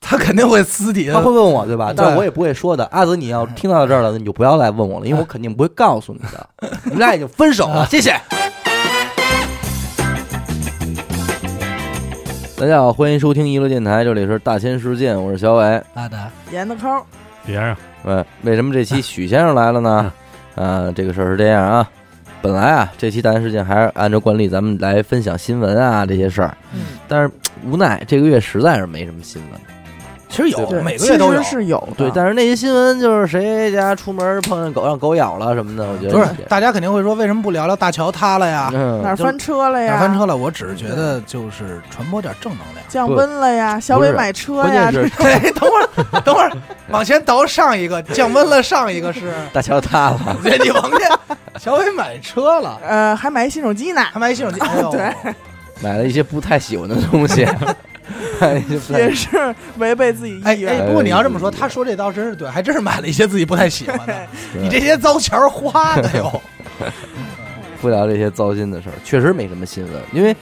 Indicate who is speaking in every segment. Speaker 1: 他肯定会私底
Speaker 2: 他
Speaker 1: 下
Speaker 2: 会问我对吧？
Speaker 1: 对
Speaker 2: 但我也不会说的。阿紫，你要听到这儿了，你就不要来问我了，因为我肯定不会告诉你的。你们俩已经分手了，谢谢。大家好，欢迎收听娱乐电台，这里是大千世界，我是小伟。
Speaker 1: 啊的，
Speaker 3: 严的抠儿，
Speaker 4: 别上
Speaker 2: 嗯，为什么这期许先生来了呢？啊，这个事儿是这样啊，本来啊，这期大千世界还是按照惯例咱们来分享新闻啊这些事儿，
Speaker 3: 嗯，
Speaker 2: 但是无奈这个月实在是没什么新闻。
Speaker 1: 其实有
Speaker 3: 对，
Speaker 1: 每个月都有
Speaker 3: 其实，是有的，
Speaker 1: 啊
Speaker 2: 对，但是那些新闻就是谁家出门碰见狗让狗咬了什么的，我觉得
Speaker 1: 不是
Speaker 2: 也
Speaker 1: 大家肯定会说为什么不聊聊大桥塌了呀，
Speaker 2: 嗯
Speaker 3: 哪儿翻车了
Speaker 1: 哪
Speaker 3: 呀？
Speaker 1: 儿翻车了？我只是觉得就是传播点正 能量。
Speaker 3: 降温了呀？小
Speaker 2: 不
Speaker 3: 伟
Speaker 2: 是
Speaker 3: 买车
Speaker 2: 关
Speaker 3: 呀
Speaker 2: 键？是
Speaker 1: 对，等会儿，等会儿，往前倒上一个，降温了，上一个 是，
Speaker 2: 大桥塌了，
Speaker 1: 你往前，小伟买车了，
Speaker 3: 呃，还买一新手机呢，
Speaker 1: 还买一 新手机，哎呦，
Speaker 3: 对
Speaker 2: 买了一些不太喜欢的东西，买了一些不太
Speaker 3: 也是违背自己
Speaker 1: 哎
Speaker 3: 意
Speaker 1: 哎，
Speaker 3: 愿。
Speaker 1: 不过你要这么说，他说这倒真是对，还真是买了一些自己不太喜欢的。
Speaker 2: 对
Speaker 1: 你这些糟钱儿花的哟，
Speaker 2: 不聊这些糟心的事儿，确实没什么新闻，因为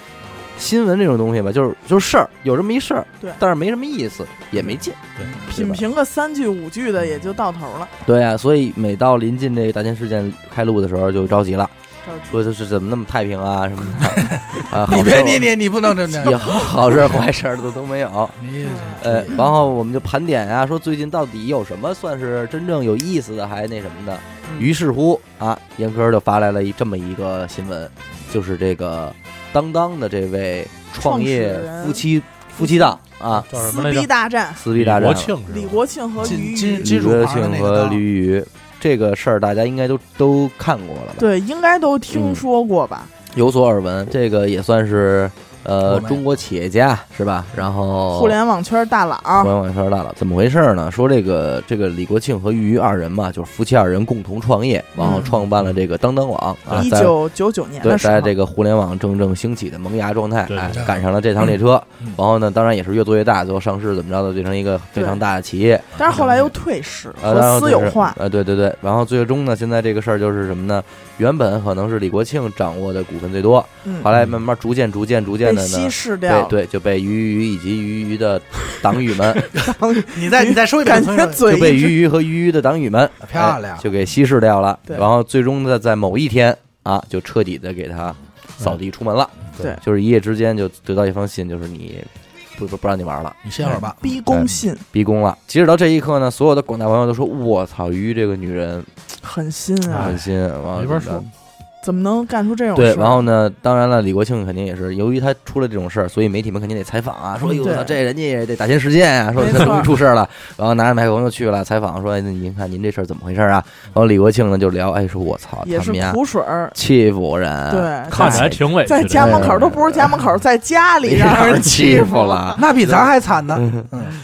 Speaker 2: 新闻这种东西吧，就是就是事儿，有这么一事儿，
Speaker 3: 对
Speaker 2: 但是没什么意思，也没劲，对
Speaker 3: 品
Speaker 2: 吧
Speaker 3: 评个三句五句的也就到头了，
Speaker 2: 对啊，所以每到临近这个大千事件开录的时候就着急了，
Speaker 3: 着急
Speaker 2: 说这是怎么那么太平啊什么的， 啊，
Speaker 1: 你
Speaker 2: 好事
Speaker 1: 别
Speaker 2: 儿
Speaker 1: 你你你不能这么
Speaker 2: 也
Speaker 1: 样，
Speaker 2: 好好事儿坏事儿的都没有，
Speaker 1: 你
Speaker 2: 呃，然后我们就盘点啊，说最近到底有什么算是真正有意思的，还那什么的。
Speaker 3: 嗯
Speaker 2: 于是乎啊，严哥就发来了一这么一个新闻，就是这个当当的这位创业
Speaker 3: 创始人
Speaker 2: 夫妻夫妻档啊，
Speaker 4: 叫什么
Speaker 3: 撕
Speaker 4: 来
Speaker 3: 逼
Speaker 4: 着？
Speaker 3: 大战，
Speaker 2: 撕逼大战
Speaker 4: 国，庆是
Speaker 3: 李
Speaker 4: 吧？
Speaker 3: 国庆和
Speaker 1: 金
Speaker 3: 俞
Speaker 1: 金
Speaker 3: 渝，
Speaker 1: 金
Speaker 2: 李
Speaker 1: 属
Speaker 2: 国
Speaker 1: 旁的
Speaker 2: 庆
Speaker 1: 那
Speaker 2: 和
Speaker 1: 个
Speaker 2: 李宇这个事儿大家应该都都看过了吧？
Speaker 3: 对，应该都听说过吧？
Speaker 2: 有所耳闻，这个也算是
Speaker 1: 我
Speaker 2: 呃
Speaker 1: 们
Speaker 2: 中国企业家是吧？然后
Speaker 3: 互联网圈大佬，
Speaker 2: 互联网圈大佬，怎么回事呢？说这个这个李国庆和俞渝二人嘛，就是夫妻二人共同创业，然后
Speaker 3: 嗯
Speaker 2: 创办了这个当当网啊，
Speaker 3: 一
Speaker 2: 在
Speaker 3: 九九九年
Speaker 2: 对，
Speaker 3: 的时候
Speaker 2: 在，这个互联网正正兴起的萌芽状态，
Speaker 4: 对
Speaker 2: 哎
Speaker 1: 对，
Speaker 2: 赶上了这趟列车
Speaker 1: 嗯，
Speaker 2: 然后呢，当然也是越做越大，最后上市怎么着的，变成一个非常大的企业，
Speaker 3: 但是后来又退市
Speaker 2: 呃，然
Speaker 3: 和
Speaker 2: 后
Speaker 3: 私
Speaker 2: 就是
Speaker 3: 有化，
Speaker 2: 呃，对对对，然后最终呢，现在这个事儿就是什么呢？原本可能是李国庆掌握的股份最多，
Speaker 3: 嗯
Speaker 2: 后，来慢慢逐渐逐渐逐
Speaker 3: 被
Speaker 2: 渐的
Speaker 3: 稀
Speaker 2: 呢。
Speaker 3: 释掉
Speaker 2: 对
Speaker 3: 了，
Speaker 2: 对，就被俞渝以及俞渝的党羽们，
Speaker 1: 你再你再说一遍，
Speaker 3: 感
Speaker 1: 重
Speaker 3: 觉
Speaker 1: 新说一遍
Speaker 3: 嘴
Speaker 2: 就被
Speaker 3: 一直
Speaker 2: 俞渝和俞渝的党羽们
Speaker 1: 漂亮
Speaker 2: 哎就给稀释掉了。
Speaker 3: 对
Speaker 2: 然后最终呢，在某一天啊，就彻底的给他扫地出门了。
Speaker 3: 对
Speaker 2: 就是一夜之间就得到一封信，就是你不不不让你玩了，
Speaker 1: 你歇会儿吧。
Speaker 3: 逼宫信
Speaker 2: 逼宫了。截止到这一刻呢，所有的广大网友都说：“我操，俞渝这个女人
Speaker 3: 狠心啊
Speaker 2: 狠，心。”然后
Speaker 4: 没
Speaker 2: 怎
Speaker 4: 法
Speaker 2: 么着
Speaker 4: 说，
Speaker 3: 怎么能干出这种
Speaker 2: 对，
Speaker 3: 事儿？
Speaker 2: 然后呢，当然了，李国庆肯定也是，由于他出了这种事儿，所以媒体们肯定得采访啊，说：“
Speaker 3: 嗯
Speaker 2: 哟，我操，
Speaker 3: 对
Speaker 2: 这人家也得打天实践啊，说
Speaker 3: 没
Speaker 2: 这
Speaker 3: 错
Speaker 2: 出事儿了。”然后拿着麦克风就去了采访，说哎：“您看您这事儿怎么回事儿啊？”然后李国庆呢就聊：“哎，说我操，
Speaker 3: 也
Speaker 2: 他
Speaker 3: 是
Speaker 2: 们家呃
Speaker 3: 苦水儿，
Speaker 2: 欺负人，啊
Speaker 3: 对，
Speaker 4: 看起来
Speaker 3: 在
Speaker 4: 挺委屈
Speaker 3: 在
Speaker 4: 的。
Speaker 3: 家门口都不是家门口，在家里让人
Speaker 2: 欺
Speaker 3: 负
Speaker 2: 哎负了。”
Speaker 1: 那比咱还惨呢，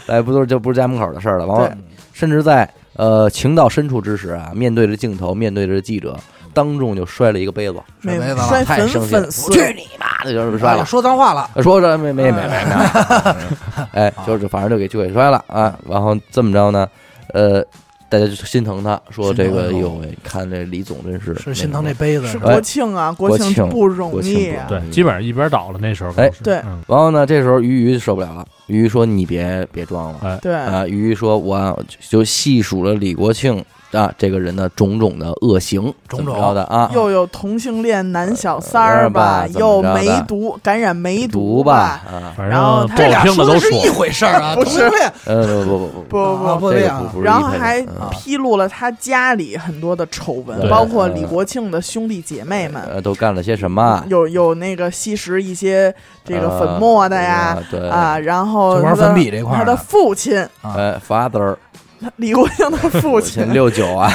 Speaker 2: 哎，不都是就不是家门口的事儿了。完了
Speaker 3: 对，
Speaker 2: 甚至在呃情到深处之时啊，面对着镜头，面对着记者，当众就摔了一个杯子，
Speaker 3: 没
Speaker 1: 摔杯子了
Speaker 3: 摔
Speaker 2: 太
Speaker 3: 粉
Speaker 2: 生气了
Speaker 3: 粉，
Speaker 2: 我
Speaker 3: 丝，
Speaker 2: 去你妈的，就是摔
Speaker 1: 哎
Speaker 2: 了。
Speaker 1: 说脏话了，
Speaker 2: 说这没没没没没，哎，就是反正就给就给摔了啊。然后这么着呢，呃，大家就心疼他，说这个
Speaker 1: 心疼
Speaker 2: 哟，喂看这李总真是
Speaker 1: 是心
Speaker 2: 那
Speaker 1: 疼这
Speaker 2: 什么。
Speaker 1: 杯子
Speaker 3: 是
Speaker 1: 是
Speaker 2: 哎
Speaker 1: 吧？
Speaker 3: 国庆啊，国
Speaker 2: 国庆
Speaker 3: 不容
Speaker 2: 国庆不
Speaker 3: 易
Speaker 2: 容易
Speaker 3: 啊，
Speaker 4: 对，基本上一边倒了那时候。
Speaker 2: 哎
Speaker 4: 都是
Speaker 3: 对
Speaker 4: 嗯
Speaker 2: 然后呢，这时候俞渝受不了了，俞渝说：“你别别装了，
Speaker 3: 对，
Speaker 2: 啊，俞渝说我就细数了李国庆啊这个人的种种的恶行，
Speaker 1: 种
Speaker 2: 怎么
Speaker 1: 种
Speaker 2: 着的啊，
Speaker 3: 又有同性恋男小三
Speaker 2: 呃
Speaker 3: 儿
Speaker 2: 吧怎么
Speaker 3: 又
Speaker 2: 着的
Speaker 3: 梅毒感染梅
Speaker 2: 毒
Speaker 3: 吧，
Speaker 2: 啊，
Speaker 4: 反
Speaker 3: 然后
Speaker 4: 正
Speaker 3: 他
Speaker 4: 不
Speaker 1: 这俩
Speaker 4: 好听
Speaker 1: 哎说
Speaker 4: 的都
Speaker 1: 是
Speaker 4: 说
Speaker 1: 一。回事 儿啊，
Speaker 3: 不
Speaker 1: 同
Speaker 3: 是
Speaker 1: 性恋
Speaker 2: 呃不不不
Speaker 3: 不
Speaker 1: 啊
Speaker 3: 不
Speaker 1: 不
Speaker 2: 这
Speaker 1: 这
Speaker 2: 个
Speaker 1: 样啊
Speaker 2: 不不是
Speaker 3: 然后
Speaker 2: 一派的
Speaker 3: 还
Speaker 2: 啊
Speaker 3: 披露了他家里很多的丑闻，
Speaker 2: 对
Speaker 3: 包括李
Speaker 2: 嗯
Speaker 3: 国庆的兄弟姐妹们，
Speaker 2: 呃都干了些什么？
Speaker 3: 有有那个吸食一些这个
Speaker 2: 呃
Speaker 3: 粉末的呀，，
Speaker 2: 对
Speaker 3: 啊，，然后
Speaker 1: 就玩
Speaker 3: 他的
Speaker 1: 粉笔这块儿
Speaker 3: 他的
Speaker 1: 的
Speaker 3: 父亲，
Speaker 2: 呃，father
Speaker 3: 他李国庆的父
Speaker 2: 我
Speaker 3: 亲
Speaker 2: 先，六九 啊，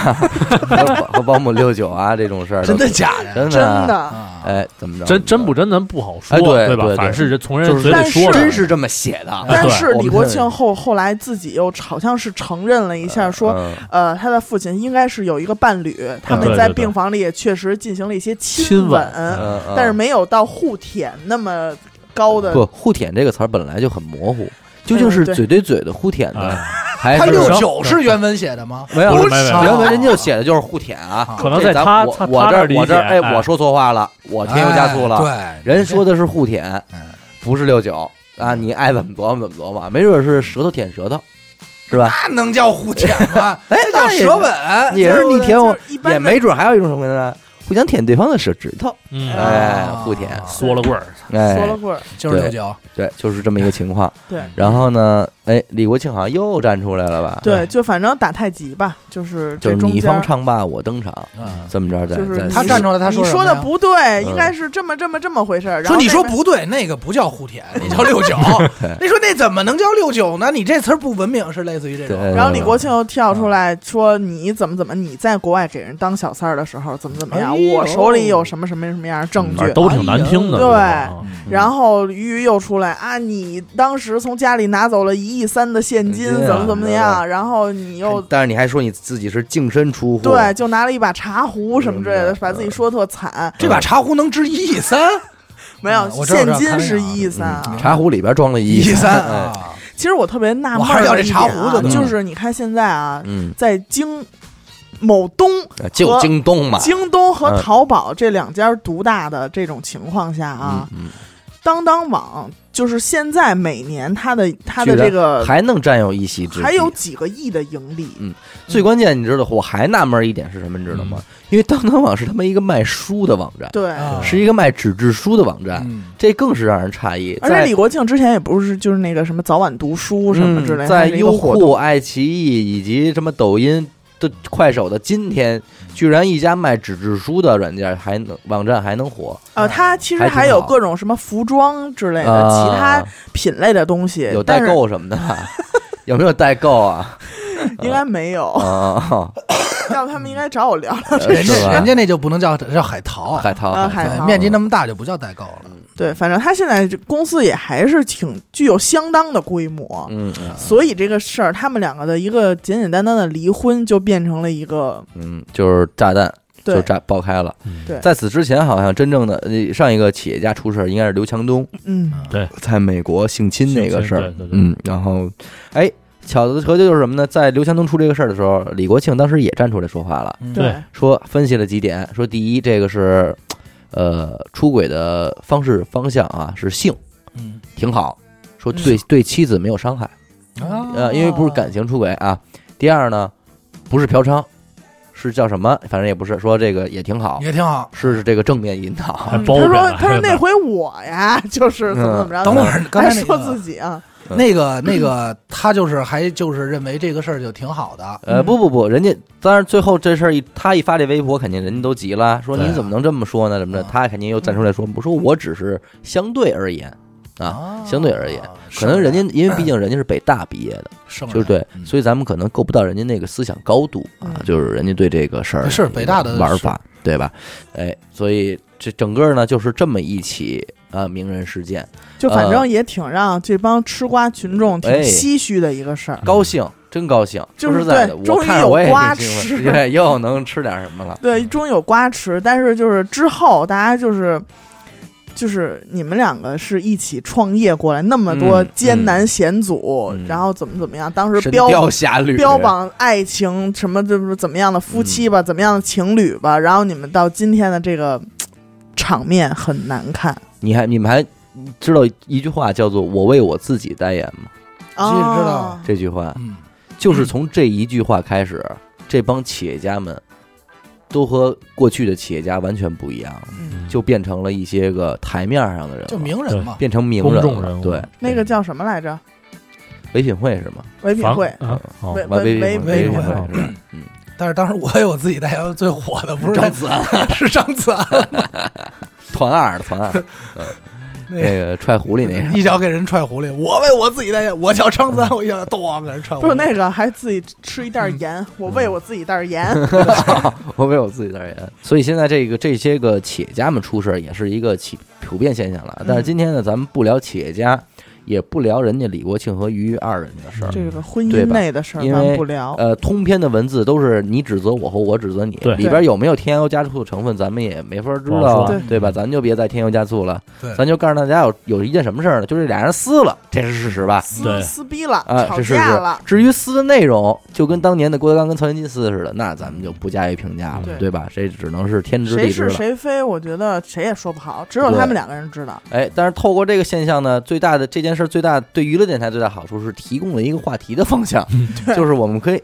Speaker 2: 和和保姆六九啊这种事儿都，
Speaker 1: 真的假的？
Speaker 2: 真
Speaker 3: 真
Speaker 2: 的，
Speaker 3: 的，
Speaker 1: 啊，
Speaker 2: 哎，怎么着？
Speaker 4: 真真不真，咱不好说，
Speaker 2: 哎对
Speaker 4: 吧
Speaker 2: 对对？
Speaker 4: 反正是人从
Speaker 2: 就
Speaker 4: 人
Speaker 2: 是
Speaker 4: 嘴里说
Speaker 3: 但
Speaker 4: 的，
Speaker 2: 真是这么写的。
Speaker 3: 但
Speaker 4: 对
Speaker 3: 是
Speaker 2: 我
Speaker 3: 李
Speaker 2: 们
Speaker 3: 国
Speaker 2: 这
Speaker 3: 庆后后来自己又好像是承认了一下，说
Speaker 2: 嗯
Speaker 3: 呃他的父亲应该是有一个伴侣，他
Speaker 4: 对
Speaker 3: 们
Speaker 4: 啊对
Speaker 3: 在
Speaker 4: 对
Speaker 3: 病房里也确实进行了一些
Speaker 4: 亲吻
Speaker 3: 吻，
Speaker 2: 嗯，嗯
Speaker 3: 呃但是没有到互舔那么高的。
Speaker 2: 不互舔这个词儿本来就很模糊，究竟是
Speaker 3: 对
Speaker 2: 嘴对嘴的互舔呢，
Speaker 4: 哎
Speaker 2: 还
Speaker 1: 他
Speaker 2: 是
Speaker 1: 六九是原文写的吗？
Speaker 2: 没有
Speaker 4: 不是
Speaker 2: 哎没有
Speaker 4: 没有
Speaker 2: 原文人家就写的就是互舔啊
Speaker 1: 啊。
Speaker 4: 可能
Speaker 2: 这
Speaker 4: 在
Speaker 2: 咱
Speaker 4: 他
Speaker 2: 我
Speaker 4: 他
Speaker 2: 我
Speaker 4: 他
Speaker 2: 这
Speaker 4: 儿
Speaker 2: 儿
Speaker 4: 理
Speaker 2: 我这
Speaker 4: 解，
Speaker 2: 儿
Speaker 4: 哎
Speaker 2: 哎，我说错话了，我添油加醋了。
Speaker 1: 哎
Speaker 2: 人说的是互舔，
Speaker 4: 哎
Speaker 1: 对，嗯
Speaker 2: 不是六九，啊，你爱怎么琢磨怎么琢磨，没准是舌头舔舌头，是吧？
Speaker 1: 那能叫互舔 吗？
Speaker 2: 哎，
Speaker 1: 这叫舌吻。
Speaker 2: 也是你舔我
Speaker 3: 就是就是一，般的
Speaker 2: 也没准还有一种什么呢？互相舔对方的手指头，
Speaker 4: 嗯，
Speaker 2: 哎，
Speaker 1: 啊
Speaker 2: 互舔，
Speaker 4: 缩了棍儿，
Speaker 3: 缩了
Speaker 2: 哎，
Speaker 3: 棍儿，
Speaker 1: 九十九九，
Speaker 2: 对，就是这么一个情况。
Speaker 3: 对
Speaker 2: 然后呢，哎，李国庆好像又站出来了吧？
Speaker 3: 对，就反正打太极吧，就是
Speaker 2: 哎就
Speaker 3: 这
Speaker 2: 是
Speaker 3: 中
Speaker 2: 你
Speaker 3: 间
Speaker 2: 方
Speaker 3: 儿。
Speaker 2: 唱罢我登场，
Speaker 1: 嗯，
Speaker 2: 这么着在
Speaker 3: 就是
Speaker 2: 在
Speaker 1: 他站出来，他
Speaker 3: 你
Speaker 1: 说
Speaker 3: 说
Speaker 1: 什么
Speaker 3: 的
Speaker 1: 呀
Speaker 3: 不对，
Speaker 2: 嗯
Speaker 3: 应该是这么这么这么回事儿。然
Speaker 1: 说
Speaker 3: 后
Speaker 1: 你
Speaker 3: 那
Speaker 1: 说
Speaker 3: 边
Speaker 1: 不对，那个不叫互舔，那叫六九。 你说那怎么能叫六九呢？你这词儿不文明，是类似于这种。
Speaker 2: 对
Speaker 3: 然后李国庆又跳出来说：“你怎么怎么？你在国外给人当小三儿的时候怎么怎么
Speaker 1: 哎？
Speaker 3: 样
Speaker 1: 呦
Speaker 3: 我手里有什么什么什么样的证
Speaker 4: 反
Speaker 3: 据
Speaker 4: 正？”都挺难听的，
Speaker 3: 哎呦
Speaker 4: 是吧
Speaker 3: 然后于又出来啊，你当时从家里拿走了一亿三的现金，
Speaker 1: 哎
Speaker 2: 现金啊
Speaker 3: 怎么怎么
Speaker 2: 对
Speaker 3: 样？然后你又
Speaker 2: 但是你还说你自己是净身出户，
Speaker 3: 对，就拿了一把茶壶什么之类的
Speaker 2: 嗯，
Speaker 3: 把自己说得特惨。
Speaker 1: 这把茶壶能值一亿三，
Speaker 3: 没有
Speaker 1: 我知道我知
Speaker 3: 现
Speaker 1: 道看
Speaker 3: 金
Speaker 1: 了
Speaker 3: 是
Speaker 1: 啊
Speaker 3: 一亿三
Speaker 2: 嗯
Speaker 3: 啊。
Speaker 2: 茶壶里边装了
Speaker 1: 一
Speaker 2: 一
Speaker 1: 亿三
Speaker 2: 哎
Speaker 1: 啊！
Speaker 3: 其实我特别纳
Speaker 1: 我
Speaker 3: 闷
Speaker 1: 还
Speaker 3: 儿
Speaker 1: 是要
Speaker 3: 的
Speaker 1: 这
Speaker 3: 一点
Speaker 1: 茶壶
Speaker 3: 啊
Speaker 1: 的，
Speaker 2: 东西
Speaker 3: 就是你看现在啊，
Speaker 2: 嗯，
Speaker 3: 在京某东
Speaker 2: 呃就
Speaker 3: 和
Speaker 2: 京东嘛，
Speaker 3: 京东和
Speaker 2: 嗯
Speaker 3: 淘宝这两家独大的这种情况下啊，
Speaker 2: 嗯，
Speaker 3: 当当网就是现在每年它的它的
Speaker 2: 居然
Speaker 3: 这个
Speaker 2: 嗯还能占有一席之地。
Speaker 3: 还有几个亿的盈利，
Speaker 2: 最关键，你知道我还纳闷一点是什么，你知道吗？因为当当网是他们一个卖书的网站，
Speaker 3: 嗯对。
Speaker 1: 啊
Speaker 2: 是啊一个卖纸质书的网站，
Speaker 1: 嗯
Speaker 2: 这更是让人诧异。
Speaker 3: 而且
Speaker 2: 在
Speaker 3: 李国庆之前也不是就是那个什么早晚读书什么之类的，
Speaker 2: 嗯
Speaker 3: 它
Speaker 2: 在
Speaker 3: 是一个
Speaker 2: 优
Speaker 3: 活动
Speaker 2: 酷、爱奇艺以及什么抖音的、快手的，今天居然一家卖纸质书的软件还能网站还能火，
Speaker 3: 呃，它其实
Speaker 2: 还挺
Speaker 3: 还有
Speaker 2: 好
Speaker 3: 各种什么服装之类的、
Speaker 2: 啊
Speaker 3: 其他品类的东西，
Speaker 2: 有代
Speaker 3: 但 是
Speaker 2: 购什么的吧， 有没有代购 啊？
Speaker 3: 应该没有，
Speaker 2: 啊，
Speaker 3: 要不他们应该找我聊聊。
Speaker 1: 人
Speaker 2: 是
Speaker 1: 家
Speaker 2: 吧
Speaker 1: 人家那就不能叫叫海淘，
Speaker 2: 海嗯淘，
Speaker 3: 啊
Speaker 1: 对
Speaker 3: 海淘
Speaker 1: 面积那么大就不叫代购了。
Speaker 3: 对，反正他现在这公司也还是挺具有相当的规模，
Speaker 2: 嗯嗯
Speaker 3: 所以这个事儿，他们两个的一个简简单单的离婚，就变成了一个
Speaker 2: 嗯，就是炸弹就
Speaker 3: 对
Speaker 2: 炸爆开了。
Speaker 4: 嗯
Speaker 3: 对
Speaker 2: 在此之前，好像真正的呃上一个企业家出事儿应该是刘强东
Speaker 3: 嗯，
Speaker 2: 在美国性侵那个事儿
Speaker 4: 性侵对对对，
Speaker 2: 嗯，然后哎。巧的合计就是什么呢？在刘强东出这个事儿的时候，李国庆当时也站出来说话了，
Speaker 1: 嗯，
Speaker 4: 对
Speaker 2: 说分析了几点，说第一，这个是，呃，出轨的方式方向啊是性，
Speaker 1: 嗯
Speaker 2: 挺好，说
Speaker 3: 嗯
Speaker 2: 对、对妻子没有伤害，
Speaker 1: 啊
Speaker 2: 呃，因为不是感情出轨啊。第二呢，不是嫖娼，是叫什么？反正也不是，说这个也挺好，
Speaker 1: 哦也挺好。
Speaker 2: 是这个正面引导。
Speaker 4: 还包
Speaker 3: 嗯他
Speaker 4: 着
Speaker 3: 说
Speaker 4: 呢，
Speaker 3: 他 说
Speaker 4: 还
Speaker 3: 那回我呀，就是怎么怎么着，
Speaker 1: 等会儿，刚
Speaker 3: 还
Speaker 1: 才那
Speaker 3: 说
Speaker 1: 个
Speaker 3: 自己啊，
Speaker 2: 嗯
Speaker 1: 那个那个，他就是还就是认为这个事儿就挺好的，
Speaker 2: 呃，
Speaker 3: 嗯
Speaker 2: 不不不，人家当然最后这事儿一他一发这微博，肯定人家都急了，说
Speaker 1: 对啊
Speaker 2: 你怎么能这么说呢？怎么着？
Speaker 1: 嗯
Speaker 2: 他肯定又站出来说，不说我只是相对而言，啊相对而言，可能人家因 为毕竟人家是北大毕业的，就是对，所以咱们可能够不到人家那个思想高度啊，
Speaker 3: 嗯
Speaker 2: 就是人家对这个事儿
Speaker 1: 是北大的
Speaker 2: 玩法，对吧？哎，所以这整个呢就是这么一起啊名人事件，
Speaker 3: 就反正也挺让这帮吃瓜群众挺
Speaker 2: 呃哎
Speaker 3: 唏嘘的一个事儿。
Speaker 2: 高兴，真高兴，
Speaker 3: 嗯就
Speaker 2: 说
Speaker 3: 是
Speaker 2: 实在的，
Speaker 3: 对终
Speaker 2: 我
Speaker 3: 于
Speaker 2: 看着
Speaker 3: 有
Speaker 2: 我也
Speaker 3: 瓜
Speaker 2: 挺兴
Speaker 3: 吃
Speaker 2: 奋，对，又能吃点什么了。
Speaker 3: 对，终于有瓜吃，但是就是之后大家就是。就是你们两个是一起创业过来，那么多
Speaker 2: 嗯
Speaker 3: 艰难险阻，
Speaker 2: 嗯
Speaker 3: 然后怎么怎么样，当时
Speaker 2: 神
Speaker 3: 标
Speaker 2: 雕侠侣，
Speaker 3: 标榜爱情什么就是怎么样的夫妻
Speaker 1: 嗯
Speaker 3: 吧，怎么样的情侣吧，然后你们到今天的这个嘖场面很难看
Speaker 2: 你还你们还知道一句话叫做“我为我自己代言”吗？
Speaker 1: 道
Speaker 3: 哦
Speaker 2: 这句话
Speaker 1: 嗯，
Speaker 2: 就是从这一句话开始，这帮企业家们都和过去的企业家完全不一样了，
Speaker 3: 嗯，
Speaker 2: 就变成了一些个台面上的人了，
Speaker 1: 就名人
Speaker 4: 人
Speaker 1: 嘛，
Speaker 2: 变成名人
Speaker 4: 公众人
Speaker 2: 了。
Speaker 4: 物
Speaker 2: 对，
Speaker 3: 那个叫什么来着？
Speaker 2: 唯品会是吗？
Speaker 3: 唯品
Speaker 4: 防
Speaker 3: 会，
Speaker 4: 啊，哦
Speaker 3: 唯
Speaker 2: 唯
Speaker 3: 唯
Speaker 2: 唯
Speaker 1: 唯
Speaker 2: 品
Speaker 1: 品
Speaker 2: 会
Speaker 1: 会
Speaker 2: 是吧？嗯，
Speaker 1: 但是当时我有自己代言最火的，不是
Speaker 2: 张子安，
Speaker 1: 是张子安
Speaker 2: 团二的团二，那个踹狐狸那个。
Speaker 1: 一脚给人踹狐狸，我为我自己代言，我叫张子安，我一脚咚给人踹狐
Speaker 3: 不是
Speaker 1: 狸，
Speaker 3: 那个还自己吃一袋
Speaker 1: 嗯
Speaker 3: 盐，我喂我自己袋盐，
Speaker 2: 我为我自己代言。所以现在这个这些个企业家们出事儿也是一个起普遍现象了。但是
Speaker 3: 嗯
Speaker 2: 今天呢，咱们不聊企业家，也不聊人家李国庆和于二人的事儿。
Speaker 3: 这个婚
Speaker 2: 对
Speaker 3: 姻
Speaker 2: 吧
Speaker 3: 内的事儿
Speaker 2: 因
Speaker 3: 咱
Speaker 2: 为
Speaker 3: 们不聊。
Speaker 2: 呃，通篇的文字都是你指责我和我指责你，
Speaker 4: 对
Speaker 2: 里边有没有添油加醋的成分，咱们也没法知
Speaker 4: 不
Speaker 2: 道啊
Speaker 4: 好
Speaker 3: 说，
Speaker 2: 对吧？咱就别再添油加醋了，
Speaker 1: 对
Speaker 2: 咱就告诉大家有有一件什么事儿呢？就这俩人撕了，这是事实吧？
Speaker 4: 对
Speaker 3: 撕撕逼了，
Speaker 2: 啊，
Speaker 3: 吵
Speaker 2: 这是
Speaker 3: 架
Speaker 2: 事
Speaker 3: 了。。
Speaker 2: 至于撕的内容，就跟当年的郭德纲跟曹云金撕的似的，那咱们就不加以评价了，
Speaker 3: 对
Speaker 2: 对吧？这只能是天知
Speaker 3: 谁
Speaker 2: 地知
Speaker 3: 是
Speaker 2: 了。
Speaker 3: 谁非，我觉得谁也说不好，只有他
Speaker 2: 对
Speaker 3: 们两个人知道。
Speaker 2: 哎，但是透过这个现象呢，最大的这件件事最大对娱乐电台最大好处是提供了一个话题的方向，
Speaker 1: 嗯
Speaker 2: 就是我们可以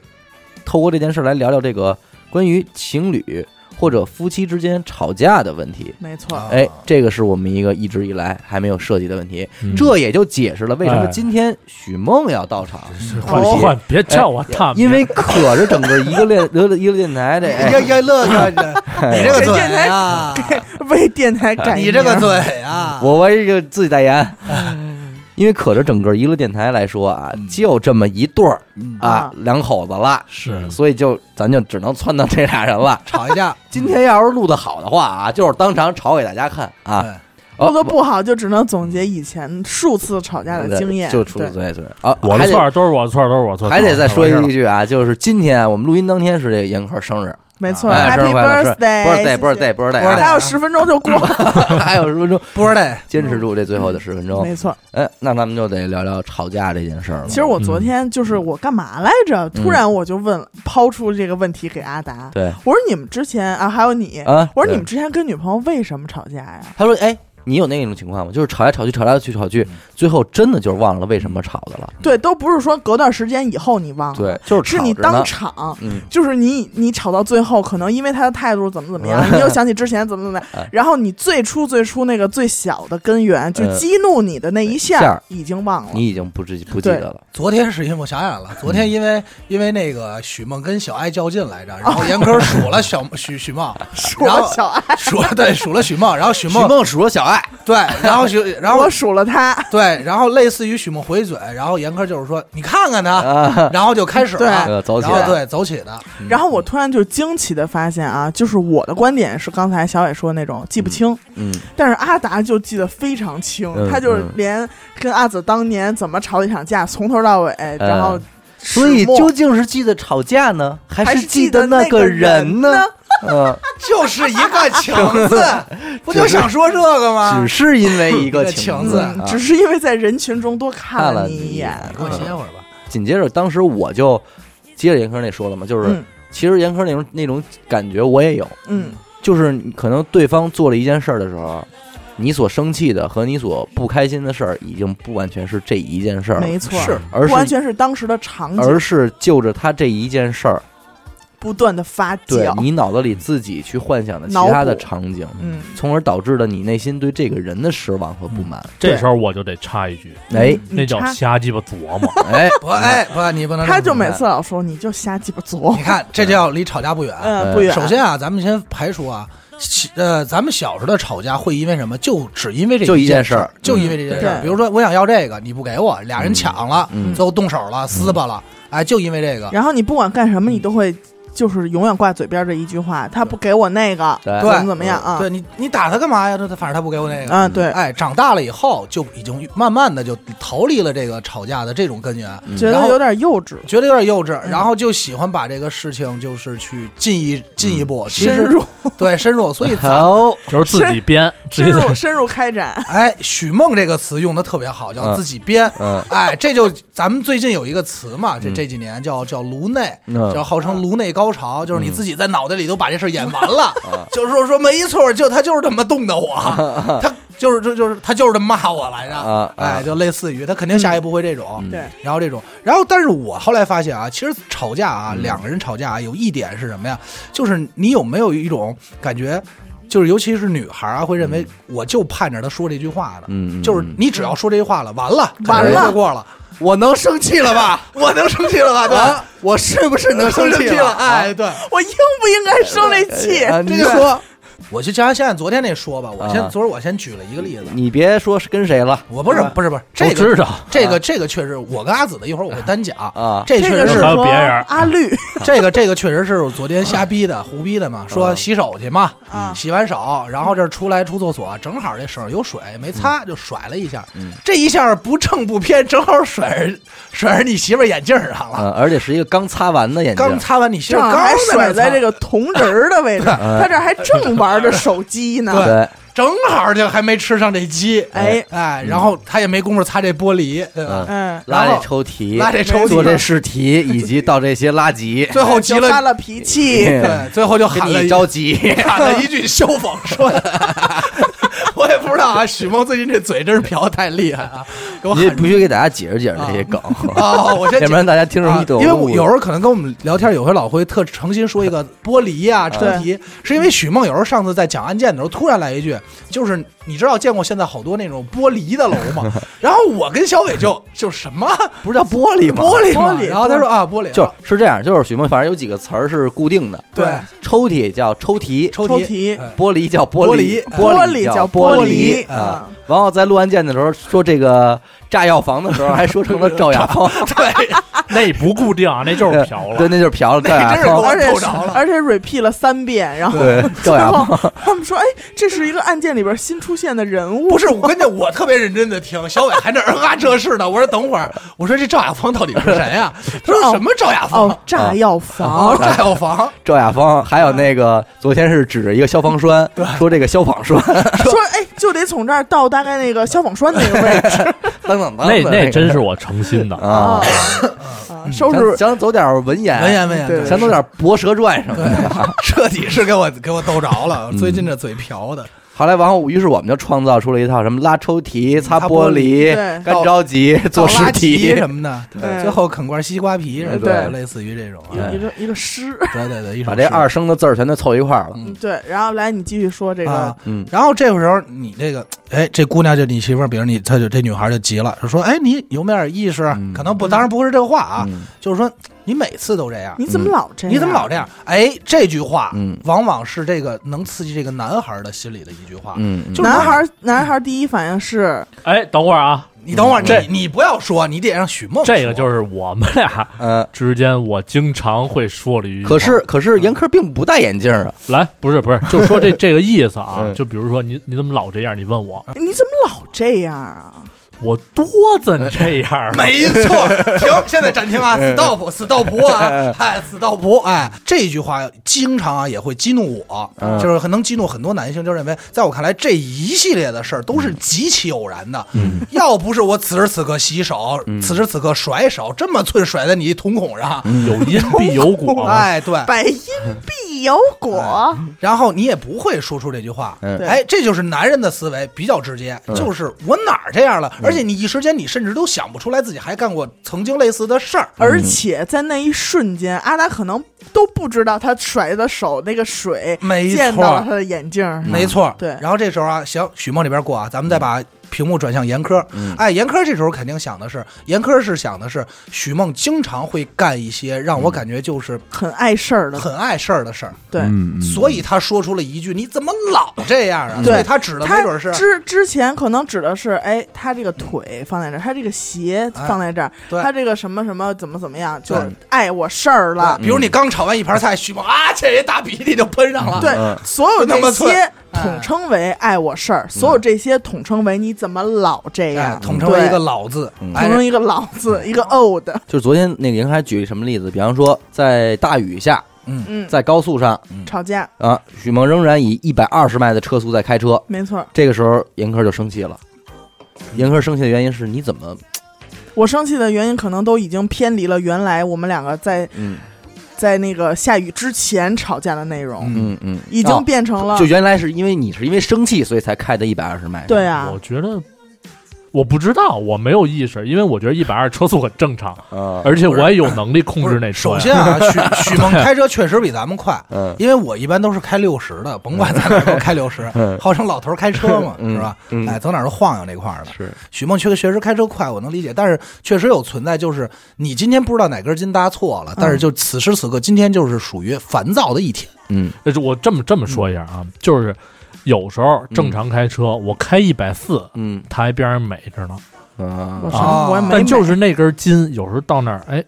Speaker 2: 透过这件事来聊聊这个关于情侣或者夫妻之间吵架的问题。
Speaker 3: 没错，
Speaker 1: 啊
Speaker 2: 哎，这个是我们一个一直以来还没有涉及的问题，
Speaker 4: 嗯
Speaker 2: 这也就解释了为什么
Speaker 4: 哎
Speaker 2: 今天许梦要到场，
Speaker 4: 是
Speaker 1: 换
Speaker 4: 换
Speaker 1: 鞋
Speaker 4: 换，别叫我他，
Speaker 2: 哎因为可着整个一个电一个一个电台这哎
Speaker 1: 要要乐乐的，你这个嘴啊，
Speaker 3: 为电台改名，
Speaker 1: 你这个嘴啊，
Speaker 2: 我我这个自己代言，
Speaker 3: 嗯
Speaker 2: 因为可着整个娱乐电台来说啊，就这么一对儿啊
Speaker 3: 啊，
Speaker 2: 两口子了，
Speaker 4: 是
Speaker 2: 所以就咱就只能撺掇这俩人
Speaker 3: 嗯
Speaker 2: 了。
Speaker 1: 吵一架，
Speaker 2: 今天要是录的好的话啊，就是当场吵给大家看啊。
Speaker 1: 哎
Speaker 3: 录的
Speaker 2: 哦
Speaker 3: 不好，就只能总结以前数次吵架的经验，
Speaker 2: 就出
Speaker 3: 对
Speaker 2: 对对啊，
Speaker 4: 我
Speaker 2: 还得
Speaker 4: 的错儿，都是我的错儿，都是我的错儿。
Speaker 2: 还得再说
Speaker 4: 完
Speaker 2: 一
Speaker 4: 事
Speaker 2: 句啊，就是今天啊我们录音当天是这个严科生日，
Speaker 3: 没错
Speaker 2: 哎，生日
Speaker 3: ，Happy
Speaker 2: 快乐生日
Speaker 3: birthday，
Speaker 2: 不是带不是带
Speaker 1: 不
Speaker 2: 不
Speaker 1: 是
Speaker 2: 是
Speaker 1: 带
Speaker 2: 带
Speaker 3: 还有十分钟就过，
Speaker 2: 啊， 还有十分钟，
Speaker 1: 不知道
Speaker 2: 坚持住这最后的十分钟。
Speaker 3: 没错。
Speaker 2: 哎，那咱们就得聊聊吵架这件事儿了。
Speaker 3: 其实我昨天就是我干嘛来着？突
Speaker 2: 嗯
Speaker 3: 然我就问了，抛出这个问题给阿达，
Speaker 2: 对
Speaker 3: 我说你们之前啊，还有你，
Speaker 2: 啊，
Speaker 3: 我说你
Speaker 2: 对
Speaker 3: 们之前跟女朋友为什么吵架呀？
Speaker 2: 他说：“哎，你有那种情况吗？就是吵来吵去，吵来吵去，吵去，最后真的就是忘了为什么吵的了。
Speaker 3: 对，都不是说隔段时间以后你忘了，
Speaker 2: 对，啊就是
Speaker 3: 是
Speaker 2: 吵
Speaker 3: 你
Speaker 2: 着呢
Speaker 3: 当。场。
Speaker 2: 嗯，
Speaker 3: 就是你，你吵到最后，可能因为他的态度怎么怎么样，
Speaker 2: 嗯
Speaker 3: 你又想起之前怎么怎么
Speaker 2: 哎
Speaker 3: 样，然后你最初最初那个最小的根源，就
Speaker 2: 呃
Speaker 3: 激怒你的那一
Speaker 2: 嗯下
Speaker 3: 下
Speaker 2: 儿，
Speaker 3: 已经忘了。
Speaker 2: 你已经不记不记得了。
Speaker 1: 昨天是因为我想想了，昨天因为因为那个许梦跟小爱较劲来着，然后严科数了小许许梦，
Speaker 3: 数
Speaker 1: 然
Speaker 3: 了
Speaker 1: 后
Speaker 3: 小爱，
Speaker 1: 数了对数了许梦，然后许
Speaker 2: 许
Speaker 1: 梦
Speaker 2: 梦数落小爱，
Speaker 1: 对，然后许然后
Speaker 3: 我数了他，
Speaker 1: 对，然后类似于许梦回嘴，然后严科就是说你看看他，
Speaker 2: 啊，
Speaker 1: 然后就开始
Speaker 3: 对
Speaker 1: 了，
Speaker 2: 呃走起
Speaker 1: 然后
Speaker 2: 来。
Speaker 1: 对走起的，
Speaker 2: 嗯
Speaker 3: 然后我突然就惊奇的发现啊，就是我的观点是刚才小伟说的那种记不清，
Speaker 2: 嗯，
Speaker 3: 但是阿达就记得非常清，
Speaker 2: 嗯
Speaker 3: 他就是连跟阿紫当年怎么吵一场架，从头到尾，然后
Speaker 2: 嗯所以
Speaker 3: 始末
Speaker 2: 究竟是记得吵架呢，还
Speaker 3: 还
Speaker 2: 是
Speaker 3: 是
Speaker 2: 记
Speaker 3: 记
Speaker 2: 得
Speaker 3: 得
Speaker 2: 那
Speaker 3: 那
Speaker 2: 个
Speaker 3: 个
Speaker 2: 人
Speaker 3: 人
Speaker 2: 呢
Speaker 3: 呢？
Speaker 2: 嗯，
Speaker 1: 就是一个情字，不就想说这个吗
Speaker 2: 只？是因为啊一个
Speaker 1: 一个
Speaker 2: 情
Speaker 1: 情
Speaker 2: 字
Speaker 1: 字
Speaker 2: 啊
Speaker 3: 嗯，。只是因为在人群中多看
Speaker 2: 看了
Speaker 3: 你
Speaker 2: 你一
Speaker 3: 一眼
Speaker 2: 眼，
Speaker 1: 给我歇会儿吧，
Speaker 2: 紧接着，当时我就接着严科那说了嘛，就是
Speaker 3: 嗯
Speaker 2: 其实严科那种那种感觉我也有，
Speaker 3: 嗯，
Speaker 2: 就是你可能对方做了一件事儿的时候，你所生气的和你所不开心的事儿，已经不完全是这一件事儿了，
Speaker 3: 没错，
Speaker 1: 是
Speaker 2: 而
Speaker 3: 不完
Speaker 2: 是
Speaker 3: 全是当时的场景，
Speaker 2: 而是就着他这一件事儿，
Speaker 3: 不断的发
Speaker 2: 对
Speaker 3: 酵，
Speaker 2: 你脑子里自己去幻想的其
Speaker 3: 脑
Speaker 2: 他的
Speaker 3: 补
Speaker 2: 场景，
Speaker 3: 嗯，
Speaker 2: 从而导致了你内心对这个人的失望和不满。
Speaker 4: 这时候我就得插一句，
Speaker 2: 哎
Speaker 3: 你
Speaker 4: 那叫
Speaker 3: 插
Speaker 4: 瞎鸡巴琢磨。
Speaker 2: 哎
Speaker 1: 不哎不，你不能这么
Speaker 3: 他就每次老说你就瞎鸡巴琢磨
Speaker 1: 你， 看这就要离吵架不远，
Speaker 3: 嗯，
Speaker 2: 呃
Speaker 3: 不远，
Speaker 1: 首先啊，咱们先排除啊，其呃，咱们小时候的吵架会因为什么？就只因为这
Speaker 2: 就一
Speaker 1: 一
Speaker 2: 件
Speaker 1: 件
Speaker 2: 事儿
Speaker 1: 儿，就因为这件事儿。
Speaker 3: 对
Speaker 1: 比如说，我想要这个，你不给我，俩人抢了，
Speaker 2: 嗯
Speaker 1: 最后动手了，撕巴了，哎，就因为这个。
Speaker 3: 然后你不管干什么，你都会就是永远挂嘴边这一句话，他不给我那个，
Speaker 2: 对
Speaker 3: 怎么怎么样啊？
Speaker 1: 对你，你打他干嘛呀？他他反正他不给我那个。
Speaker 3: 啊，对，
Speaker 1: 哎，长大了以后就已经慢慢的就逃离了这个吵架的这种根源，
Speaker 2: 嗯
Speaker 3: 觉
Speaker 1: 然
Speaker 3: 得
Speaker 1: 后
Speaker 3: 有点幼稚，
Speaker 1: 觉得有点幼稚，
Speaker 3: 嗯
Speaker 1: 然后就喜欢把这个事情就是去进一进一
Speaker 2: 嗯
Speaker 1: 步，其实
Speaker 3: 深 入
Speaker 1: 对深入。所以 咱
Speaker 2: 好，
Speaker 4: 就是自己编，自
Speaker 3: 深
Speaker 4: 己
Speaker 3: 入深入开展，
Speaker 1: 哎，许梦这个词用的特别好，叫
Speaker 2: 嗯
Speaker 1: 自己编。
Speaker 2: 嗯
Speaker 1: 哎，这就咱们最近有一个词嘛，这
Speaker 2: 嗯
Speaker 1: 这几年叫叫颅内，
Speaker 2: 嗯
Speaker 1: 叫号称颅内高潮，就是你
Speaker 2: 嗯
Speaker 1: 自己在脑袋里都把这事儿演完了
Speaker 2: 啊，
Speaker 1: 就是说说没错，就他就是这么动的我，
Speaker 2: 嗯
Speaker 1: 他就是就就是他就是这么骂我来着，
Speaker 2: 啊，
Speaker 1: 哎，就类似于他肯定下一步会这种，
Speaker 2: 嗯
Speaker 3: 对，
Speaker 1: 然后这种，然后但是我后来发现啊，其实吵架啊，两个人吵架啊，有一点是什么呀？就是你有没有一种感觉，就是尤其是女孩啊，会认为我就盼着他说这句话呢，
Speaker 2: 嗯，
Speaker 1: 就是你只要说这句话了，完了，
Speaker 3: 完
Speaker 1: 肯定
Speaker 3: 了
Speaker 1: 就过了。
Speaker 2: 我能生气了吧？
Speaker 1: 我能生气了吧？对吧？
Speaker 2: 我是不是能 生
Speaker 1: 生
Speaker 2: 了？
Speaker 1: 了，哎，对，
Speaker 3: 我应不应该生
Speaker 1: 哎
Speaker 3: 这气？
Speaker 2: 啊，你
Speaker 1: 这就
Speaker 2: 说，
Speaker 1: 我就像现在昨天那说吧，我先
Speaker 2: 啊
Speaker 1: 昨儿我先举了一个例子，
Speaker 2: 你别说是跟谁了，
Speaker 1: 我不是
Speaker 2: 啊
Speaker 1: 不是不是
Speaker 4: 我
Speaker 1: 这个
Speaker 4: 知道，
Speaker 1: 这个这个确实，我跟阿紫的一会儿我会单讲，
Speaker 2: 啊，
Speaker 1: 这确
Speaker 3: 这个
Speaker 1: 实
Speaker 3: 是
Speaker 1: 是
Speaker 4: 还有
Speaker 3: 说
Speaker 4: 别人
Speaker 3: 阿绿
Speaker 1: 这个这个确实是我昨天瞎逼的胡逼的
Speaker 2: 啊
Speaker 1: 嘛，说洗手去嘛，嗯
Speaker 3: 啊，
Speaker 1: 洗完手，然后这出来出厕所，正好这手上有水没擦，就甩了一下
Speaker 2: 嗯，
Speaker 1: 这一下不正不偏，正好甩 甩着你媳妇儿眼镜儿上了，
Speaker 2: 嗯，而且是一个刚擦完的眼镜，
Speaker 1: 刚擦完你媳妇
Speaker 3: 正
Speaker 1: 儿
Speaker 3: 好
Speaker 1: 刚
Speaker 3: 还甩在这
Speaker 1: 个，
Speaker 3: 个铜人儿的位 置，他这还正玩着手机呢，
Speaker 1: 对
Speaker 2: 对，
Speaker 1: 正好就还没吃上这鸡，
Speaker 3: 哎，
Speaker 1: 哎，然后他也没工夫擦这玻璃，对吧？
Speaker 3: 嗯，
Speaker 2: 拉
Speaker 1: 然
Speaker 2: 这
Speaker 1: 后
Speaker 2: 抽屉，
Speaker 1: 拉这抽
Speaker 2: 做这
Speaker 1: 屉，
Speaker 2: 试题，以及到这些垃圾，
Speaker 1: 最后急
Speaker 3: 就发
Speaker 1: 哎了，
Speaker 3: 了 脾气，
Speaker 2: 对
Speaker 1: 对，最后就喊
Speaker 2: 跟
Speaker 1: 了
Speaker 2: 你
Speaker 1: 一
Speaker 2: 着急，
Speaker 1: 喊了一句“消防栓”，我也不知道啊，许梦最近这嘴真是瓢得太厉害啊，给我
Speaker 2: 你
Speaker 1: 喊
Speaker 2: 必须给大家解释解释这些梗，
Speaker 1: 啊！我先
Speaker 2: 要不然大家听着
Speaker 1: 啊
Speaker 2: 一头雾。
Speaker 1: 因为我有时候可能跟我们聊天，有回老辉特诚心说一个玻璃啊、车
Speaker 3: 对
Speaker 1: 题，是因为许梦有时候上次在讲案件的时候，突然来一句，就是你知道见过现在好多那种玻璃的楼 吗？然后我跟小伟就就什么
Speaker 2: 不是叫玻璃吗？
Speaker 1: 玻璃
Speaker 3: 玻
Speaker 1: 吗
Speaker 3: 璃
Speaker 1: 然后他说啊玻璃，
Speaker 2: 就
Speaker 1: 啊
Speaker 2: 是这样，就是许梦，反正有几个词儿是固定的。
Speaker 1: 对
Speaker 2: 抽屉叫抽屉，
Speaker 1: 抽
Speaker 3: 抽
Speaker 1: 屉
Speaker 3: 题
Speaker 1: 哎
Speaker 2: 玻璃叫玻
Speaker 1: 玻
Speaker 2: 璃
Speaker 1: 璃，
Speaker 3: 玻璃
Speaker 2: 璃
Speaker 3: 叫
Speaker 2: 玻
Speaker 3: 玻
Speaker 1: 璃
Speaker 2: 啊
Speaker 3: 啊。
Speaker 2: 然后在录案件的时候说这个炸药房的时候，还说 成了赵雅芳，
Speaker 4: 那不固定啊，那就是嫖
Speaker 2: 对，
Speaker 4: 了。
Speaker 2: 那就是嫖了赵雅
Speaker 1: 那真是
Speaker 2: 芳
Speaker 1: 狗。
Speaker 3: 而且
Speaker 1: 透着了
Speaker 3: 而且 repeat 了三遍，然后
Speaker 2: 对， 赵
Speaker 3: 然
Speaker 2: 雅芳，
Speaker 3: 后他们说，哎，这是一个案件里边新出现的人物，
Speaker 1: 不是，我关键我特别认真的听，小伟还那儿啊这是呢。我说等会儿，我说这赵雅芳到底是谁呀、他说什么赵雅芳
Speaker 3: 哦？，炸药房
Speaker 1: 哦，，赵雅芳，
Speaker 2: 赵雅芳，还有那个昨天是指着一个消防栓，说这个消防栓
Speaker 3: 说哎，就得从这儿到大概那个消防栓那个位置
Speaker 2: 等等等等，
Speaker 4: 那那真是我诚心 的，
Speaker 2: 啊，
Speaker 3: 哦啊收
Speaker 2: 想
Speaker 1: 嗯
Speaker 3: 拾
Speaker 2: 想走点文言，
Speaker 1: 文言文言，
Speaker 3: 对
Speaker 1: 对
Speaker 2: 想走点《博蛇传》什么的。
Speaker 1: 彻底是给我给我逗着
Speaker 2: 嗯
Speaker 1: 了，最近这嘴瓢的，
Speaker 2: 后来，然后于是我们就创造出了一套什么拉抽屉、擦
Speaker 1: 擦
Speaker 2: 玻
Speaker 1: 玻
Speaker 2: 璃
Speaker 3: 璃、对
Speaker 2: 干着急、做
Speaker 1: 倒
Speaker 2: 尸
Speaker 1: 垃圾
Speaker 2: 体，
Speaker 1: 什么 的，
Speaker 3: 对
Speaker 1: 最后啃罐西瓜皮什么的，
Speaker 3: 对
Speaker 1: 类似于这种啊，
Speaker 3: 一个一个诗，
Speaker 1: 对对对，一首
Speaker 2: 把这
Speaker 1: 诗
Speaker 2: 二声的字儿全都凑一块儿了。
Speaker 1: 嗯
Speaker 3: 对，然后来你继续说这个
Speaker 1: 啊，
Speaker 2: 嗯，
Speaker 1: 然后这个时候，你这个，哎，这姑娘就你媳妇儿，比如你，她就这女孩就急了，就说，哎，你有没有点意识？啊
Speaker 2: 嗯
Speaker 1: 可能不，当然不会是这个话啊，
Speaker 2: 嗯
Speaker 1: 就是说你每次都这样，
Speaker 3: 你怎么老
Speaker 4: 嗯
Speaker 3: 这样？
Speaker 1: 你怎么老这样？哎，这句话，
Speaker 2: 嗯
Speaker 1: 往往是这个能刺激这个男孩的心理的一句话。
Speaker 2: 嗯，
Speaker 1: 啊
Speaker 2: 嗯
Speaker 1: 就是
Speaker 3: 男孩儿男孩儿第一反应是
Speaker 4: 哎，等会儿啊，
Speaker 1: 你等会
Speaker 2: 嗯
Speaker 1: 儿，
Speaker 4: 这
Speaker 1: 你你不要说，你得让许梦说。
Speaker 4: 这个就是我们俩
Speaker 2: 呃，
Speaker 4: 之间，我经常会说了一句话。
Speaker 2: 可是可是严科并不戴眼镜啊，
Speaker 4: 来，不是不是，就说这这个意思啊
Speaker 2: 嗯。
Speaker 4: 就比如说你你怎么老这样？你问我，
Speaker 1: 嗯
Speaker 3: 你怎么老这样啊？
Speaker 4: 我多怎
Speaker 2: 嗯
Speaker 4: 这样啊？
Speaker 1: 没错，停，现在暂停啊，stop stop 啊，哎 stop 哎，这句话经常啊也会激怒我
Speaker 2: 嗯，
Speaker 1: 就是很能激怒很多男性，就认为在我看来这一系列的事儿都是极其偶然的，要不是我此时此刻洗手，此时此刻甩手，这么寸甩在你瞳孔上，
Speaker 4: 有因嗯必有 果啊 嘛。
Speaker 1: 哎对，
Speaker 3: 百因必有 果，
Speaker 1: 然后你也不会说出这句话，
Speaker 2: 嗯
Speaker 1: 哎，这就是男人的思维比较直接，就是我哪儿这样了，而且你一时间你甚至都想不出来自己还干过曾经类似的事儿，
Speaker 3: 而且在那一瞬间，阿达可能都不知道他甩的手那个水
Speaker 1: 没错
Speaker 3: 溅到了他的眼镜儿
Speaker 2: 嗯
Speaker 3: 上。
Speaker 1: 没错，
Speaker 3: 对
Speaker 1: 然后这时候啊，行，许梦这边过啊，咱们再把屏幕转向严科。
Speaker 2: 嗯
Speaker 1: 哎，严科这时候肯定想的是，严科是想的是，许梦经常会干一些让我感觉就是
Speaker 3: 很碍事儿的，
Speaker 1: 很碍事儿的事儿，
Speaker 3: 对。
Speaker 2: 嗯
Speaker 1: 所以他说出了一句：“你怎么老这样啊？”
Speaker 2: 嗯
Speaker 1: 所以他指的没
Speaker 3: 他
Speaker 1: 准是
Speaker 3: 之之前可能指的是，哎，他这个腿放在这儿，他这个鞋放在这儿，
Speaker 1: 对
Speaker 3: 他这个什么什么怎么怎么样，就
Speaker 1: 对嗯
Speaker 3: 碍我事儿了。
Speaker 1: 啊
Speaker 2: 嗯
Speaker 1: 比如你刚炒完一盘菜，许梦啊，这一大鼻涕就喷上了。
Speaker 3: 对
Speaker 2: 嗯，
Speaker 3: 所有
Speaker 1: 不那
Speaker 3: 这
Speaker 1: 么寸
Speaker 3: 些
Speaker 1: 哎
Speaker 3: 统称为碍我事儿，所有这些统称为你怎么老
Speaker 1: 嗯哎
Speaker 3: 这
Speaker 1: 嗯
Speaker 3: 样，，
Speaker 1: 统称为
Speaker 3: 对
Speaker 1: 一个“老”字，
Speaker 2: 嗯
Speaker 1: 哎
Speaker 3: 统称一个老字，一个 old，
Speaker 2: 就是昨天那个严科还举什么例子？比方说，在大雨下，
Speaker 3: 嗯，
Speaker 2: 在高速上
Speaker 3: 吵架，
Speaker 2: 啊，许梦仍然以一百二十迈的车速在开车，
Speaker 3: 没错儿。
Speaker 2: 这个时候严科就生气了。严科生气的原因是你怎么
Speaker 3: 我生气的原因可能都已经偏离了原来我们两个在
Speaker 2: 嗯
Speaker 3: 在那个下雨之前吵架的内容，
Speaker 2: 嗯嗯，
Speaker 3: 已
Speaker 2: 哦
Speaker 3: 经变成了
Speaker 2: 就原来是因为你是因为生气，所以才开的一百二十迈。
Speaker 3: 对啊
Speaker 4: 我，觉得我不知道，我没有意识，因为我觉得一百二车速很正常，
Speaker 2: 啊，
Speaker 4: 而且我也有能力控制那车呀。
Speaker 1: 首先啊，许许梦开车确实比咱们快，
Speaker 2: 嗯
Speaker 1: 因为我一般都是开六十的，甭管在哪儿都开六十
Speaker 2: 嗯，
Speaker 1: 号称老头儿开车嘛，
Speaker 2: 嗯
Speaker 1: 是吧？
Speaker 2: 嗯
Speaker 1: 哎，走哪儿都晃悠那块儿的。
Speaker 2: 是
Speaker 1: 许梦确确实开车快，我能理解，但是确实有存在，就是你今天不知道哪根筋搭错了，但是就此时此刻，今天就是属于烦躁的一天。
Speaker 2: 嗯
Speaker 4: 但是我这么这么说一下
Speaker 3: 嗯
Speaker 4: 啊，就是有时候正常开车，我开一百四，
Speaker 2: 嗯
Speaker 4: 他还边上美着呢。
Speaker 2: 啊
Speaker 3: 我什么我也没
Speaker 4: 但就是那根筋，有时候到那儿，哎，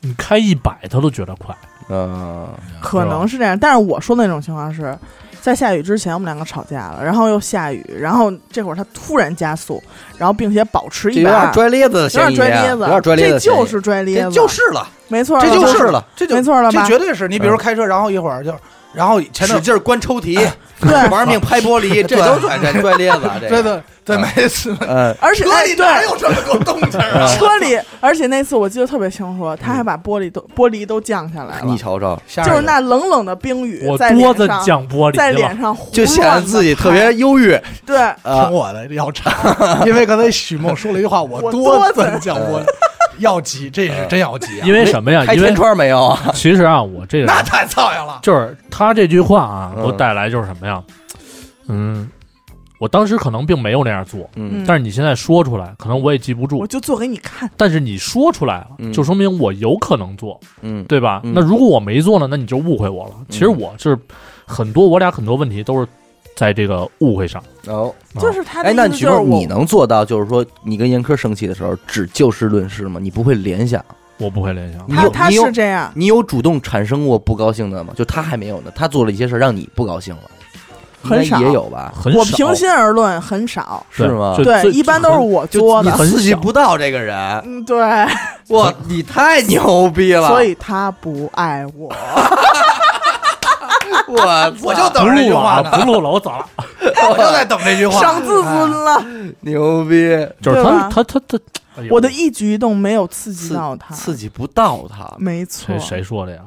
Speaker 4: 你开一百他都觉得快。
Speaker 2: 啊
Speaker 3: 可能是这样，但是我说的那种情况是。在下雨之前，我们两个吵架了，然后又下雨，然后这会儿他突然加速，然后并且保持
Speaker 2: 这
Speaker 3: 一
Speaker 2: 有
Speaker 3: 百
Speaker 2: 点
Speaker 3: 二，
Speaker 2: 拽咧子的
Speaker 3: 有
Speaker 2: 嫌
Speaker 3: 点
Speaker 2: 疑，啊有点拽
Speaker 3: 拽咧子，
Speaker 2: 咧子的嫌疑，
Speaker 3: 这就是拽咧
Speaker 1: 这
Speaker 3: 子，
Speaker 1: 就是了，
Speaker 3: 没错儿，
Speaker 1: 这
Speaker 2: 就
Speaker 1: 就是是
Speaker 2: 了，
Speaker 1: 这就
Speaker 3: 没错了吧
Speaker 2: 嗯
Speaker 1: 这绝对是你，比如开车，然后一会儿就，然后前头
Speaker 2: 使劲儿关抽屉，
Speaker 3: 对，
Speaker 2: 玩命拍玻璃， 这都拽拽拽咧子啊，这
Speaker 1: 对
Speaker 2: 个
Speaker 1: 对对，没事。
Speaker 2: 嗯，
Speaker 3: 而且
Speaker 1: 哥，
Speaker 3: 哎
Speaker 1: 你
Speaker 3: 对，
Speaker 1: 哪有这么多动静啊？
Speaker 3: 车里，而且那次我记得特别清楚，他还把玻璃都玻璃都降下来了
Speaker 2: 嗯哎你，瞅瞅，
Speaker 1: 吓
Speaker 3: 就是
Speaker 1: 人
Speaker 3: 那冷冷的冰雨
Speaker 4: 我
Speaker 3: 在
Speaker 4: 多子
Speaker 3: 脸上，
Speaker 4: 降玻璃
Speaker 3: 在
Speaker 4: 去了
Speaker 3: 脸上 胡
Speaker 2: 就显得
Speaker 3: 乱地
Speaker 2: 自己特
Speaker 3: 拍
Speaker 2: 别忧郁
Speaker 3: 对，
Speaker 2: 啊
Speaker 1: 听。我的要查，因为刚才许梦说了一句话，我
Speaker 3: 我
Speaker 1: 多
Speaker 3: 多
Speaker 1: 怎
Speaker 3: 怎
Speaker 1: 讲
Speaker 2: 嗯
Speaker 1: 我要急，这是真要急啊！
Speaker 4: 因为什么呀？
Speaker 2: 开
Speaker 4: 因为
Speaker 2: 天窗没有啊？
Speaker 4: 其实啊，我这个人
Speaker 1: 那太苍蝇了，
Speaker 4: 就是他这句话啊，
Speaker 2: 嗯
Speaker 4: 给我带来就是什么呀？嗯，我当时可能并没有那样做，
Speaker 2: 嗯
Speaker 3: 嗯
Speaker 4: 但是你现在说出来，可能我也记不
Speaker 3: 我
Speaker 4: 住。
Speaker 3: 就做给你看。
Speaker 4: 但是你说出来了，
Speaker 2: 嗯
Speaker 4: 就说明我有可能做，
Speaker 2: 嗯，
Speaker 4: 对吧？
Speaker 2: 嗯
Speaker 4: 那如果我没做呢，那你就误会我了。其实我是很多，我俩很多问题都是在这个误会上。
Speaker 2: 哦，
Speaker 4: 啊
Speaker 3: 就是他的
Speaker 2: 哎，
Speaker 3: 意
Speaker 2: 那
Speaker 3: 思
Speaker 2: 许
Speaker 3: 就是
Speaker 2: 梦，
Speaker 3: 我
Speaker 2: 你能做到，就是说你跟严科生气的时候，只就事论事吗？你不会联想，
Speaker 4: 我不会联想
Speaker 2: 你，
Speaker 3: 他
Speaker 2: 有
Speaker 3: 他
Speaker 2: 你有
Speaker 3: 是这样，
Speaker 2: 你有主动产生过不高兴的吗？就他还没有呢，他做了一些事儿让你不高兴了，应该
Speaker 3: 很少
Speaker 2: 也有吧？
Speaker 4: 很
Speaker 3: 我
Speaker 4: 少
Speaker 3: 平心而论很少，
Speaker 2: 是吗
Speaker 4: 就
Speaker 3: 对，
Speaker 4: 最
Speaker 3: 一般都是我作
Speaker 4: 你
Speaker 3: 的。
Speaker 4: 很
Speaker 2: 刺激
Speaker 4: 小
Speaker 2: 不到这个人，
Speaker 3: 嗯，对，
Speaker 2: 哇，你太牛逼了！
Speaker 3: 所以他不爱我。
Speaker 2: 我
Speaker 1: 我就
Speaker 2: 操
Speaker 1: 等着这句话
Speaker 4: 啊
Speaker 1: 呢，
Speaker 4: 不录了，我走了。
Speaker 1: 我就在等这句话。 哎
Speaker 3: 伤自
Speaker 2: 哎
Speaker 3: 尊了，
Speaker 2: 牛逼，
Speaker 4: 就是
Speaker 3: 对
Speaker 4: 他
Speaker 3: 吧
Speaker 4: 他他他，哎呦
Speaker 3: 我的一举一动没有刺激到他，
Speaker 2: 刺激不到他。
Speaker 3: 没错
Speaker 4: 谁，谁说的呀？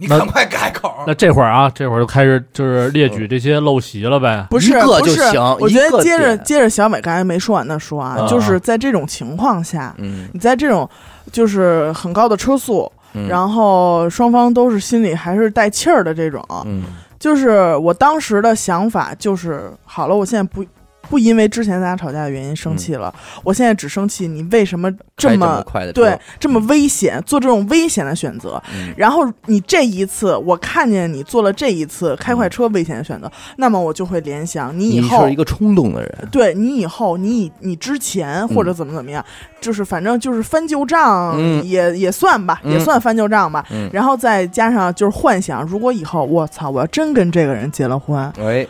Speaker 1: 你赶快改口。
Speaker 4: 那这会儿啊，这会儿就开始就是列举这些陋习了呗。
Speaker 3: 不是
Speaker 2: 一个
Speaker 3: 不
Speaker 2: 就是行
Speaker 3: 我觉
Speaker 2: 一个
Speaker 3: 得接着
Speaker 2: 点
Speaker 3: 接着小美刚才没说完的说
Speaker 2: 啊
Speaker 3: 啊，就是在这种情况下，
Speaker 2: 嗯，
Speaker 3: 你在这种就是很高的车速，
Speaker 2: 嗯
Speaker 3: 然后双方都是心里还是带气儿的这种，
Speaker 2: 嗯
Speaker 3: 就是我当时的想法就是，好了，我现在不不因为之前咱俩吵架的原因生气了，我现在只生气你为什么
Speaker 2: 开
Speaker 3: 这
Speaker 2: 嗯这
Speaker 3: 么
Speaker 2: 快的车
Speaker 3: 对，这么危险，做这种危险的选择。
Speaker 2: 嗯
Speaker 3: 然后你这一次，我看见你做了这一次开快车危险的选择，那么我就会联想你以
Speaker 2: 你
Speaker 3: 后
Speaker 2: 是一个冲动的人，
Speaker 3: 对你以后，你以你之前或者怎么怎么样，就是反正就是翻旧账，
Speaker 2: 嗯
Speaker 3: 也也算吧，
Speaker 2: 嗯
Speaker 3: 也算翻旧账吧。
Speaker 2: 嗯
Speaker 3: 然后再加上就是幻想，如果以后我操，我要真跟这个人结了婚，
Speaker 2: 哎，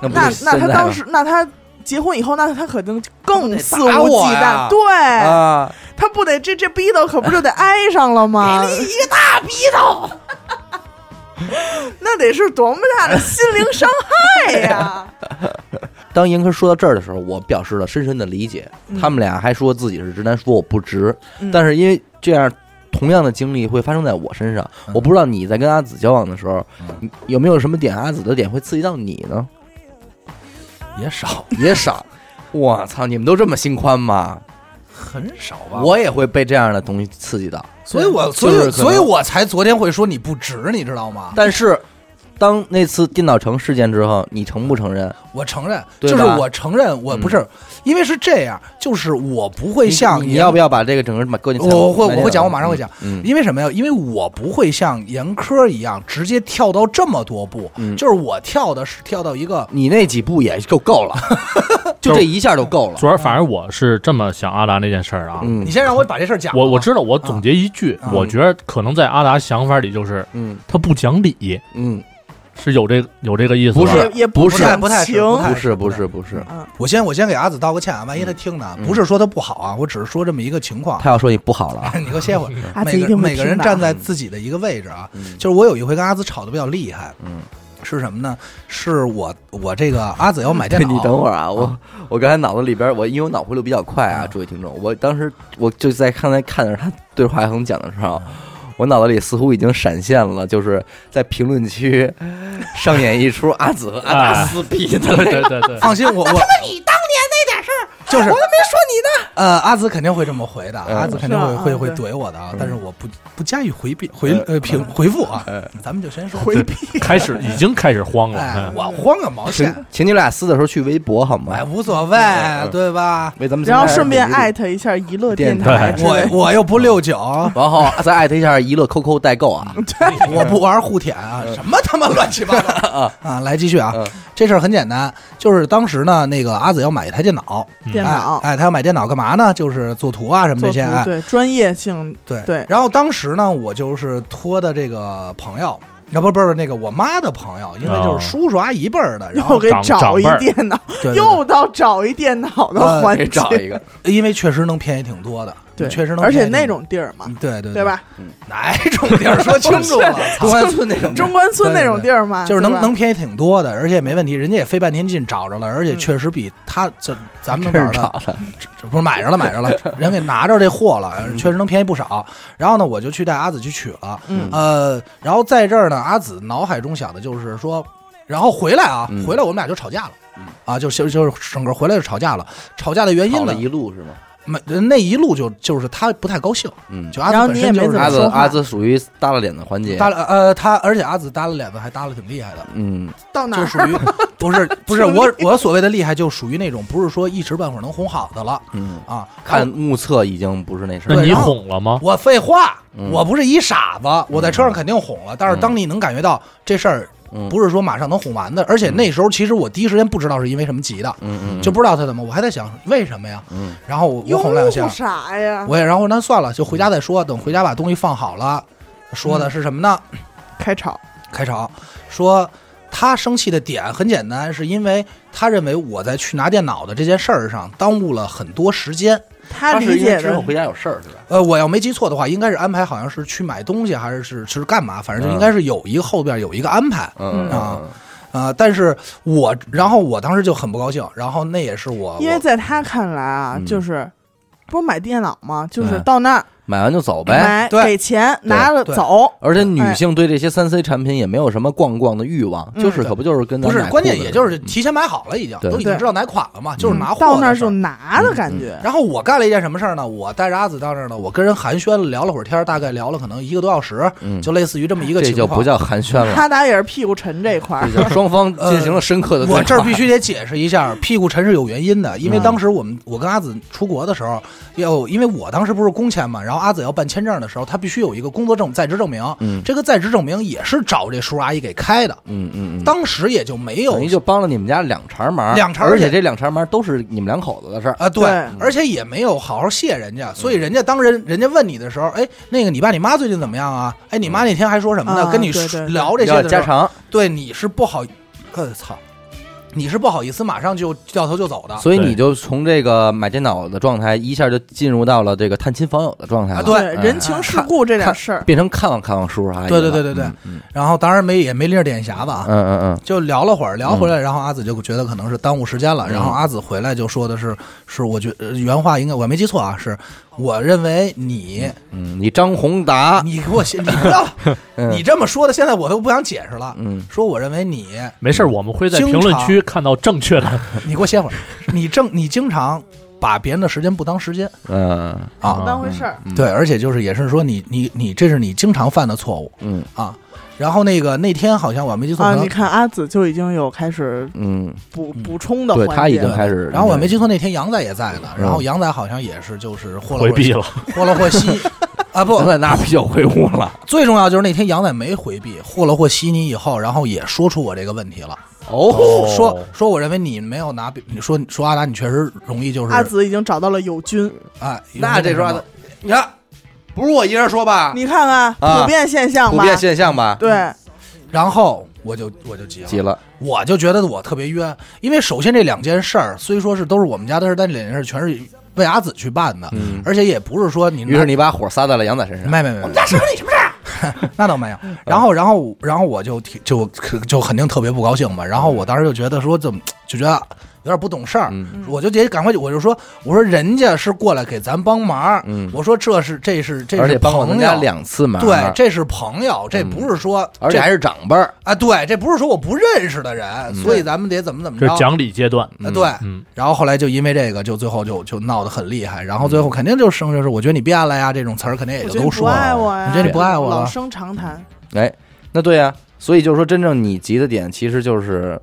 Speaker 2: 那不
Speaker 3: 那
Speaker 2: 是
Speaker 3: 那
Speaker 2: 现
Speaker 3: 他
Speaker 2: 在啊
Speaker 3: 当
Speaker 2: 吗
Speaker 3: 时，那他结婚以后，那他可能更肆
Speaker 2: 打
Speaker 3: 无
Speaker 2: 我
Speaker 3: 忌
Speaker 2: 呀
Speaker 3: 惮，对、
Speaker 2: 啊，
Speaker 3: 他不得这这逼头可不就得挨上 了吗？给你一个大逼头， 那得是多么大的心灵伤害呀！
Speaker 2: 当严科说到这儿的时候，我表示了深深的理解。
Speaker 3: 嗯
Speaker 2: 他们俩还说自己是直男，说我不直，
Speaker 3: 嗯
Speaker 2: 但是因为这样。同样的经历会发生在我身上，
Speaker 1: 嗯
Speaker 2: 我不知道你在跟阿紫交往的时候，
Speaker 1: 嗯
Speaker 2: 你有没有什么点阿紫的点会刺激到你呢？
Speaker 1: 也少，
Speaker 2: 也少，我操，你们都这么心宽吗？
Speaker 1: 很少吧？
Speaker 2: 我也会被这样的东西刺激到，
Speaker 1: 所以我，
Speaker 2: 就
Speaker 1: 所
Speaker 2: 是
Speaker 1: 以，
Speaker 2: 可能
Speaker 1: 所以我才昨天会说你不值，你知道吗？
Speaker 2: 但是当那次电脑城事件之后，你承不承认？
Speaker 1: 我承认，
Speaker 2: 对
Speaker 1: 就是
Speaker 2: 吧嗯
Speaker 1: 我承认，我不是，因为是这样，就是我不会
Speaker 2: 你
Speaker 1: 像
Speaker 2: 你
Speaker 1: 严
Speaker 2: 要不要把这个整个搁进菜单？
Speaker 1: 我我会我会讲我马上会讲
Speaker 2: 嗯。嗯，
Speaker 1: 因为什么呀？因为我不会像严科一样直接跳到这么多步，
Speaker 2: 嗯
Speaker 1: 就是我跳的是跳到一个
Speaker 2: 你那几步也就够了， 就这一下就够了。
Speaker 4: 昨儿反正我是这么想阿达那件事儿啊。
Speaker 2: 嗯
Speaker 1: 你先让我把这事儿讲了
Speaker 4: 我
Speaker 1: 吧
Speaker 4: 我知道，我总结一句，
Speaker 1: 啊
Speaker 4: 我觉得可能在阿达想法里就是
Speaker 2: 嗯
Speaker 4: 他不讲理，
Speaker 2: 嗯，
Speaker 4: 是有这个有这个意思吧。
Speaker 2: 不
Speaker 3: 也
Speaker 2: 是
Speaker 3: 也
Speaker 2: 不
Speaker 3: 不
Speaker 2: 是
Speaker 3: 讲
Speaker 1: 不太是
Speaker 3: 情
Speaker 1: 不太
Speaker 2: 不是不是不是，
Speaker 3: 嗯
Speaker 1: 我先我先给阿紫道个歉啊，万一他听呢，
Speaker 2: 嗯
Speaker 1: 不是说他不好啊，我只是说这么一个情况。
Speaker 2: 他要说你不好了啊，
Speaker 1: 你给我歇会儿。
Speaker 3: 阿紫
Speaker 1: 每
Speaker 3: 一
Speaker 1: 个
Speaker 3: 定会
Speaker 1: 每个人
Speaker 3: 听的
Speaker 1: 站在自己的一个位置啊，
Speaker 2: 嗯
Speaker 1: 就是我有一回跟阿紫吵得比较厉害，
Speaker 2: 嗯，
Speaker 1: 是什么呢？是我我这个阿紫要买电
Speaker 2: 对
Speaker 1: 脑，
Speaker 2: 你等会儿啊，我我刚才脑子里边，我因为我脑回路比较快啊，
Speaker 1: 嗯
Speaker 2: 诸位听众，我当时我就在刚才看着他对话横讲的时候， 我脑子里似乎已经闪现了，就是在评论 区上演一出阿紫和阿达撕逼的
Speaker 4: 对
Speaker 2: 那
Speaker 4: 对
Speaker 2: 个，
Speaker 4: 对对，
Speaker 1: 放心， 我我他妈你当年那点事儿，就是我都没说你呢。呃，阿紫肯定会这么回的，
Speaker 2: 嗯
Speaker 1: 阿紫肯定会
Speaker 3: 是啊
Speaker 1: 会
Speaker 3: 啊
Speaker 1: 会
Speaker 3: 对
Speaker 1: 怼我的啊
Speaker 2: 嗯，
Speaker 1: 但是我不不加以回避回呃评回复啊，
Speaker 2: 嗯
Speaker 1: 咱们就先说
Speaker 3: 回。避，
Speaker 4: 开始已经开始慌了。
Speaker 1: 哎，
Speaker 4: 嗯
Speaker 1: 我慌个毛
Speaker 2: 请
Speaker 1: 线，
Speaker 2: 请你俩撕的时候去微博好吗
Speaker 1: 哎，？无所谓，
Speaker 2: 嗯
Speaker 1: 对吧？
Speaker 2: 为咱们
Speaker 3: 然后
Speaker 2: 现在
Speaker 3: 顺便
Speaker 2: 这个
Speaker 3: 艾特一下娱乐
Speaker 2: 电
Speaker 3: 台
Speaker 2: 台
Speaker 3: 之类
Speaker 1: 我
Speaker 3: 的，
Speaker 1: 我又
Speaker 2: 嗯
Speaker 1: 不六九，
Speaker 2: 然后再艾特一下娱乐 QQ 代购 啊，
Speaker 1: 我不玩护舔啊，
Speaker 2: 嗯
Speaker 1: 什么他妈乱七八糟
Speaker 2: 啊
Speaker 1: 啊！来继续啊
Speaker 2: 嗯，
Speaker 1: 这事儿很简单，就是当时呢，那个阿紫要买一台电脑，
Speaker 3: 电脑
Speaker 1: 哎，哎他要买电脑干嘛呢？就是做图啊什么
Speaker 3: 做
Speaker 1: 这
Speaker 3: 图
Speaker 1: 些，哎，
Speaker 3: 对专业性
Speaker 1: 对
Speaker 3: 对
Speaker 1: 然后当时呢，我就是托的这个朋友，啊不不是那个我妈的朋友，因为就
Speaker 4: 哦
Speaker 1: 是叔叔阿姨辈儿的，然
Speaker 3: 又
Speaker 1: 后
Speaker 3: 给
Speaker 4: 长长
Speaker 3: 找一
Speaker 4: 辈儿
Speaker 3: 电脑，
Speaker 1: 对对对呃
Speaker 3: 又到找一电脑的环
Speaker 2: 给
Speaker 3: 节
Speaker 2: 找，一个，
Speaker 1: 因为确实能便宜挺多的，
Speaker 3: 对，
Speaker 1: 确实能
Speaker 3: 而且
Speaker 1: 拍
Speaker 3: 那
Speaker 1: 这
Speaker 3: 种地儿嘛，
Speaker 1: 嗯对对
Speaker 3: 对？吧？
Speaker 1: 哪种地儿说清楚 了？
Speaker 2: 中关村那
Speaker 1: 嗯
Speaker 2: 种
Speaker 3: 中关村那种地儿嘛，
Speaker 1: 就是
Speaker 3: 对
Speaker 1: 能
Speaker 3: 吧
Speaker 1: 能便宜挺多的，而且也没问题，人家也费半天劲找着了，而且确实比他这咱们能
Speaker 2: 真是
Speaker 1: 找
Speaker 2: 找
Speaker 1: 着，
Speaker 2: 的，
Speaker 1: 这不是买着了买着了， 人给拿着这货了，
Speaker 2: 嗯
Speaker 1: 确实能便宜不少。然后呢，我就去带阿紫去取了，
Speaker 3: 嗯
Speaker 1: 呃，然后在这儿呢，阿紫脑海中想的就是说，然后回来啊，
Speaker 2: 嗯
Speaker 1: 回来我们俩就吵架了
Speaker 2: 嗯。
Speaker 1: 啊，就就就是整个回来就吵架了，吵架的原因
Speaker 2: 跑了
Speaker 1: 呢，
Speaker 2: 一路是吗？
Speaker 1: 没那一路就就是他不太高兴，
Speaker 2: 嗯，
Speaker 1: 就阿
Speaker 3: 然后
Speaker 1: 紫本
Speaker 3: 你
Speaker 1: 身
Speaker 3: 也没
Speaker 1: 就是
Speaker 2: 阿
Speaker 3: 怎么
Speaker 2: 紫
Speaker 3: 说话
Speaker 2: 阿紫属于耷拉脸的环节，
Speaker 1: 搭了呃他，而且阿紫搭了脸子还搭了挺厉害的，
Speaker 2: 嗯
Speaker 3: 到哪
Speaker 1: 就
Speaker 3: 儿
Speaker 1: 属 于不是不是我我所谓的厉害，就属于那种不是说一时半会儿能哄好的了
Speaker 2: 嗯，
Speaker 1: 啊。
Speaker 2: 看目测已经不是那事
Speaker 4: 那
Speaker 2: 儿，
Speaker 4: 你哄了吗？
Speaker 1: 我废话，
Speaker 2: 嗯
Speaker 1: 我不是一傻子，我在车上肯定哄了。但是当你能感觉到这事儿
Speaker 2: 嗯
Speaker 1: 不是说马上能哄完的，而且那时候其实我第一时间不知道是因为什么急的，
Speaker 2: 嗯嗯，
Speaker 1: 就不知道他怎么，我还在想为什么呀。
Speaker 2: 嗯
Speaker 1: 然后我我
Speaker 3: 拥
Speaker 1: 哄两下
Speaker 3: 护，啥呀？
Speaker 1: 我也然后那算了，就回家再说，等回家把东西放好了，说
Speaker 2: 嗯
Speaker 1: 的是什么呢？
Speaker 3: 开吵，
Speaker 1: 开吵，说他生气的点很简单，是因为他认为我在去拿电脑的这件事儿上耽误了很多时间。
Speaker 3: 他
Speaker 2: 是
Speaker 3: 理
Speaker 2: 因为
Speaker 3: 解
Speaker 2: 之后
Speaker 3: 的
Speaker 2: 回家有事儿是吧？
Speaker 1: 呃，我要没记错的话，应该是安排好像是去买东西，还是是是干嘛，反正就
Speaker 2: 嗯
Speaker 1: 应该是有一个后边有一个安排。
Speaker 2: 嗯
Speaker 1: 啊，呃，但是我然后我当时就很不高兴，然后那也是我
Speaker 3: 因为在他看来啊，
Speaker 2: 嗯
Speaker 3: 就是不是买电脑吗？就是
Speaker 2: 嗯
Speaker 3: 到那儿
Speaker 2: 买完就走呗。
Speaker 3: 买，
Speaker 1: 对
Speaker 3: 给钱拿了
Speaker 1: 对
Speaker 3: 走，
Speaker 2: 而
Speaker 1: 哎
Speaker 2: 且女性对这些三 C 产品也没有什么逛逛的欲望，
Speaker 3: 嗯
Speaker 2: 就是可不就是跟咱
Speaker 1: 不是
Speaker 2: 买裤
Speaker 1: 关键，
Speaker 2: 子
Speaker 1: 也就是
Speaker 2: 似的嗯
Speaker 1: 提前买好了，已经
Speaker 2: 对嗯
Speaker 1: 都已经知道哪款了嘛，就是拿货
Speaker 3: 嗯到那
Speaker 1: 的
Speaker 3: 儿
Speaker 1: 事儿嗯
Speaker 3: 就拿的感觉。
Speaker 1: 然后我干了一件什么事儿呢？我带着阿紫到那儿呢，我跟人寒暄了，聊了会儿天儿，大概聊了可能一个多小时，
Speaker 2: 嗯
Speaker 1: 就类似于这么一个
Speaker 2: 这
Speaker 1: 情
Speaker 2: 就
Speaker 1: 况。哎
Speaker 2: 不叫寒暄了，
Speaker 3: 哈达也是屁股沉这块儿
Speaker 2: 这，叫双方进行了深刻的对话。
Speaker 1: 我这儿必须得解释一下，屁股沉是有原因的，因为
Speaker 2: 嗯
Speaker 1: 当时我们我跟阿紫出国的时候，要因为我当时不是工签嘛，然后阿紫要办签证的时候，她必须有一个工作证在职证明，
Speaker 2: 嗯
Speaker 1: 这个在职证明也是找这叔叔阿姨给开的，
Speaker 2: 嗯嗯嗯，
Speaker 1: 当时也就没有
Speaker 2: 等于就帮了你们家两茬忙，
Speaker 1: 两茬
Speaker 2: 而
Speaker 1: 而
Speaker 2: 且
Speaker 1: 且
Speaker 2: 这两茬忙都是你们两口子的事儿。
Speaker 1: 啊，对
Speaker 3: 对，
Speaker 1: 而且也没有好好谢人家，
Speaker 2: 嗯
Speaker 1: 所以人家当人人家问你的时候，哎，那个你爸你妈最近怎么样啊？哎，你妈那天还说什么呢？
Speaker 3: 啊
Speaker 1: 跟你
Speaker 3: 对对对
Speaker 1: 聊这
Speaker 2: 嗯要
Speaker 1: 些的时
Speaker 2: 家
Speaker 1: 候，
Speaker 2: 常，
Speaker 1: 对你是不好，呃，操，你是不好意思马上就掉头就走的，
Speaker 2: 所以你就从这个买电脑的状态，一下就进入到了这个探亲访友的状态了，
Speaker 1: 啊对
Speaker 2: 嗯
Speaker 3: 人情世故这点事儿，
Speaker 2: 变成看望看望叔叔阿姨了。
Speaker 1: 对对对对对
Speaker 2: 嗯
Speaker 1: 然后当然没也没拎着点匣子
Speaker 2: 嗯
Speaker 1: 啊，
Speaker 2: 嗯嗯
Speaker 1: 就聊了会儿，聊回来，然后阿紫就觉得可能是耽误时间了，
Speaker 2: 嗯
Speaker 1: 然后阿紫回来就说的是，是我觉得呃原话应该我没记错啊，是我认为你啊
Speaker 2: 嗯，你张宏达，
Speaker 1: 你给我先你不要
Speaker 2: 嗯
Speaker 1: 你这么说的，现在我都不想解释了，
Speaker 2: 嗯
Speaker 1: 说我认为你
Speaker 4: 没事儿，我们会在评论区看到正确的。
Speaker 1: 你给我歇 会儿，你正你经常把别人的时间不当时间
Speaker 2: 嗯
Speaker 1: 啊，
Speaker 3: 当回事儿。
Speaker 2: 嗯
Speaker 1: 对，而且就是也是说你你你这是你经常犯的错误
Speaker 2: 嗯
Speaker 1: 啊。然后那个那天好像我没记错，
Speaker 3: 啊
Speaker 1: 可！能
Speaker 3: 你看阿紫就已经有开始
Speaker 2: 嗯，
Speaker 3: 补
Speaker 1: 嗯
Speaker 3: 补充的
Speaker 2: 对
Speaker 3: 环
Speaker 2: 他已
Speaker 3: 节
Speaker 2: 经
Speaker 3: 了，
Speaker 2: 开始，
Speaker 1: 然后我也没记错，那天杨仔也在呢。然后
Speaker 2: 嗯
Speaker 1: 杨仔好像也是就是和了
Speaker 4: 回避了，
Speaker 1: 和了和 稀啊，不
Speaker 2: 现，在拿啤酒回屋 了。
Speaker 1: 最重要就是那天杨仔没回避，和了和稀你以后，然后也说出我这个问题了，
Speaker 2: 哦
Speaker 1: 说说我认为你没有拿笔，你说说阿达你确实容易就是
Speaker 3: 阿紫已经找到了友军。
Speaker 1: 哎，
Speaker 2: 啊那这
Speaker 1: 容易
Speaker 2: 说
Speaker 1: 什么，
Speaker 2: 你看，不是我一人说吧，
Speaker 3: 你看看，
Speaker 2: 啊
Speaker 3: 普遍现象
Speaker 2: 普
Speaker 3: 吧，
Speaker 2: 遍现象吧，
Speaker 3: 对，
Speaker 1: 然后我就我就急了
Speaker 2: 急。了，
Speaker 1: 我就觉得我特别冤，因为首先这两件事儿虽说是都是我们家的事儿，但这两件事儿全是为阿紫去办的，
Speaker 2: 嗯，
Speaker 1: 而且也不是说你拿。
Speaker 2: 于是你把火撒在了杨仔身上，
Speaker 1: 没没没，我们家事你什么事 那倒没有。然后然后然后我就挺就就肯定特别不高兴嘛。然后我当时就觉得说怎么就觉得有点不懂事儿，
Speaker 2: 嗯
Speaker 1: 我就得赶快我就说我说人家是过来给咱帮忙，
Speaker 2: 嗯
Speaker 1: 我说这是这是这
Speaker 2: 而且
Speaker 1: 是
Speaker 2: 帮我们
Speaker 1: 朋
Speaker 2: 家
Speaker 1: 友。
Speaker 2: 两次忙，
Speaker 1: 对，这是朋友，这不是说，
Speaker 2: 而且
Speaker 1: 这
Speaker 2: 还是长辈儿，
Speaker 1: 啊，对，这不是说我不认识的人，所以咱们得怎么怎么
Speaker 4: 这
Speaker 1: 着
Speaker 4: 是。讲理 阶段。
Speaker 1: 啊，
Speaker 2: 哎
Speaker 1: 对，
Speaker 4: 嗯
Speaker 1: 然后后来就因为这个，就最后就就闹得很厉害，然后最后肯定就生就是我觉得你变了呀这种词儿，肯定也
Speaker 3: 我
Speaker 1: 就
Speaker 3: 觉得你
Speaker 1: 都
Speaker 3: 不
Speaker 1: 说了。
Speaker 3: 爱我呀，
Speaker 1: 你觉得你不爱我了
Speaker 3: 老生常谈。
Speaker 2: 哎，那对呀、所以就是说，真正你急的点其实就是，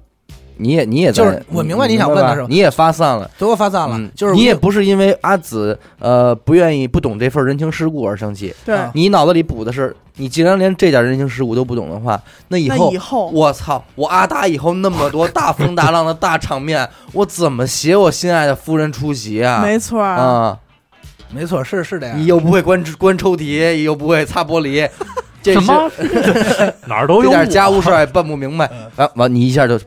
Speaker 2: 你也你也
Speaker 1: 就
Speaker 2: 在
Speaker 1: 是我明白你想问的是吧
Speaker 2: 你也发散了。
Speaker 1: 都给我发散了，
Speaker 2: 嗯
Speaker 1: 就是
Speaker 2: 你也
Speaker 1: 我
Speaker 2: 不是因为阿紫呃不愿意不懂这份人情世故而生气，
Speaker 3: 对，
Speaker 1: 啊
Speaker 2: 你脑子里补的是，你既然连这点人情世故都不懂的话，那以
Speaker 3: 那
Speaker 2: 后
Speaker 3: 以后
Speaker 2: 我操，我阿达以后那么多大风大浪的大 场面，我怎么携我心爱的夫人出席啊？
Speaker 3: 没错儿，
Speaker 2: 啊，
Speaker 1: 没错，是是这样
Speaker 2: 你。又不会关关抽屉，又不会擦玻璃，这
Speaker 4: 什
Speaker 2: 是
Speaker 4: 么哪儿都
Speaker 2: 这
Speaker 4: 有
Speaker 2: 点家
Speaker 4: 我。
Speaker 2: 务事儿也办不明 白，
Speaker 1: 嗯
Speaker 2: 完完你一下就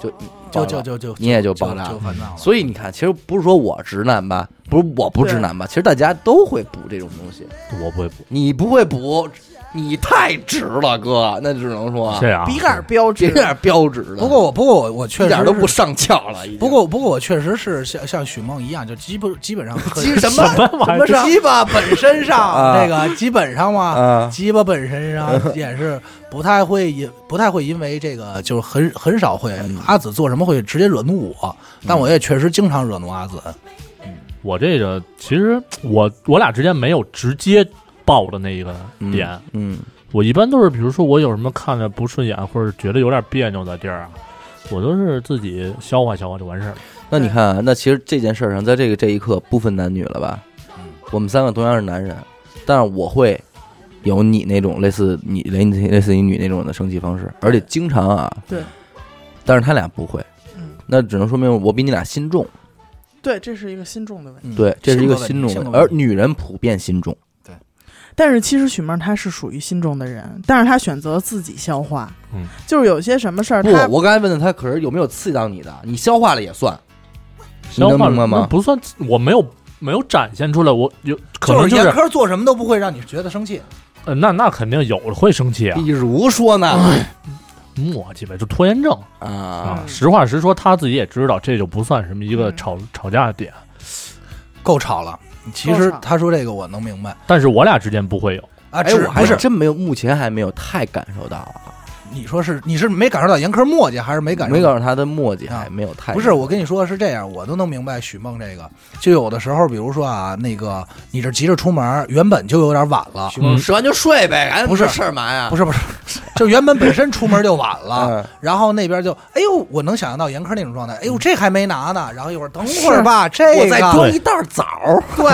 Speaker 2: 就
Speaker 1: 就
Speaker 2: 爆
Speaker 1: 就
Speaker 2: 了
Speaker 1: 就就
Speaker 2: 你也就
Speaker 1: 就
Speaker 2: 爆炸
Speaker 1: 就
Speaker 2: 了。嗯
Speaker 1: 烦躁了。
Speaker 2: 所以你看，其实不是说我直男吧，不是我不直男吧？其实大家都会补这种东西，
Speaker 4: 我不会补。
Speaker 2: 你不会补，你太直了，哥，那只能说
Speaker 4: 这样
Speaker 3: 笔杆标
Speaker 2: 这
Speaker 3: 志
Speaker 2: 有，点标志了。
Speaker 1: 不过我不过我我确
Speaker 2: 一
Speaker 1: 实
Speaker 2: 点都不
Speaker 1: 是
Speaker 2: 上翘了，已经
Speaker 1: 不过不过我确实是像像许梦一样，就基本基本上可以
Speaker 2: 鸡什么
Speaker 4: 什么玩意儿
Speaker 2: 什么 上
Speaker 1: 鸡巴本身上
Speaker 2: 啊
Speaker 1: 这个基本上嘛，
Speaker 2: 啊？嗯
Speaker 1: 鸡巴本身上也是不太会因不太会因为这个就是很很少会
Speaker 2: 嗯
Speaker 1: 阿紫做什么会直接惹怒我，但我也确实经常惹怒阿紫。
Speaker 4: 我这个其实我我俩之间没有直接爆的那一个
Speaker 2: 嗯
Speaker 4: 点，
Speaker 2: 嗯
Speaker 4: 我一般都是比如说我有什么看着不顺眼或者觉得有点别扭的地儿啊，我都是自己消化消化就完事儿。
Speaker 2: 那你看啊，那其实这件事儿上，在这个这一刻不分男女了吧？
Speaker 1: 嗯
Speaker 2: 我们三个同样是男人，但是我会有你那种类似你类类似于你那种的生气方式，而且经常啊。
Speaker 3: 对。
Speaker 2: 但是他俩不会，
Speaker 3: 嗯
Speaker 2: 那只能说明我比你俩心重。
Speaker 3: 对，这是一个心重的问题。
Speaker 1: 嗯
Speaker 2: 对，这是一个
Speaker 1: 性格嗯
Speaker 2: 心重
Speaker 1: 问题性格
Speaker 2: 而
Speaker 1: 问题
Speaker 2: 女人普遍心重。
Speaker 3: 但是其实许梦她是属于心重的人，但是她选择自己消化。
Speaker 4: 嗯，
Speaker 3: 就是有些什么事儿，
Speaker 2: 不
Speaker 3: 她，
Speaker 2: 我刚才问的他，可是有没有刺激到你的？你消化了也算，你
Speaker 4: 消
Speaker 2: 能
Speaker 4: 化
Speaker 2: 明白
Speaker 4: 那
Speaker 2: 吗？
Speaker 4: 不算，我没有没有展现出来，我有可能
Speaker 1: 是
Speaker 4: 就是
Speaker 1: 严科做什么都不会让你觉得生气，
Speaker 4: 呃那那肯定有会生气啊，
Speaker 2: 比如说呢
Speaker 1: 哎
Speaker 4: 磨叽呗，就拖延症
Speaker 2: 啊
Speaker 4: 啊。
Speaker 3: 嗯
Speaker 4: 实话实说，他自己也知道，这就不算什么一个吵吵架的点。
Speaker 1: 够吵了。其实
Speaker 3: 够吵
Speaker 1: 他说这个我能明白
Speaker 4: 但是我俩之间不会有，
Speaker 1: 啊，
Speaker 2: 哎，
Speaker 1: 只
Speaker 2: 我还
Speaker 1: 不是
Speaker 2: 真没有，目前还没有太感受到啊，
Speaker 1: 你说是你是没感受到严科磨叽，还是没感受
Speaker 2: 没
Speaker 1: 到
Speaker 2: 感受他的墨迹，
Speaker 1: 啊
Speaker 2: 还没有太
Speaker 1: 不是，我跟你说是这样，我都能明白许梦这个。就有的时候，比如说啊，那个你这急着出门，原本就有点晚了，
Speaker 2: 许梦
Speaker 4: 嗯
Speaker 2: 吃完就睡呗，哎
Speaker 1: 不是
Speaker 2: 这事儿嘛呀？
Speaker 1: 不
Speaker 2: 啊是
Speaker 1: 是不 是，就原本本身出门就晚了，
Speaker 2: 啊，
Speaker 1: 然后那边就哎呦，我能想象到严科那种状态，哎呦这还没拿呢，然后一会儿等会儿吧，这个
Speaker 2: 我再装一袋枣儿，
Speaker 1: 对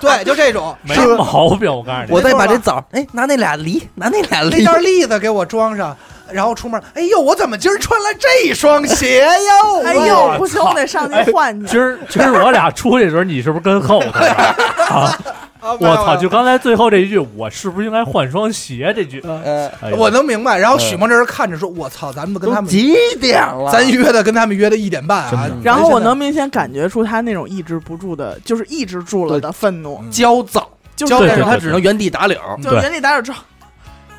Speaker 1: 对，就这种，
Speaker 4: 没
Speaker 1: 上
Speaker 4: 毛病。我告诉你，
Speaker 2: 我再把这枣儿，哎，拿那俩梨，拿那俩
Speaker 1: 那
Speaker 2: 梨，
Speaker 1: 袋栗子给我装上，然后出门，哎呦我怎么今儿穿了这双鞋哟？
Speaker 3: 哎呦，不行，我得上去
Speaker 2: 哎
Speaker 3: 换去。
Speaker 4: 今儿今儿我俩出去的时候，你是不是跟后头啊？啊
Speaker 1: 啊
Speaker 4: 我操！就刚才最后这一句，我是不是应该换双鞋？这句，
Speaker 2: 呃，
Speaker 4: 哎呦
Speaker 1: 我能明白。然后许梦这人看着说，我操，咱们跟
Speaker 2: 都
Speaker 1: 他们
Speaker 2: 几点了？
Speaker 1: 咱约的跟他们约的一点半啊
Speaker 4: 真的。
Speaker 3: 然后我能明显感觉出她那种抑制不住的，就是抑制住了的愤怒，
Speaker 2: 焦躁，
Speaker 3: 就是
Speaker 2: 嗯焦
Speaker 4: 对
Speaker 2: 躁，
Speaker 4: 对
Speaker 2: 他
Speaker 4: 对
Speaker 2: 只能原地打绺儿。
Speaker 3: 就
Speaker 4: 对
Speaker 3: 原地打手之后，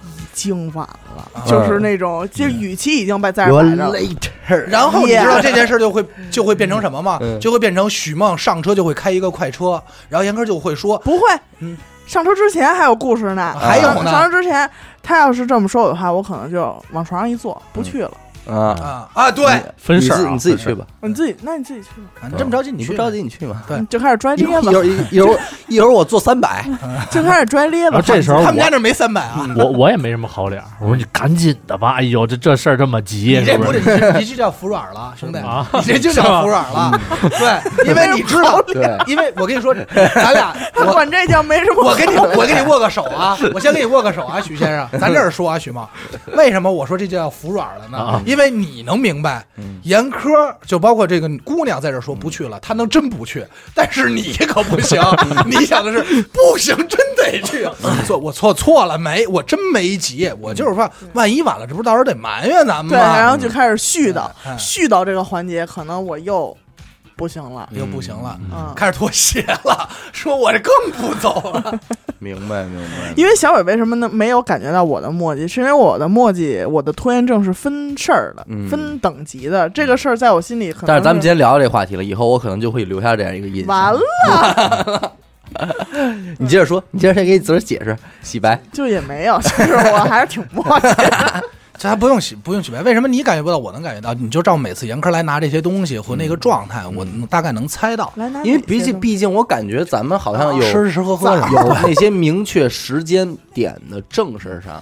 Speaker 3: 已经晚嗯了，
Speaker 1: 啊
Speaker 3: 就是
Speaker 4: 嗯
Speaker 3: 那种就语气已经被在这摆着了。
Speaker 2: later，
Speaker 1: 然后你知道这件事就会就会变成什么吗
Speaker 2: 嗯？
Speaker 1: 就会变成许梦上车就会开一个快车，然后严哥就会说
Speaker 3: 不会，
Speaker 1: 嗯
Speaker 3: 上车之前还有故事呢。
Speaker 1: 还
Speaker 2: 有
Speaker 1: 呢
Speaker 3: 上车之前，他要是这么说我的话，我可能就往床上一坐，不去了。
Speaker 2: 啊，
Speaker 1: 啊啊，对，
Speaker 4: 分
Speaker 2: 你
Speaker 4: 事儿
Speaker 2: 自
Speaker 4: 啊
Speaker 2: 你自己
Speaker 4: 分事
Speaker 2: 去
Speaker 4: 儿
Speaker 2: 吧，
Speaker 3: 你自己，那你自己去吧，
Speaker 1: 啊你这么着急
Speaker 2: 你
Speaker 1: 你
Speaker 2: 不
Speaker 1: 去
Speaker 2: 着急你去吧。
Speaker 1: 对
Speaker 3: 你就开始拽
Speaker 2: 一
Speaker 3: 咧吧
Speaker 2: 会，儿 一会儿一会儿我做三百，
Speaker 3: 就开始拽咧
Speaker 4: 然
Speaker 3: 吧。
Speaker 4: 后这时候
Speaker 2: 嗯
Speaker 1: 他
Speaker 4: 我
Speaker 1: 们家那儿没三百啊，
Speaker 4: 我我也没什么好脸儿，我说你赶紧的吧，哎呦，这这事儿这么急，
Speaker 1: 你这
Speaker 4: 是
Speaker 1: 不
Speaker 4: 不
Speaker 1: 是
Speaker 4: 是
Speaker 1: 你这你这叫服软 了，兄弟，
Speaker 4: 啊？
Speaker 1: 你 这就叫服软了。对，因为你知道，
Speaker 2: 嗯对，
Speaker 1: 因为我跟你说，咱 俩
Speaker 3: 他
Speaker 1: 我。
Speaker 3: 管这叫没什么。
Speaker 1: 我跟 你，我跟你握个手啊！我先跟你握个手啊，许先生，咱这儿说啊，许梦，为什么我说这就叫服软了呢
Speaker 4: 啊？
Speaker 1: 因为你能明白，
Speaker 3: 嗯
Speaker 1: 严科就包括这个姑娘在这儿说不去了，她能真不去，但是你可不 行，你想的是不行，真得去。
Speaker 3: 嗯
Speaker 1: 错，我错错了没？我真没急，我就是怕万一晚了，这不是到时候得埋怨咱们
Speaker 3: 嗯对，然
Speaker 1: 吗？
Speaker 3: 后就开始絮叨
Speaker 1: 嗯，嗯
Speaker 3: 絮叨这个环节，可能我又不行了。
Speaker 1: 又不行了，
Speaker 3: 嗯，
Speaker 1: 开始脱鞋了，说我这更不走了。
Speaker 2: 明白明 白。
Speaker 3: 因为小伟为什么呢没有感觉到我的墨迹，是因为我的墨迹，我的拖延症是分事儿的，
Speaker 2: 嗯
Speaker 3: 分等级的。这个事儿在我心里可能，
Speaker 2: 但是咱们今天聊这话题了，以后我可能就会留下这样一个印象。
Speaker 3: 完了，
Speaker 2: 你接着说，你接着先给你自个儿解释，洗白。
Speaker 3: 就也没有，就是我还是挺墨迹的。
Speaker 1: 这还不用洗，不用洗白。为什么你感觉不到，我能感觉到？你就照每次严科来拿这些东西和那
Speaker 2: 嗯
Speaker 1: 个状态，我能大概能猜到。
Speaker 3: 来拿哪些东西，
Speaker 2: 因为毕竟，毕竟我感觉咱们好像有
Speaker 1: 吃吃喝喝什么
Speaker 2: 有那些明确时间点的正事上，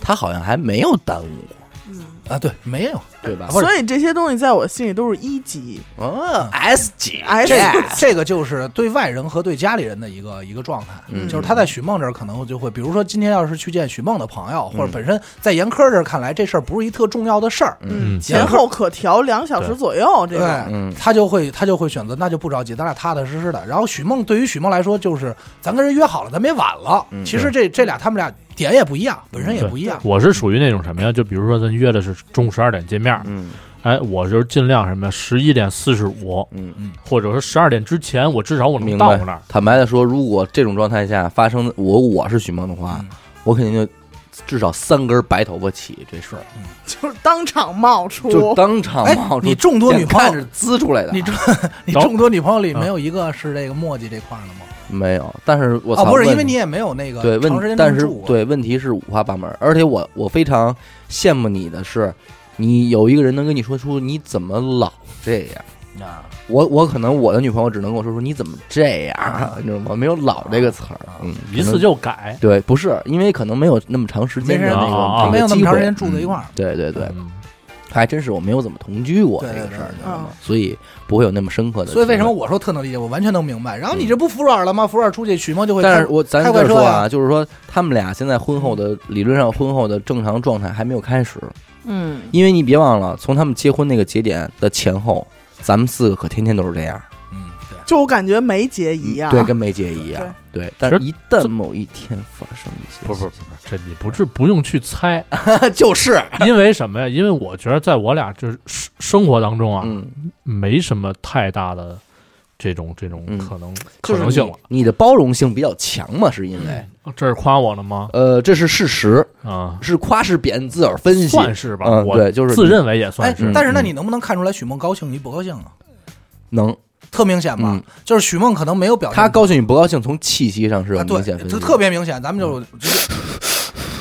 Speaker 2: 他好像还没有耽误过，
Speaker 1: 啊？对，没有。
Speaker 2: 对吧？
Speaker 3: 所以这些东西在我心里都是一级。
Speaker 2: 嗯，S 姐，
Speaker 3: 哎
Speaker 1: 这
Speaker 3: 呀，
Speaker 1: 个这个就是对外人和对家里人的一个一个状态，
Speaker 2: 嗯
Speaker 1: 就是他在许梦这儿可能就会，比如说今天要是去见许梦的朋友，
Speaker 2: 嗯
Speaker 1: 或者本身在严科这儿看来这事儿不是一特重要的事儿，
Speaker 3: 嗯，
Speaker 4: 嗯
Speaker 3: 前后可调两小时左右，
Speaker 1: 对
Speaker 3: 这个，
Speaker 2: 嗯
Speaker 1: 他就会他就会选择那就不着急，咱俩踏踏实实的。然后许梦对于许梦来说就是咱跟人约好了，咱别晚了。
Speaker 2: 嗯
Speaker 1: 其实这这俩他们俩点也不一样，本身也
Speaker 4: 对
Speaker 1: 不一样。
Speaker 4: 我是属于那种什么呀？就比如说咱约的是中午十二点见面儿，
Speaker 2: 嗯
Speaker 4: 哎，我就是尽量什么呀，十一点四十五，
Speaker 2: 嗯
Speaker 1: 嗯，
Speaker 4: 或者说十二点之前，我至少我能
Speaker 2: 明
Speaker 4: 到
Speaker 2: 白
Speaker 4: 那儿。
Speaker 2: 坦白的说，如果这种状态下发生，我我是许梦的话，
Speaker 1: 嗯
Speaker 2: 我肯定就至少三根白头发起这事儿，
Speaker 3: 就是当场冒出，
Speaker 2: 就当场
Speaker 1: 哎
Speaker 2: 冒，出。
Speaker 1: 你众多女朋
Speaker 2: 看
Speaker 1: 友
Speaker 2: 着，滋出来的啊，
Speaker 1: 你这 你众多女朋友里没有一个是这个墨迹这块儿的吗？
Speaker 2: 没有？但是我
Speaker 1: 啊，
Speaker 2: 操
Speaker 1: 不是，
Speaker 2: 问
Speaker 1: 因为你也没有那个
Speaker 2: 对
Speaker 1: 呃长时
Speaker 2: 问，
Speaker 1: 间
Speaker 2: 但
Speaker 1: 这么
Speaker 2: 是
Speaker 1: 住过，
Speaker 2: 对问题是五花八门，而且我我非常羡慕你的是，你有一个人能跟你说出你怎么老这样。
Speaker 1: 啊，
Speaker 2: 我我可能我的女朋友只能跟我说说你怎么这样， 你知道吗？没有“老”这个词
Speaker 1: 啊
Speaker 2: 儿，嗯，
Speaker 4: 一
Speaker 2: 可
Speaker 4: 次
Speaker 2: 能
Speaker 4: 就改，
Speaker 2: 对，不是因为可能没有那么长时间
Speaker 1: 没
Speaker 2: 的
Speaker 1: 人
Speaker 2: 那
Speaker 4: 啊啊
Speaker 2: 个
Speaker 4: 啊
Speaker 2: 这
Speaker 1: 没有那
Speaker 2: 个
Speaker 1: 么
Speaker 2: 机
Speaker 1: 长
Speaker 2: 会
Speaker 1: 时间住在一块儿。
Speaker 2: 对对对，
Speaker 4: 嗯
Speaker 2: 还真是我没有怎么同居过
Speaker 1: 对
Speaker 2: 这个
Speaker 1: 对
Speaker 2: 事儿，
Speaker 1: 对
Speaker 2: 你知道吗
Speaker 3: 嗯？
Speaker 2: 所以不会有那么深刻的体会。
Speaker 1: 所以为什么我说特能理解，我完全能明白。然后你这不服软了吗？服软出去，许梦就会开。
Speaker 2: 嗯但是我咱
Speaker 1: 开
Speaker 2: 这
Speaker 1: 快
Speaker 2: 儿
Speaker 1: 车
Speaker 2: 说
Speaker 1: 呀嗯
Speaker 2: 啊，就是说他们俩现在婚后的理论上婚后的正常状态还没有开始，
Speaker 3: 嗯，
Speaker 2: 因为你别忘了，从他们结婚那个节点的前后，咱们四个可天天都是这样，
Speaker 1: 嗯，对，
Speaker 3: 就我感觉没结一样，
Speaker 2: 对，跟没结一样，对。但是，一旦某一天发生一些，
Speaker 4: 不不不不，这你不是不用去猜，
Speaker 2: 就是，
Speaker 1: 哎
Speaker 4: 因为什么呀？因为我觉得在我俩就是生生活当中啊，
Speaker 2: 嗯，
Speaker 4: 没什么太大的这种这种
Speaker 2: 嗯
Speaker 4: 可能、
Speaker 2: 就
Speaker 4: 可
Speaker 2: 是
Speaker 4: 能性了
Speaker 2: 你。你的包容性比较强嘛，是因为，
Speaker 4: 这是夸我了吗？
Speaker 2: 呃，这是事实，
Speaker 4: 啊，
Speaker 2: 是夸是贬，自个儿分析。
Speaker 4: 算是吧，
Speaker 2: 嗯
Speaker 4: 我
Speaker 2: 对就是
Speaker 4: 自认为也
Speaker 1: 哎
Speaker 4: 算是。，
Speaker 1: 但是那
Speaker 2: 嗯
Speaker 1: 你能不能看出来许梦高兴与不高兴啊？
Speaker 2: 能，
Speaker 1: 特明显吧
Speaker 2: 嗯，
Speaker 1: 就是许梦可能没有表现出
Speaker 2: 他高兴与不高兴，从气息上是有
Speaker 1: 啊，对
Speaker 2: 明，显分
Speaker 1: 特
Speaker 2: 析。
Speaker 1: 特别明显，咱们就直接。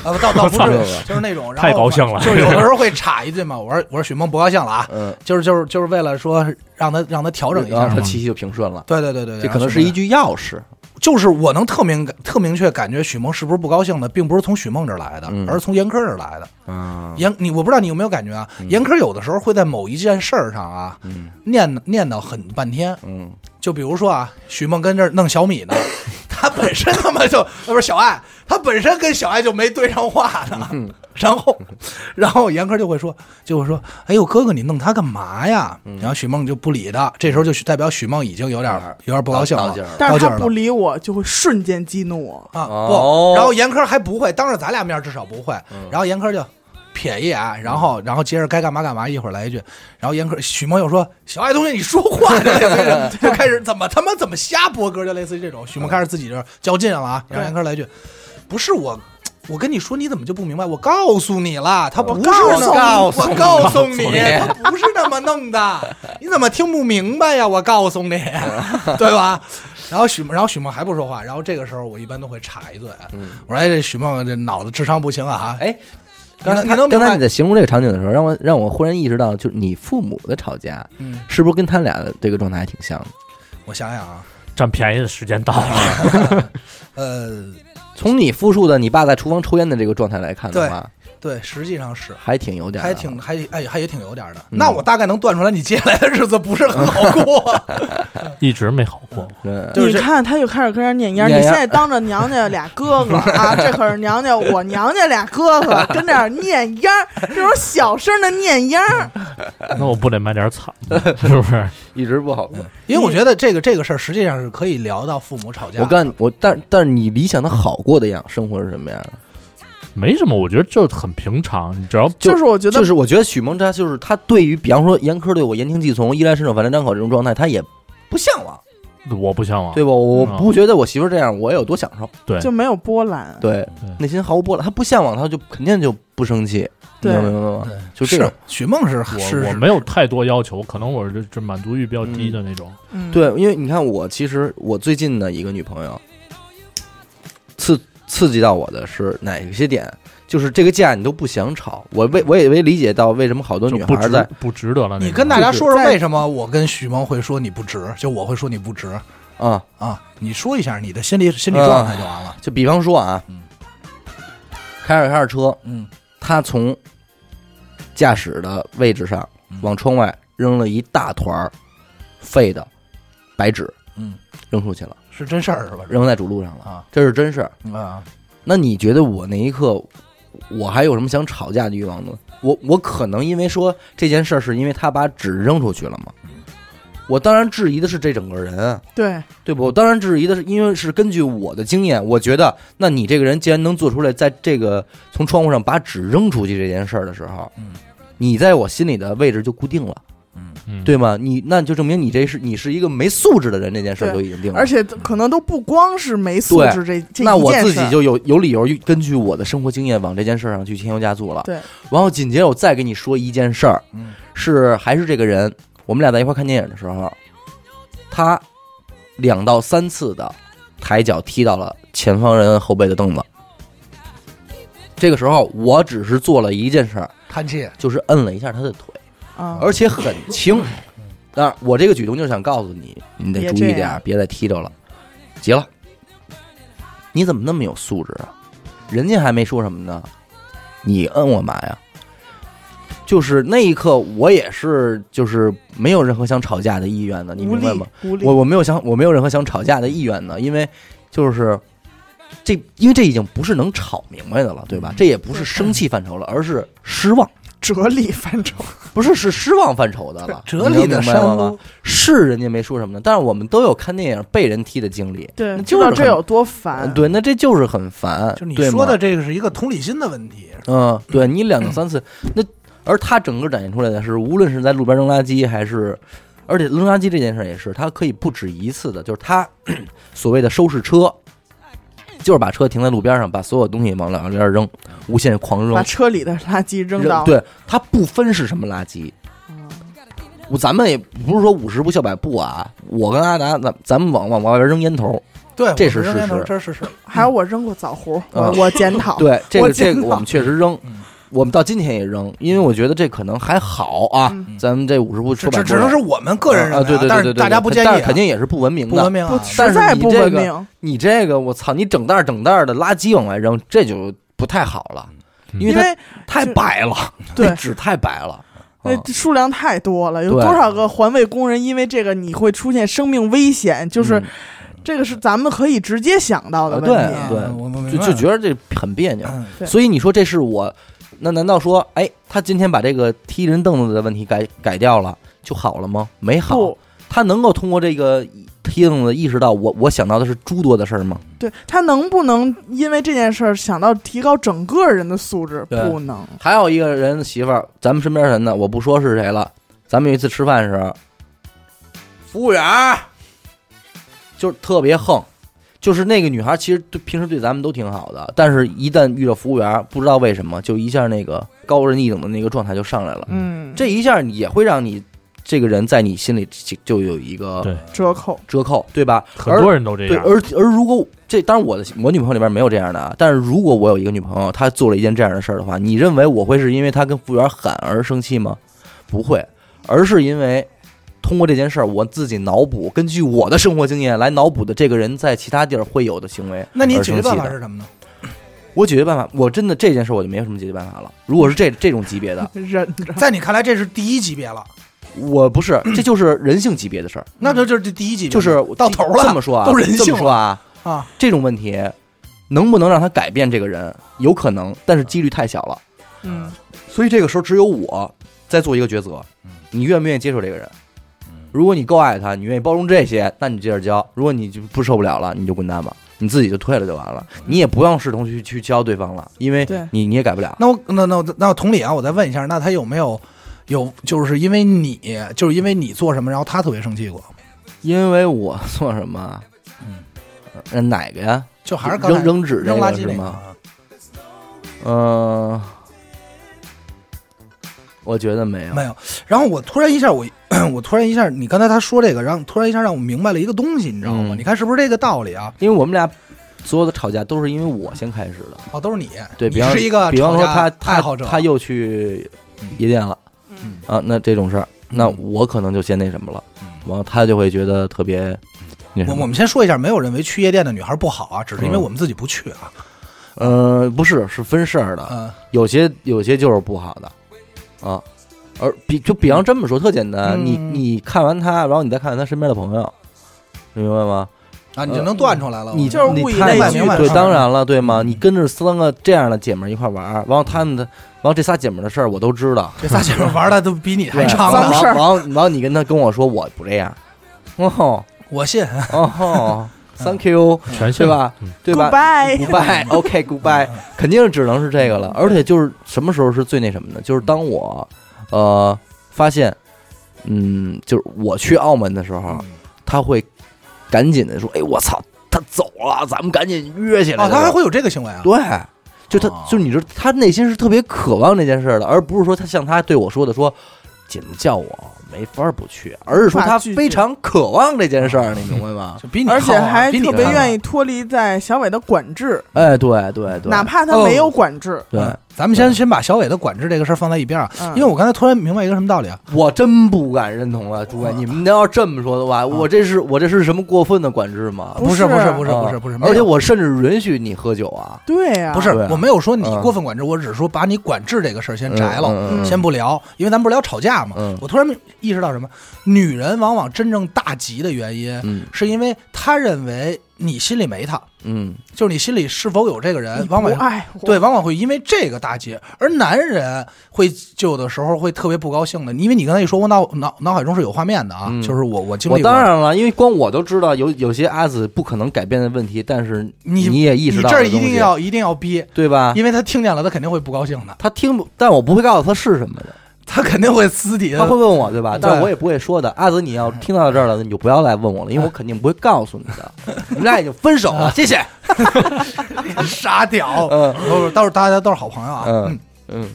Speaker 1: 啊，倒 倒不
Speaker 2: 嗯操
Speaker 1: 是，就是那种然后
Speaker 4: 太高兴了
Speaker 1: 就是有的时候会插一句嘛。我说我说许梦不高兴了啊，
Speaker 2: 嗯，
Speaker 1: 就是就是就是为了说让他让他调整一下
Speaker 2: 然后
Speaker 1: 嘛
Speaker 2: 啊他。气息就平顺了。
Speaker 1: 对对对对，
Speaker 2: 这
Speaker 1: 然后
Speaker 2: 可能
Speaker 1: 许
Speaker 2: 是
Speaker 1: 梦
Speaker 2: 一句钥匙，
Speaker 1: 就是我能特明特明确感觉许梦是不是不高兴的，并不是从许梦这儿来的，
Speaker 2: 嗯
Speaker 1: 而是从严科这儿来的。
Speaker 2: 啊，
Speaker 1: 严你我不知道你有没有感觉啊？严科有的时候会在某一件事儿上啊，
Speaker 2: 嗯
Speaker 1: 念叨念叨很半天。
Speaker 2: 嗯，
Speaker 1: 就比如说啊，许梦跟这儿弄小米 呢，他本身他妈就呃不是小爱，他本身跟小爱就没对上话呢。
Speaker 2: 嗯
Speaker 1: 然后，然后严科就会说，就会说，哎呦哥哥，你弄他干嘛呀？
Speaker 2: 嗯
Speaker 1: 然后许梦就不理他，这时候就代表许梦已经有点儿有点儿不高兴
Speaker 2: 到
Speaker 1: 了
Speaker 2: 到劲儿了，
Speaker 3: 但是
Speaker 1: 到劲
Speaker 3: 他
Speaker 1: 儿了
Speaker 3: 不理我，就会瞬间激怒我。
Speaker 1: 啊，
Speaker 2: 哦嗯
Speaker 1: 不，然后严科还不会，当着咱俩面至少不会，然后严科就瞥一眼，然后然后接着该干嘛干嘛，一会儿来一句，然后严科许梦又说小爱同学你说话呢， 就类似于这种就开始怎么他妈怎么瞎播歌，就类似于这种，许梦开始自己就是较劲了啊，然后严科来一句，不是我。我跟你说，你怎么就不明白？我告诉你了，他不是
Speaker 3: 告诉
Speaker 1: 那么
Speaker 2: 你
Speaker 1: 我告诉
Speaker 2: 告诉
Speaker 1: 你，
Speaker 2: 你
Speaker 1: 他不是那么弄的，你怎么听不明白呀？我告诉你， 对吧？然后许梦，然后许梦还不说话，然后这个时候我一般都会插一嘴，
Speaker 2: 嗯
Speaker 1: 我说：“哎，这许梦这脑子智商不行啊！”哈，
Speaker 2: 哎，
Speaker 1: 你
Speaker 2: 刚
Speaker 1: 能
Speaker 2: 才
Speaker 1: 你能明
Speaker 2: 刚才
Speaker 1: 白
Speaker 2: 你在形容这个场景的时候，让我让我忽然意识到，就是你父母的吵架，
Speaker 1: 嗯
Speaker 2: 是不是跟他俩的这个状态还挺像的？
Speaker 1: 我想想啊，
Speaker 4: 占便宜的时间到
Speaker 2: 啊
Speaker 4: 了，
Speaker 1: 呃，
Speaker 2: 从你复述的你爸在厨房抽烟的这个状态来看的话，
Speaker 1: 对，实际上是
Speaker 2: 还挺有点儿
Speaker 1: 还
Speaker 2: 的，
Speaker 1: 挺还哎还也挺有点儿的。
Speaker 2: 嗯
Speaker 1: 那我大概能断出来，你接下来的日子不是很好过。
Speaker 4: 一直没好过。
Speaker 2: 嗯
Speaker 1: 就是
Speaker 3: 你看，他又开始跟人念烟儿。
Speaker 2: 念
Speaker 3: 你
Speaker 2: 烟
Speaker 3: 现在当着娘家俩哥哥啊，这可是娘家我娘家俩哥哥跟这儿念烟儿，这种小声的念烟儿，
Speaker 2: 嗯
Speaker 4: 那我不得买点惨吗？是不是？
Speaker 2: 一直不好过。
Speaker 1: 因为我觉得这个这个事儿实际上是可以聊到父母吵架。
Speaker 2: 我告诉你，我但但是你理想的好过的样生活是什么样的？
Speaker 4: 没什么，我觉得就很平常。你只要
Speaker 2: 就
Speaker 3: 就是我觉
Speaker 2: 就
Speaker 3: 得
Speaker 2: 是我觉得许蒙他就是他对于比方说严苛对我言听计从、衣来伸手、饭来张口这种状态，他也不向往，
Speaker 1: 哦
Speaker 4: 我不向往，
Speaker 2: 对吧？我
Speaker 4: 嗯
Speaker 2: 不觉得我媳妇儿这样我有多享受，
Speaker 1: 嗯
Speaker 4: 对
Speaker 3: 就没有波澜。
Speaker 2: 对
Speaker 4: 对，
Speaker 2: 内心毫无波澜。他不向往，他就肯定就不生气，你
Speaker 3: 对
Speaker 2: 明白吗？
Speaker 1: 对，
Speaker 2: 就是这种。
Speaker 1: 许梦嗯是是
Speaker 4: 我我没有太多要求，可能我这这满足欲比较低的那种。
Speaker 3: 嗯，
Speaker 2: 对，因为你看我其实我最近的一个女朋友，刺刺激到我的是哪些点？就是这个架你都不想吵，我为我也没理解到为什么
Speaker 1: 嗯
Speaker 2: 好多
Speaker 4: 就
Speaker 2: 女
Speaker 4: 不
Speaker 2: 孩
Speaker 4: 值
Speaker 2: 在
Speaker 4: 不值得了那种。
Speaker 1: 你跟大家说说
Speaker 3: 就是在
Speaker 1: 为什么我跟许梦会说你不值，就我会说你不值
Speaker 2: 啊、
Speaker 1: 啊？你说一下你的心理心理状态就完了。
Speaker 2: 就比方说啊
Speaker 1: 嗯，
Speaker 2: 开着开着车，
Speaker 1: 嗯
Speaker 2: 她从驾驶的位置上
Speaker 1: 嗯
Speaker 2: 往窗外扔了一大团儿废的白纸，
Speaker 1: 嗯，
Speaker 2: 扔出去了，
Speaker 1: 是真事儿是吧？
Speaker 2: 扔在主路上了，
Speaker 1: 啊
Speaker 2: 这是真事儿。
Speaker 1: 啊，
Speaker 2: 那你觉得我那一刻，我还有什么想吵架的欲望呢？我我可能因为说这件事儿是因为他把纸扔出去了嘛，我当然质疑的是这整个人啊，
Speaker 3: 对，
Speaker 2: 对不？我当然质疑的是，因为是根据我的经验，我觉得，那你这个人既然能做出来，在这个从窗户上把纸扔出去这件事儿的时候，
Speaker 1: 嗯，
Speaker 2: 你在我心里的位置就固定了，
Speaker 4: 嗯，
Speaker 2: 对吗？你那就证明你这是你是一个没素质的人，这件事儿
Speaker 3: 对
Speaker 2: 就已经定了。
Speaker 3: 而且可能都不光是没素质这这
Speaker 2: 那
Speaker 3: 一
Speaker 2: 我
Speaker 3: 件
Speaker 2: 自
Speaker 3: 事
Speaker 2: 己
Speaker 3: 儿
Speaker 2: 就有有理由根据我的生活经验往这件事儿上去添油加醋了。
Speaker 3: 对，
Speaker 2: 然后紧接着我再给你说一件事儿，
Speaker 1: 嗯
Speaker 2: 是还是这个人，我们俩在一块儿看电影的时候，他两到三次的抬脚踢到了前方人后背的凳子。这个时候，我只是做了一件事儿，
Speaker 1: 叹气，
Speaker 2: 就是摁了一下他的腿，
Speaker 3: 啊，
Speaker 2: 而且很轻。当然，我这个举动就是想告诉你，你得
Speaker 3: 别
Speaker 2: 注
Speaker 3: 这
Speaker 2: 意点
Speaker 3: 样
Speaker 2: 儿，别再踢着了。结了，你怎么那么有素质啊？人家还没说什么呢，你摁我嘛呀？就是那一刻，我也是，就是没有任何想吵架的意愿的，你
Speaker 3: 无
Speaker 2: 明
Speaker 3: 力
Speaker 2: 白吗？
Speaker 3: 无力
Speaker 2: 我，我没有想，我没有任何想吵架的意愿的，因为就是这，因为这已经不是能吵明白的了，对
Speaker 3: 嗯
Speaker 2: 吧？这也不是生气范畴了，而是失望。
Speaker 3: 哲理范畴，
Speaker 2: 不是是失望范畴的了，
Speaker 1: 哲理的
Speaker 2: 你能明白
Speaker 1: 山
Speaker 2: 吗
Speaker 1: 路？，
Speaker 2: 是人家没说什么的，但是我们都有看电影被人踢的经历，
Speaker 3: 对，
Speaker 2: 那
Speaker 3: 知
Speaker 2: 就是
Speaker 3: 道
Speaker 2: 很
Speaker 3: 这有多烦，
Speaker 2: 嗯对，那这就是很烦，
Speaker 1: 就你
Speaker 2: 对吗
Speaker 1: 说的，这个是一个同理心的问题，
Speaker 2: 嗯，对你两到三次，那而他整个展现出来的是，无论是在路边扔垃圾还是。而且扔垃圾这件事儿也是，他可以不止一次的，就是他 所谓的收拾车，就是把车停在路边上，把所有东西往两边扔，无限狂扔
Speaker 3: 把，车里的垃圾扔到，
Speaker 2: 对他不分是什么垃圾，
Speaker 3: 嗯
Speaker 2: 我咱们也不是说五十步笑百步啊，我跟阿达，咱咱们往往往外边扔烟头，
Speaker 1: 对，
Speaker 2: 这
Speaker 1: 我
Speaker 2: 是
Speaker 1: 们扔
Speaker 2: 事
Speaker 1: 烟头
Speaker 2: 实
Speaker 1: 这是事实，
Speaker 3: 还有我扔过枣核，
Speaker 2: 啊
Speaker 3: 我我检
Speaker 1: 哦
Speaker 3: 讨，
Speaker 2: 对，这
Speaker 3: 我
Speaker 2: 个这
Speaker 3: 见
Speaker 2: 个
Speaker 3: 到
Speaker 2: 我们确实扔
Speaker 1: 嗯，
Speaker 2: 我们到今天也扔，因为我觉得这可能还好啊
Speaker 3: 嗯，
Speaker 2: 咱们这五十步
Speaker 1: 只
Speaker 2: 说百
Speaker 1: 只只
Speaker 2: 步
Speaker 1: 能是我们个人认
Speaker 2: 啊，
Speaker 1: 为
Speaker 2: 对对对
Speaker 1: 但
Speaker 2: 对
Speaker 1: 是
Speaker 2: 对，
Speaker 1: 大家不建议
Speaker 2: 但
Speaker 1: 啊，
Speaker 2: 是肯定也是不文明
Speaker 1: 不文
Speaker 2: 的。
Speaker 1: 明
Speaker 3: 不
Speaker 1: 啊，
Speaker 2: 但
Speaker 3: 实
Speaker 2: 是
Speaker 3: 在
Speaker 2: 你
Speaker 3: 不
Speaker 2: 这
Speaker 3: 文
Speaker 2: 个
Speaker 3: 明，
Speaker 2: 你这个我操，你整袋儿整袋儿的垃圾往外扔，这就不太好了，因为
Speaker 3: 因
Speaker 2: 它
Speaker 3: 为
Speaker 2: 太白了，
Speaker 3: 对
Speaker 2: 那 纸太白了。
Speaker 3: 那
Speaker 1: 哦
Speaker 2: 嗯
Speaker 3: 数量太多了，有
Speaker 2: 对
Speaker 3: 多少个环卫工人因为这个你会出现生命危险？就是
Speaker 2: 嗯
Speaker 3: 这个是咱们可以直接想到的
Speaker 2: 啊
Speaker 3: 问
Speaker 2: 对
Speaker 3: 题。
Speaker 2: 对
Speaker 1: 我们
Speaker 2: 嗯就就觉得这很别扭。
Speaker 1: 嗯
Speaker 3: 对
Speaker 2: 所以你说这是我，那难道说，哎，他今天把这个踢人凳子的问题改改掉了就好了吗？没好
Speaker 3: 不，，
Speaker 2: 他能够通过这个踢凳子意识到我我想到的是诸多的事儿吗？
Speaker 3: 对他能不能因为这件事儿想到提高整个人的素质？
Speaker 2: 对
Speaker 3: 不能。
Speaker 2: 还有一个人的媳妇儿，咱们身边人呢，我不说是谁了。咱们有一次吃饭的时候，服务员儿就是特别横，就是那个女孩其实对平时对咱们都挺好的，但是一旦遇到服务员儿，不知道为什么就一下那个高人一等的那个状态就上来了。
Speaker 3: 嗯，
Speaker 2: 这一下你也会让你这个人在你心里就就有一个
Speaker 4: 对
Speaker 3: 折扣
Speaker 2: 折扣，对吧？
Speaker 4: 很多人都这
Speaker 2: 而对，
Speaker 4: 样，
Speaker 2: 而而如果这当然我的我女朋友里边没有这样的啊，但是如果我有一个女朋友，她做了一件这样的事儿的话，你认为我会是因为她跟服务员喊而生气吗？不会，而是因为通过这件事儿，我自己脑补，根据我的生活经验来脑补的这个人在其他地儿会有的行为。
Speaker 1: 那你
Speaker 2: 而
Speaker 1: 解决
Speaker 2: 生气
Speaker 1: 办法
Speaker 2: 的
Speaker 1: 是什么呢？
Speaker 2: 我解决办法，我真的这件事我就没有什么解决办法了。如果是这这种级别的，
Speaker 3: 忍着。
Speaker 1: 在你看来，这是第一级别了，
Speaker 2: 我不是，这就是人性级别的事儿。
Speaker 1: 那这嗯就是第一级别，
Speaker 2: 就是
Speaker 1: 到头了，
Speaker 2: 这么说啊，
Speaker 1: 都人性了
Speaker 2: 这么说啊，
Speaker 1: 啊，
Speaker 2: 这种问题能不能让他改变这个人，有可能，但是几率太小了。
Speaker 3: 嗯，
Speaker 2: 所以这个时候只有我在做一个抉择
Speaker 1: 嗯，
Speaker 2: 你愿不愿意接受这个人
Speaker 1: 嗯？
Speaker 2: 如果你够爱他，你愿意包容这些，那你接着交；如果你就不受不了了，你就滚蛋吧，你自己就退了就完了。
Speaker 1: 嗯
Speaker 2: 你也不用试图去去教对方了，因为
Speaker 3: 对
Speaker 2: 你你也改不了。
Speaker 1: 那我那那我那我同理啊，我再问一下，那他有没有有就是因为你就是因为你做什么，然后他特别生气过？
Speaker 2: 因为我做什么？
Speaker 1: 嗯
Speaker 2: 嗯，哪个呀？
Speaker 1: 就还是刚才
Speaker 2: 扔扔纸这
Speaker 1: 扔
Speaker 2: 个
Speaker 1: 垃圾那
Speaker 2: 是
Speaker 1: 个
Speaker 2: 吗？
Speaker 1: 啊，
Speaker 2: 嗯、我觉得没有。
Speaker 1: 没有。然后我突然一 下，我我突然一下，你刚才他说这个，让突然一下让我明白了一个东西，你知道吗？
Speaker 2: 嗯
Speaker 1: 你看是不是这个道理啊？
Speaker 2: 因为我们俩所有的吵架都是因为我先开始的。
Speaker 1: 哦，都是你，
Speaker 2: 对比
Speaker 1: 你
Speaker 2: 方
Speaker 1: 是一个
Speaker 2: 比方说
Speaker 1: 啊吵架
Speaker 2: 他他
Speaker 1: 爱好者，
Speaker 2: 他又去夜店了，
Speaker 3: 嗯
Speaker 2: 啊，那这种事儿，
Speaker 1: 嗯
Speaker 2: 那我可能就先那什么了，然后他就会觉得特别那什
Speaker 1: 我
Speaker 2: 么
Speaker 1: 我。们先说一下，没有认为去夜店的女孩不好啊，只是因为
Speaker 2: 嗯
Speaker 1: 我们自己不去啊。
Speaker 2: 呃，不是，是分事儿的，
Speaker 1: 嗯、
Speaker 2: 有些有些就是不好的，啊，而比就比方这么说，特简单，你
Speaker 1: 嗯
Speaker 2: 你看完他，然后你再看看他身边的朋友，你明白吗？
Speaker 1: 啊，你就能断出来了。
Speaker 2: 呃你
Speaker 1: 就
Speaker 3: 就是
Speaker 2: 你
Speaker 3: 物以
Speaker 2: 太
Speaker 1: 类聚
Speaker 2: 明白
Speaker 1: 的
Speaker 2: 对，
Speaker 1: 事儿
Speaker 2: 当然了，对吗？你跟着三个这样的姐们儿一块儿玩儿，然后他们的，然后这仨姐们儿的事儿我都知道，
Speaker 1: 这仨姐们玩的都比你 还
Speaker 2: 对
Speaker 1: 长
Speaker 2: 然
Speaker 1: 呢
Speaker 3: 脏，
Speaker 2: 后
Speaker 3: 事儿
Speaker 2: 然后然后你跟他跟我说我不这样，哦
Speaker 1: 我信。
Speaker 2: 哦，Thank you，
Speaker 4: 全
Speaker 2: 对
Speaker 4: 信
Speaker 2: 吧？
Speaker 4: 嗯
Speaker 2: 对吧
Speaker 3: Goodbye，
Speaker 1: 嗯
Speaker 2: ？Goodbye，OK，Goodbye，肯定只能是这个了。而且就是什么时候是最那什么的？就是当我呃，发现，嗯，就是我去澳门的时候，
Speaker 1: 嗯
Speaker 2: 他会赶紧的说：“哎，我操，他走了，咱们赶紧约起来。”
Speaker 1: 哦，他还会有这个行为啊？
Speaker 2: 对，就他，
Speaker 1: 哦
Speaker 2: 就你知道，他内心是特别渴望这件事儿的，而不是说他像他对我说的说，姐们叫我没法儿不去，而是说
Speaker 3: 无法
Speaker 2: 他
Speaker 3: 拒
Speaker 2: 非
Speaker 3: 绝
Speaker 2: 常渴望这件事儿，你明白 吗？
Speaker 1: 就比你
Speaker 3: 而且
Speaker 1: 好啊
Speaker 3: 还
Speaker 1: 比你
Speaker 3: 特别
Speaker 1: 看啊
Speaker 3: 愿意脱离在小伟的管制，
Speaker 2: 哎，对对对，
Speaker 3: 哪怕他
Speaker 1: 哦
Speaker 3: 没有管制，
Speaker 2: 对，
Speaker 1: 嗯咱们先先把小伟的管制这个事儿放在一边啊，
Speaker 3: 嗯
Speaker 1: 因为我刚才突然明白一个什么道理啊？
Speaker 2: 我真不敢认同了，诸位，你们要这么说的话，我这是我这是什么过分的管制吗？
Speaker 3: 不
Speaker 1: 不是
Speaker 3: 是
Speaker 1: 不是啊不是
Speaker 2: 啊
Speaker 1: 不是不是，没有
Speaker 2: 而且我甚至允许你喝酒啊，
Speaker 3: 对呀，
Speaker 1: 不是
Speaker 2: 对啊
Speaker 1: 我没有说你
Speaker 2: 嗯
Speaker 1: 过分管制，我只是说把你管制这个事儿先摘了，
Speaker 2: 嗯嗯嗯
Speaker 1: 先不聊，因为咱不是聊吵架嘛。
Speaker 2: 嗯
Speaker 1: 我突然意识到什么，女人往往真正大急的原因，
Speaker 2: 嗯
Speaker 1: 是因为她认为你心里没她，
Speaker 2: 嗯，
Speaker 1: 就是你心里是否有这个人，往往
Speaker 3: 不爱我
Speaker 1: 对，往往会因为这个打劫，而男人会就有的时候会特别不高兴的，因为你刚才一说，我脑脑脑海中是有画面的啊，
Speaker 2: 嗯
Speaker 1: 就是我我经
Speaker 2: 我
Speaker 1: 历过，
Speaker 2: 当然了，因为光我都知道有有些阿紫不可能改变的问题，但是
Speaker 1: 你
Speaker 2: 也意识
Speaker 1: 你
Speaker 2: 到
Speaker 1: 这儿
Speaker 2: 的
Speaker 1: 一
Speaker 2: 东
Speaker 1: 定
Speaker 2: 西
Speaker 1: 要一定要逼，
Speaker 2: 对吧？
Speaker 1: 因为他听见了，他肯定会不高兴的，
Speaker 2: 他听不，但我不会告诉他是什么的，
Speaker 1: 他肯定会私底
Speaker 2: 他
Speaker 1: 下
Speaker 2: 会问我，对吧？
Speaker 1: 对
Speaker 2: 但我也不会说的。阿紫，你要听到这儿了，你就不要来问我了，因为我肯定不会告诉你 的。你们俩已经分手 了，谢谢。
Speaker 1: 傻屌，
Speaker 2: 嗯
Speaker 1: 不呃是，到时候大家都是好朋友啊，
Speaker 2: 嗯嗯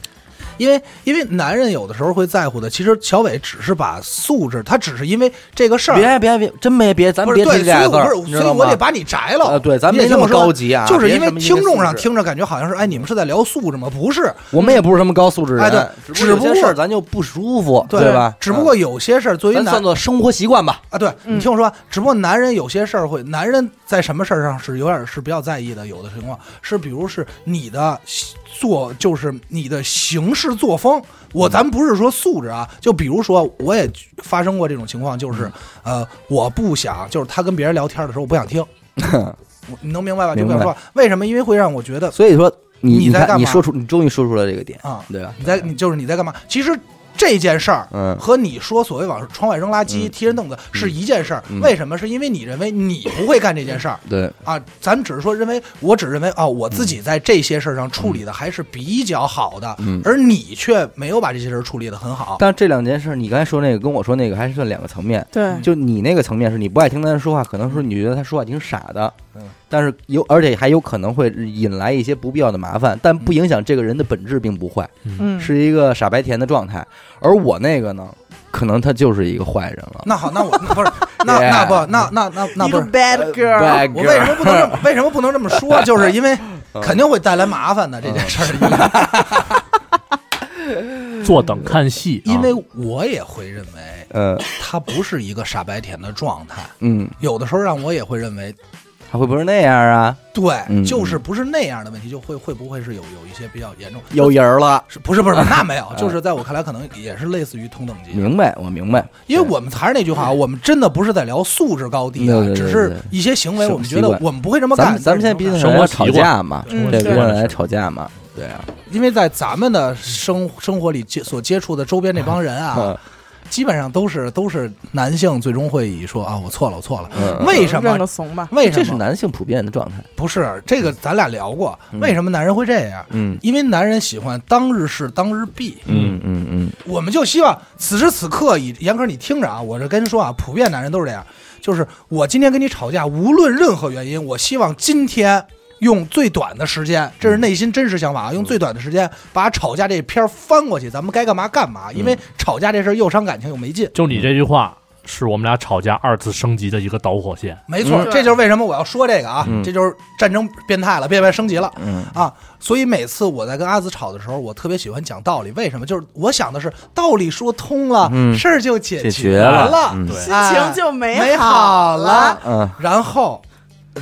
Speaker 1: 因为因为男人有的时候会在乎的，其实小伟只是把素质，他只是因为这个事儿。
Speaker 2: 别别别，真别别，咱
Speaker 1: 不
Speaker 2: 们
Speaker 1: 是
Speaker 2: 别
Speaker 1: 对，
Speaker 2: 提
Speaker 1: 所
Speaker 2: 这
Speaker 1: 以
Speaker 2: 俩字
Speaker 1: 我
Speaker 2: 儿，
Speaker 1: 不是，
Speaker 2: 你知
Speaker 1: 所以
Speaker 2: 道
Speaker 1: 我
Speaker 2: 吗
Speaker 1: 得？把你摘了。
Speaker 2: 啊对咱
Speaker 1: 你
Speaker 2: 没
Speaker 1: 得
Speaker 2: 那
Speaker 1: 这
Speaker 2: 么
Speaker 1: 说
Speaker 2: 高级啊
Speaker 1: 就是
Speaker 2: 别
Speaker 1: 因为
Speaker 2: 什么一个
Speaker 1: 听众上
Speaker 2: 素质
Speaker 1: 听着感觉好像是，哎，你们是在聊素质吗？不是，
Speaker 2: 我们也不是什么高素质人，
Speaker 1: 哎对
Speaker 2: 只不过有
Speaker 1: 只不过
Speaker 2: 些事儿咱就不舒服，
Speaker 1: 对
Speaker 2: 吧？嗯
Speaker 1: 只不过有些事儿，作为
Speaker 2: 咱
Speaker 1: 男
Speaker 2: 算作生活习惯吧。
Speaker 1: 啊，对
Speaker 3: 嗯
Speaker 1: 你听我说啊，只不过男人有些事儿会，男人在什么事儿上是有点是比较在意的，有的情况是，比如是你的做，就是你的行事作风。我咱不是说素质啊，就比如说我也发生过这种情况，就是呃，我不想，就是他跟别人聊天的时候，我不想 听。我你能明白吧？就不想说为什么？因为会让我觉得
Speaker 2: 所以说，
Speaker 1: 你
Speaker 2: 你
Speaker 1: 在
Speaker 2: 看
Speaker 1: 干嘛
Speaker 2: 你说出，你终于说出了这个点，
Speaker 1: 啊，
Speaker 2: 对吧？
Speaker 1: 你在你就是你在干嘛？其实这件事儿，
Speaker 2: 嗯
Speaker 1: 和你说所谓往窗外扔垃圾、
Speaker 2: 嗯
Speaker 1: 踢人凳子是一件事儿。
Speaker 2: 嗯
Speaker 1: 为什么？是因为你认为你不会干这件事儿
Speaker 2: 对，
Speaker 1: 啊？咱们只是说认为，我只认为啊，我自己在这些事儿上处理的还是比较好的，
Speaker 2: 嗯
Speaker 1: 而你却没有把这些事儿处理的很好。
Speaker 2: 但这两件事，你刚才说那个跟我说那个还是算两个层面。
Speaker 1: 嗯
Speaker 3: 对，
Speaker 2: 就你那个层面是你不爱听他说话，可能是你觉得他说话挺傻的，
Speaker 1: 嗯
Speaker 2: 但是有而且还有可能会引来一些不必要的麻烦，但不影响这个人的本质并不坏，
Speaker 3: 嗯，
Speaker 2: 是一个傻白甜的状态。而我那个呢，可能他就是一个坏人了。
Speaker 1: 那好，那我那 不是，那
Speaker 2: Yeah
Speaker 1: 那不，那那那那
Speaker 3: 一
Speaker 1: 不
Speaker 3: 个
Speaker 1: 是。呃
Speaker 3: bad girl，
Speaker 2: Bad
Speaker 1: 我为什
Speaker 2: girl
Speaker 1: 么不能这么？为什么不能这么 说？就是因为
Speaker 2: 嗯
Speaker 1: 肯定会带来麻烦的这件事儿，
Speaker 4: 坐等看戏啊，
Speaker 1: 因
Speaker 2: 嗯
Speaker 1: 为我也会认为
Speaker 2: 呃
Speaker 1: 他不是一个傻白甜的状态。
Speaker 2: 嗯，
Speaker 1: 有的时候让我也会认为，
Speaker 2: 他会不会是那样啊？
Speaker 1: 对，
Speaker 2: 嗯
Speaker 1: 就是不是那样的问题，就会会不会是有有一些比较严重？
Speaker 2: 有人儿了，
Speaker 1: 是不是不是那没有，
Speaker 2: 嗯
Speaker 1: 就是在我看来，可能也是类似于同等级的。
Speaker 2: 明白，我明白，
Speaker 1: 因为我们还是那句话啊，我们真的不是在聊素质高低啊
Speaker 2: 对，对对
Speaker 1: 只是一些行为，
Speaker 2: 是
Speaker 1: 我们觉得
Speaker 2: 习惯
Speaker 1: 我们不会这么
Speaker 2: 咱
Speaker 1: 干
Speaker 2: 们。咱们现在毕竟
Speaker 1: 但是
Speaker 2: 是
Speaker 4: 生活
Speaker 2: 来
Speaker 4: 习
Speaker 2: 吵
Speaker 4: 惯
Speaker 2: 架嘛，
Speaker 3: 嗯
Speaker 2: 对，毕
Speaker 3: 对
Speaker 2: 竟是来吵架嘛，对啊，
Speaker 1: 因为在咱们的生生活里接所接触的周边这帮人啊，
Speaker 2: 嗯
Speaker 1: 基本上都是都是男性，最终会以说啊，我错了，我错了。
Speaker 2: 嗯
Speaker 1: 为什
Speaker 3: 认个
Speaker 1: 么？
Speaker 3: 怂吧，
Speaker 1: 为
Speaker 2: 这
Speaker 1: 什
Speaker 2: 是
Speaker 1: 么？
Speaker 2: 男性普遍的状态，
Speaker 1: 不是这个，咱俩聊过，为什么男人会这样？
Speaker 2: 嗯
Speaker 1: 因为男人喜欢当日事当日毕，
Speaker 2: 嗯嗯嗯，
Speaker 1: 我们就希望此时此刻以严哥你听着啊，我这跟你说啊，普遍男人都是这样，就是我今天跟你吵架，无论任何原因，我希望今天用最短的时
Speaker 2: 嗯
Speaker 1: 间，这是内心真实想法啊，用最短的时间把吵架这篇翻过去，咱们该干嘛干
Speaker 2: 嗯
Speaker 1: 嘛，因为吵架这事儿又伤感情又没劲。
Speaker 4: 就你这句话，是我们俩吵架二次升级的一个导火线。
Speaker 1: 没错，
Speaker 3: 嗯
Speaker 1: 这就是为什么我要说这个啊，
Speaker 2: 嗯
Speaker 1: 这就是战争变态了，变态升级了。
Speaker 2: 嗯
Speaker 1: 啊，所以每次我在跟阿紫吵的时候，我特别喜欢讲道理。为什么？就是我想的是道理说通了，
Speaker 2: 嗯
Speaker 1: 事儿就解
Speaker 2: 解
Speaker 1: 决
Speaker 2: 决了嗯
Speaker 4: 对
Speaker 3: 心
Speaker 1: 哎
Speaker 3: 情就
Speaker 1: 美
Speaker 3: 好
Speaker 1: 好了。
Speaker 2: 嗯
Speaker 1: 然后，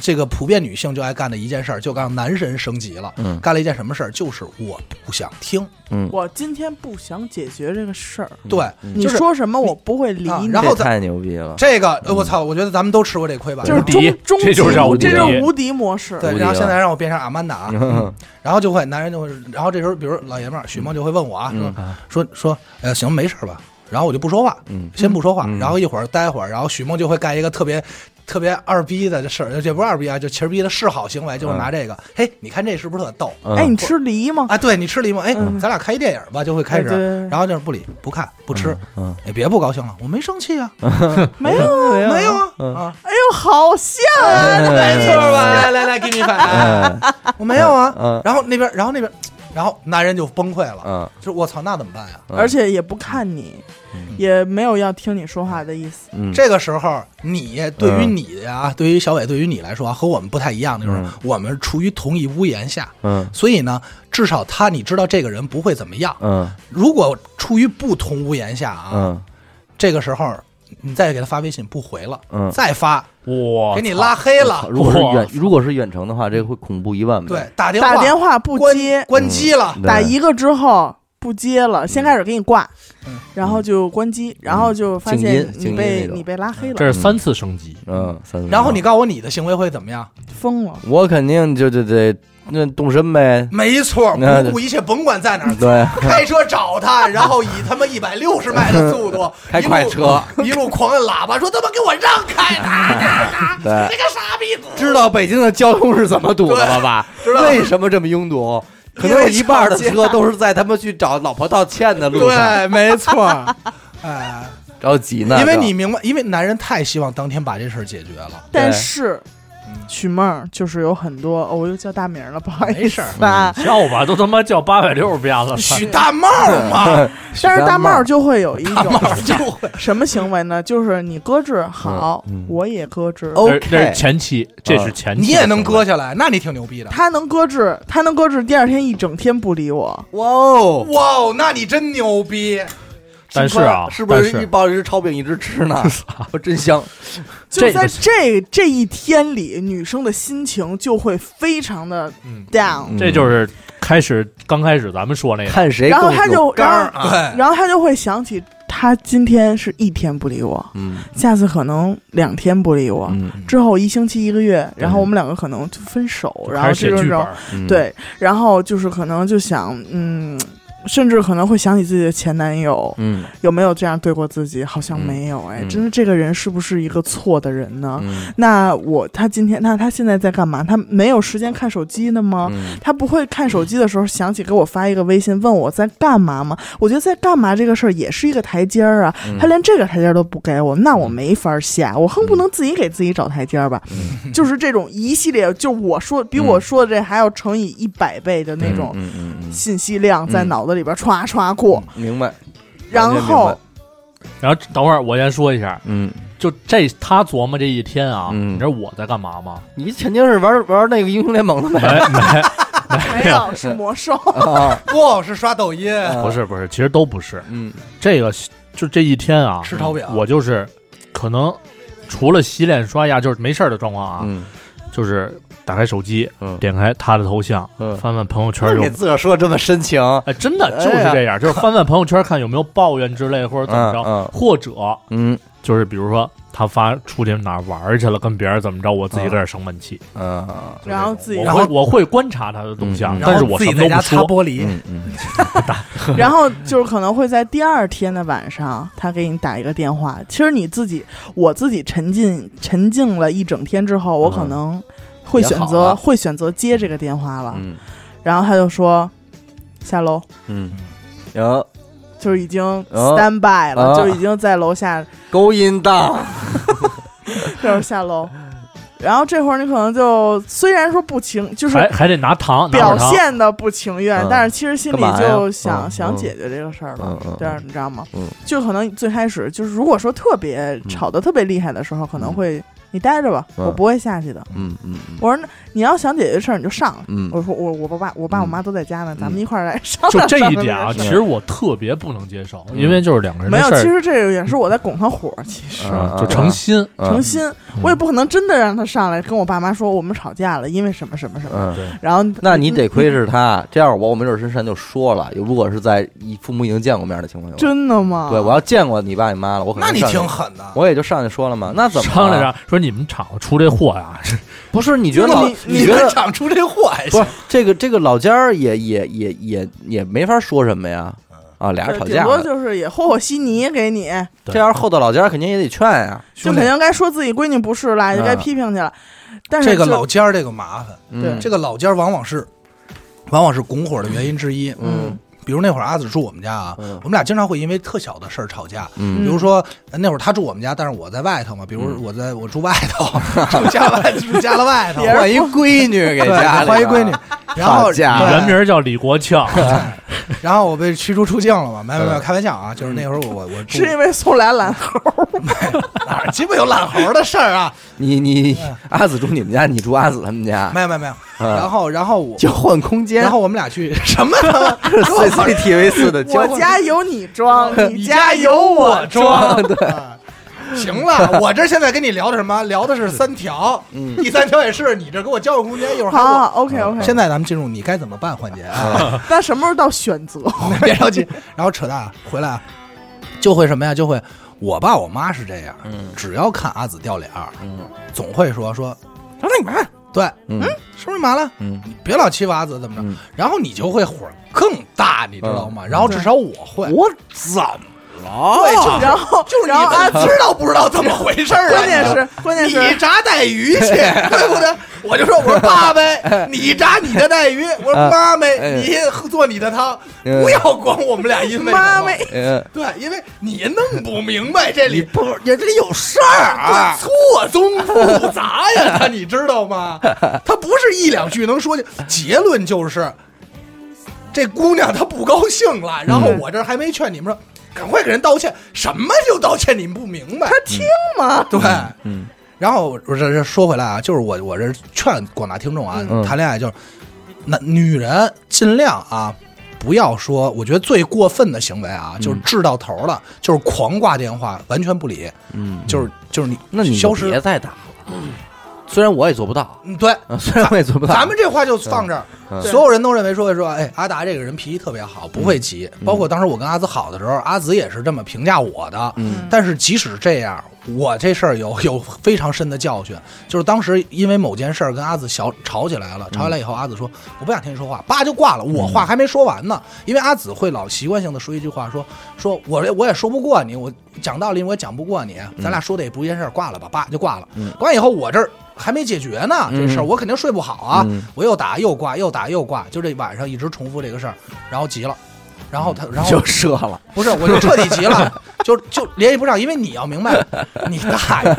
Speaker 1: 这个普遍女性就爱干的一件事儿，就让男神升级了。
Speaker 2: 嗯
Speaker 1: 干了一件什么事儿？就是我不想听。
Speaker 2: 嗯，
Speaker 3: 我今天不想解决这个事儿，
Speaker 1: 对，
Speaker 2: 嗯
Speaker 3: 你
Speaker 1: 就是
Speaker 3: 说什么我不会理你
Speaker 1: 啊。然后再
Speaker 2: 这太牛逼了，
Speaker 1: 这个，呃我操！我觉得咱们都吃过这亏吧。
Speaker 3: 就是
Speaker 4: 无敌
Speaker 3: 终终极，
Speaker 4: 这就是
Speaker 2: 叫无敌
Speaker 3: 这就是无敌模式。
Speaker 1: 对，
Speaker 2: 无敌
Speaker 1: 然后现
Speaker 2: 了
Speaker 1: 在让我变成阿曼达 啊，
Speaker 2: 嗯
Speaker 1: 然后就会男人就会，然后这时候比如老爷们儿许梦就会问我啊，
Speaker 2: 嗯
Speaker 1: 说说说，呃，行，没事儿吧？然后我就不说话，
Speaker 2: 嗯
Speaker 1: 先不说话，
Speaker 2: 嗯
Speaker 1: 然后一会儿待会儿，然后许梦就会干一个特别特别二逼的事儿，也不是二逼啊，就其实逼的示好行为，就是拿这个，嘿，你看这是不是特逗
Speaker 2: 嗯
Speaker 3: 哎，你吃梨吗？
Speaker 1: 啊？对你吃了一梦，哎，
Speaker 3: 嗯
Speaker 1: 咱俩看一电影吧，就会开
Speaker 3: 对
Speaker 1: 始，
Speaker 3: 对对
Speaker 1: 然后就是不理、不看、不吃，
Speaker 2: 嗯，
Speaker 1: 也别不高兴了，我没生气啊，
Speaker 3: 没有，
Speaker 2: 没
Speaker 1: 没有啊，
Speaker 2: 嗯
Speaker 1: 啊，
Speaker 3: 哎呦，好像啊，
Speaker 1: 没错吧？来来来，给你反，
Speaker 2: 嗯
Speaker 1: 啊我没有啊
Speaker 2: 嗯。
Speaker 1: 然后那边，然后那边，然后男人就崩溃了，
Speaker 2: 嗯，
Speaker 1: 就是我操，那怎么办呀？
Speaker 2: 嗯
Speaker 3: 而且也不看你，也没有要听你说话的意思。
Speaker 2: 嗯
Speaker 1: 这个时候，你对于你啊，对于小伟，对于你来说啊，和我们不太一样的就是
Speaker 2: 嗯，
Speaker 1: 我们处于同一屋檐下，
Speaker 2: 嗯
Speaker 1: 所以呢，至少他你知道这个人不会怎么样。
Speaker 2: 嗯
Speaker 1: 如果处于不同屋檐下啊，
Speaker 2: 嗯
Speaker 1: 这个时候你再给他发微信不回了，
Speaker 2: 嗯，
Speaker 1: 再发
Speaker 4: 哇，
Speaker 1: 给你拉黑了，
Speaker 2: 如果是远
Speaker 4: 哇，
Speaker 2: 如果是远程的话，这会恐怖一万倍。
Speaker 1: 对，打电
Speaker 3: 打
Speaker 1: 话
Speaker 3: 电话不
Speaker 1: 关
Speaker 3: 接，
Speaker 1: 关机了
Speaker 2: 嗯，
Speaker 3: 打一个之后不接了，先开始给你挂
Speaker 1: 嗯，
Speaker 3: 然后就关机，然后就发现
Speaker 2: 静音静
Speaker 3: 你
Speaker 2: 音
Speaker 3: 被
Speaker 2: 那种
Speaker 3: 你被拉黑了，
Speaker 4: 这是三次升级，
Speaker 2: 嗯，三四
Speaker 1: 然后你告诉我你的行为会怎么样？
Speaker 3: 疯了。
Speaker 2: 我肯定就就得那动身呗，
Speaker 1: 没错，
Speaker 2: 那
Speaker 1: 不顾一切，甭管在哪儿，
Speaker 2: 对，
Speaker 1: 开车找他，然后以他妈一百六十迈的速度
Speaker 2: 开快车，
Speaker 1: 一路一 路狂按喇叭，说他妈给我让开，打打打，
Speaker 2: 对
Speaker 1: 这个傻逼，
Speaker 2: 知道北京的交通是怎么堵的了吧？
Speaker 1: 知道
Speaker 2: 为什么这么拥堵？可能有一半的车都是在他们去找老婆道歉的路上，
Speaker 1: 对，没错，哎，
Speaker 2: 着急呢。
Speaker 1: 因为你明白，因为男人太希望当天把这事儿解决 了，
Speaker 3: 但
Speaker 2: 对
Speaker 3: 是
Speaker 1: 嗯
Speaker 3: 曲妹儿就是有很多，哦我又叫大名了，不好
Speaker 1: 没
Speaker 3: 意
Speaker 1: 事儿
Speaker 3: 思啊。
Speaker 4: 叫吧，都他妈叫八百六十遍了，
Speaker 1: 许大帽 嘛，
Speaker 3: 但是大
Speaker 2: 帽
Speaker 3: 帽儿就会有一种
Speaker 1: 帽就会
Speaker 3: 什么行为呢？就是你搁置好
Speaker 2: 嗯嗯，
Speaker 3: 我也搁置。
Speaker 2: 哦
Speaker 4: 那是那
Speaker 2: OK
Speaker 4: 是前期，这是前期，
Speaker 1: 嗯你也能割，下来，那你挺牛逼 的。
Speaker 3: 他能搁置，他能搁置，第二天一整天不理我。
Speaker 2: 哇哦！
Speaker 1: 哇哦，那你真牛逼！
Speaker 4: 但是啊，
Speaker 2: 是不是
Speaker 4: 但
Speaker 2: 一包一只炒饼一只吃 呢？我真香！
Speaker 3: 就
Speaker 4: 这
Speaker 3: 在
Speaker 4: 个
Speaker 3: 这这一天里，女生的心情就会非常的
Speaker 4: 嗯
Speaker 3: down，
Speaker 2: 嗯
Speaker 4: 这就是开始刚开始咱们说那个，
Speaker 2: 看谁
Speaker 3: 然后
Speaker 2: 更
Speaker 3: 他
Speaker 2: 有
Speaker 3: 就
Speaker 2: 肝儿
Speaker 3: 然
Speaker 2: 啊！
Speaker 3: 后
Speaker 1: 对，
Speaker 3: 然后他就会想起，他今天是一天不理我，
Speaker 2: 嗯
Speaker 3: 下次可能两天不理我，
Speaker 2: 嗯
Speaker 3: 之后一星期一个月，然后我们两个可能就分手，然后
Speaker 4: 开始
Speaker 3: 这
Speaker 4: 写
Speaker 3: 种
Speaker 4: 剧本
Speaker 3: 种
Speaker 4: 儿，
Speaker 2: 嗯，
Speaker 3: 对，然后就是可能就想，嗯，甚至可能会想起自己的前男友，
Speaker 2: 嗯
Speaker 3: 有没有这样对过自己？好像
Speaker 2: 嗯
Speaker 3: 没有，哎，
Speaker 2: 嗯
Speaker 3: 真的这个人是不是一个错的人呢？
Speaker 2: 嗯
Speaker 3: 那我他今天那他现在在干嘛？他没有时间看手机呢吗？
Speaker 2: 嗯
Speaker 3: 他不会看手机的时候想起给我发一个微信问我在干嘛吗？我觉得在干嘛这个事儿也是一个台阶儿啊，
Speaker 2: 嗯
Speaker 3: 他连这个台阶儿都不给我，那我没法下，我恨不能自己给自己找台阶儿吧。
Speaker 2: 嗯
Speaker 3: 就是这种一系列，就我说比我说的这还要乘以一百倍的那种
Speaker 2: 嗯嗯嗯
Speaker 3: 信息量在
Speaker 2: 嗯
Speaker 3: 脑子里边儿歘歘过，
Speaker 2: 嗯，明白。
Speaker 3: 然
Speaker 2: 完全明
Speaker 3: 后
Speaker 2: 白
Speaker 4: 然后等会儿我先说一下，
Speaker 2: 嗯，
Speaker 4: 就这他琢磨这一天啊，
Speaker 2: 嗯
Speaker 4: 你知道我在干嘛吗？
Speaker 2: 你肯定是玩玩那个英雄联盟的
Speaker 4: 没
Speaker 2: 呗？
Speaker 4: 没
Speaker 3: 没有是魔兽。
Speaker 2: 啊，
Speaker 1: 不是刷抖音，
Speaker 4: 不是不是，其实都不是，
Speaker 2: 嗯
Speaker 4: 这个就这一天啊，
Speaker 1: 吃炒饼，
Speaker 4: 我就是可能除了洗脸刷牙就是没事儿的状况啊，
Speaker 2: 嗯
Speaker 4: 就是打开手机，
Speaker 2: 嗯
Speaker 4: 点开他的头像，
Speaker 2: 嗯，
Speaker 4: 翻翻朋友圈
Speaker 2: 那
Speaker 4: 有
Speaker 2: 给。自个儿说这么深情，
Speaker 4: 哎，真的就是这样， 就是翻翻朋友圈看有没有抱怨之类，或者怎么着，
Speaker 2: 嗯嗯
Speaker 4: 或者
Speaker 2: 嗯
Speaker 4: 就是比如说他发出去哪儿玩儿去了，跟别人怎么着，我自己搁这儿生闷气。
Speaker 2: 嗯
Speaker 3: 然后自己，
Speaker 4: 我会我会观察他的动向
Speaker 2: 嗯，
Speaker 4: 但是我什
Speaker 1: 自己
Speaker 4: 么
Speaker 1: 在
Speaker 4: 都
Speaker 1: 家
Speaker 4: 不
Speaker 1: 擦
Speaker 4: 说。
Speaker 1: 玻璃，
Speaker 2: 嗯嗯
Speaker 3: 然后就是可能会在第二天的晚上，他给你打一个电话。其实你自己，我自己沉浸沉浸了一整天之后，我可能会
Speaker 2: 嗯
Speaker 3: 选
Speaker 2: 也好
Speaker 3: 择
Speaker 2: 了
Speaker 3: 会选择接这个电话了。
Speaker 2: 嗯
Speaker 3: 然后他就说下楼，
Speaker 2: 嗯，有
Speaker 3: 就是已经
Speaker 2: 哦
Speaker 3: stand by 了，
Speaker 2: 哦啊
Speaker 3: 就已经在楼下，
Speaker 2: 勾引到，
Speaker 3: 就是下楼。然后这会儿你可能就虽然说不情，就是
Speaker 4: 还还得拿糖，拿
Speaker 3: 表
Speaker 4: 点糖
Speaker 3: 现的不情愿，
Speaker 2: 嗯
Speaker 3: 但是其实心里
Speaker 2: 干嘛呀
Speaker 3: 就
Speaker 2: 嗯
Speaker 3: 想、
Speaker 2: 嗯
Speaker 3: 想解决这个事儿了
Speaker 2: 嗯，嗯
Speaker 3: 这样你知道吗？
Speaker 2: 嗯
Speaker 3: 就可能最开始就是如果说特别吵得特别厉害的时候，可能会你待着吧，
Speaker 2: 嗯
Speaker 3: 我不会下去的。
Speaker 2: 嗯嗯
Speaker 3: 我说那你要想解决事儿你就上来。
Speaker 2: 嗯
Speaker 3: 我说我我爸我爸
Speaker 2: 嗯
Speaker 3: 我妈都在家呢，
Speaker 2: 嗯
Speaker 3: 咱们一块儿来商
Speaker 4: 就
Speaker 3: 量。
Speaker 4: 这
Speaker 3: 商
Speaker 4: 一
Speaker 3: 量
Speaker 4: 点啊，
Speaker 3: 这个
Speaker 4: 其
Speaker 3: 事儿
Speaker 4: 实我特别不能接受，
Speaker 2: 嗯
Speaker 4: 因为就是两个人
Speaker 3: 没
Speaker 4: 的
Speaker 3: 有，
Speaker 4: 事
Speaker 3: 其
Speaker 4: 儿，
Speaker 3: 实这个也是我在拱他火，其实。
Speaker 4: 嗯就成心。
Speaker 3: 诚
Speaker 2: 嗯
Speaker 3: 心，我也不可能真的让他上来跟我爸妈说我们吵架了，因为什么什么什么。
Speaker 2: 嗯。
Speaker 4: 对，
Speaker 3: 然后
Speaker 2: 那你得亏是他，这样我我没准深山就说了。如果是在一父母已经见过面的情况下，
Speaker 3: 真的吗？
Speaker 2: 对我要见过你爸你妈了，我可能
Speaker 1: 那你
Speaker 2: 上去
Speaker 1: 挺，狠的。
Speaker 2: 我也就上去说了嘛。那怎么
Speaker 4: 商量
Speaker 2: 了？
Speaker 4: 着说你们厂子出这货呀，
Speaker 2: 不是你觉得
Speaker 3: 那
Speaker 2: 老
Speaker 3: 你
Speaker 2: 觉
Speaker 1: 们
Speaker 2: 得
Speaker 1: 长出这祸还
Speaker 2: 不
Speaker 1: 行
Speaker 2: 是？这个这个老家儿也也也也也没法说什么呀，啊，俩人
Speaker 3: 对
Speaker 2: 吵
Speaker 3: 顶
Speaker 2: 架
Speaker 3: 多
Speaker 2: 了，
Speaker 3: 就是也和和稀泥给你，
Speaker 4: 对
Speaker 2: 这要是后到老家，肯定也得劝呀。
Speaker 3: 就
Speaker 1: 兄弟
Speaker 3: 肯，定该说自己闺女不是啦，就该
Speaker 2: 嗯
Speaker 3: 批评去了。但是
Speaker 1: 这个
Speaker 3: 就
Speaker 1: 老尖儿这个麻烦，
Speaker 2: 嗯
Speaker 1: 这个老尖儿往往是往往是拱火的原因之一。
Speaker 2: 嗯
Speaker 1: 比如那会儿阿紫住我们家啊，
Speaker 2: 嗯
Speaker 1: 我们俩经常会因为特小的事儿吵架。比
Speaker 2: 嗯
Speaker 1: 如说呃那会儿他住我们家，但是我在外头嘛，比如
Speaker 2: 嗯
Speaker 1: 我在我住外 头，住家外住家了外头，
Speaker 2: 换一闺女给
Speaker 1: 对啊
Speaker 2: 家里，
Speaker 1: 怀疑闺女，，然后
Speaker 2: 好家
Speaker 1: 对
Speaker 2: 伙
Speaker 4: 原名叫李国强，
Speaker 1: 然后我被驱逐出境了嘛？没有没有，
Speaker 2: 嗯
Speaker 1: 开玩笑啊，就是那会儿我我住
Speaker 3: 是因为送来 懒猴，
Speaker 1: 哪儿鸡巴有懒猴的事儿啊？
Speaker 2: 你你阿紫住你们家，你住阿紫他们家，
Speaker 1: 没有没有没有，
Speaker 2: 嗯
Speaker 1: 然后然后我
Speaker 2: 交换空间，
Speaker 1: 然后我们俩去 什么他妈？
Speaker 2: CCTV 四的交
Speaker 3: 我
Speaker 2: 换，
Speaker 3: 家有你装，
Speaker 1: 你
Speaker 3: 家
Speaker 1: 有
Speaker 3: 我
Speaker 1: 装，对。
Speaker 2: 嗯
Speaker 1: 行 了，我这现在跟你聊的什么？聊的是三条，
Speaker 2: 嗯
Speaker 1: 第三条也是你这给我交换空间，一会儿还
Speaker 3: 好
Speaker 1: 我。嗯
Speaker 3: ，OK OK。
Speaker 1: 现在咱们进入你该怎么办环节啊？
Speaker 3: 那什么时候到选择？
Speaker 1: 别着急，然后扯淡啊回来啊，就会什么呀？就会我爸我妈是这样，
Speaker 2: 嗯
Speaker 1: 只要看阿紫掉脸儿，
Speaker 2: 嗯
Speaker 1: 总会说说，长你嘛？对，
Speaker 2: 嗯
Speaker 1: 是不是麻了？
Speaker 2: 嗯
Speaker 1: 你别老欺负阿紫怎么着？
Speaker 2: 嗯
Speaker 1: 然后你就会火更大，你知道吗？然后至少我会，
Speaker 2: 我怎
Speaker 1: 对，
Speaker 2: 么
Speaker 1: 就
Speaker 3: 然后，
Speaker 1: 哦就是
Speaker 3: 然后阿
Speaker 1: 你
Speaker 3: 紫
Speaker 1: 们，啊知道不知道怎么回事儿啊？
Speaker 3: 关键是关键
Speaker 1: 你
Speaker 3: 是
Speaker 1: 炸带鱼去，对不对？我就说我说爸呗，你炸你的带鱼，我说
Speaker 2: 啊
Speaker 1: 妈呗，
Speaker 2: 哎
Speaker 1: 你做你的汤，
Speaker 2: 嗯
Speaker 1: 不要管我们俩因为什么
Speaker 3: 妈咪，
Speaker 2: 了？
Speaker 1: 对，因为你弄不明白这 里
Speaker 2: 不，也这里有事儿啊！
Speaker 1: 错综复杂呀，他你知道吗？他不是一两句能说清，结论就是这姑娘她不高兴了，然
Speaker 2: 嗯
Speaker 1: 后我这儿还没劝你们说，赶快给人道歉，什么就道歉？你们不明白？
Speaker 3: 听吗？
Speaker 1: 对，
Speaker 2: 嗯
Speaker 1: 然后我这这说回来啊，就是我我这劝广大听众啊，
Speaker 2: 嗯
Speaker 1: 谈恋爱就是，那女人尽量啊，不要说，我觉得最过分的行为
Speaker 2: 嗯
Speaker 1: 啊，就是治到头了，就是狂挂电话，完全不理，
Speaker 2: 嗯，
Speaker 1: 就是就是你
Speaker 2: 那你就
Speaker 1: 消失
Speaker 2: 别，再打了。虽然我也做不到，
Speaker 1: 嗯，对。
Speaker 2: 啊虽然我也做不到，
Speaker 1: 咱们这话就放这儿，
Speaker 2: 嗯
Speaker 1: 所有人都认为说说，哎，阿达这个人脾气特别好，不会急。
Speaker 2: 嗯
Speaker 1: 包括当时我跟阿紫好的时候，阿紫也是这么评价我的。
Speaker 2: 嗯
Speaker 1: 但是即使这样，我这事儿有 有非常深的教训，就是当时因为某件事儿跟阿紫小吵起来了，
Speaker 2: 嗯
Speaker 1: 吵起来以后，阿紫说我不想听你说话，叭就挂了，我话还没说完呢，因为阿紫会老习惯性的说一句话，说说我我也说不过你，我讲道理我也讲不过你，咱俩说的也不一件事儿，挂了吧，叭就挂了
Speaker 2: 嗯，
Speaker 1: 挂完以后我这儿还没解决呢，这事儿
Speaker 2: 嗯
Speaker 1: 我肯定睡不好啊
Speaker 2: 嗯，
Speaker 1: 我又打又挂，又打又挂，就这晚上一直重复这个事儿，然后急了。然后他，然后
Speaker 2: 嗯就射了，
Speaker 1: 不是，我就彻底急了，就就联系不上，因为你要明白，你大爷。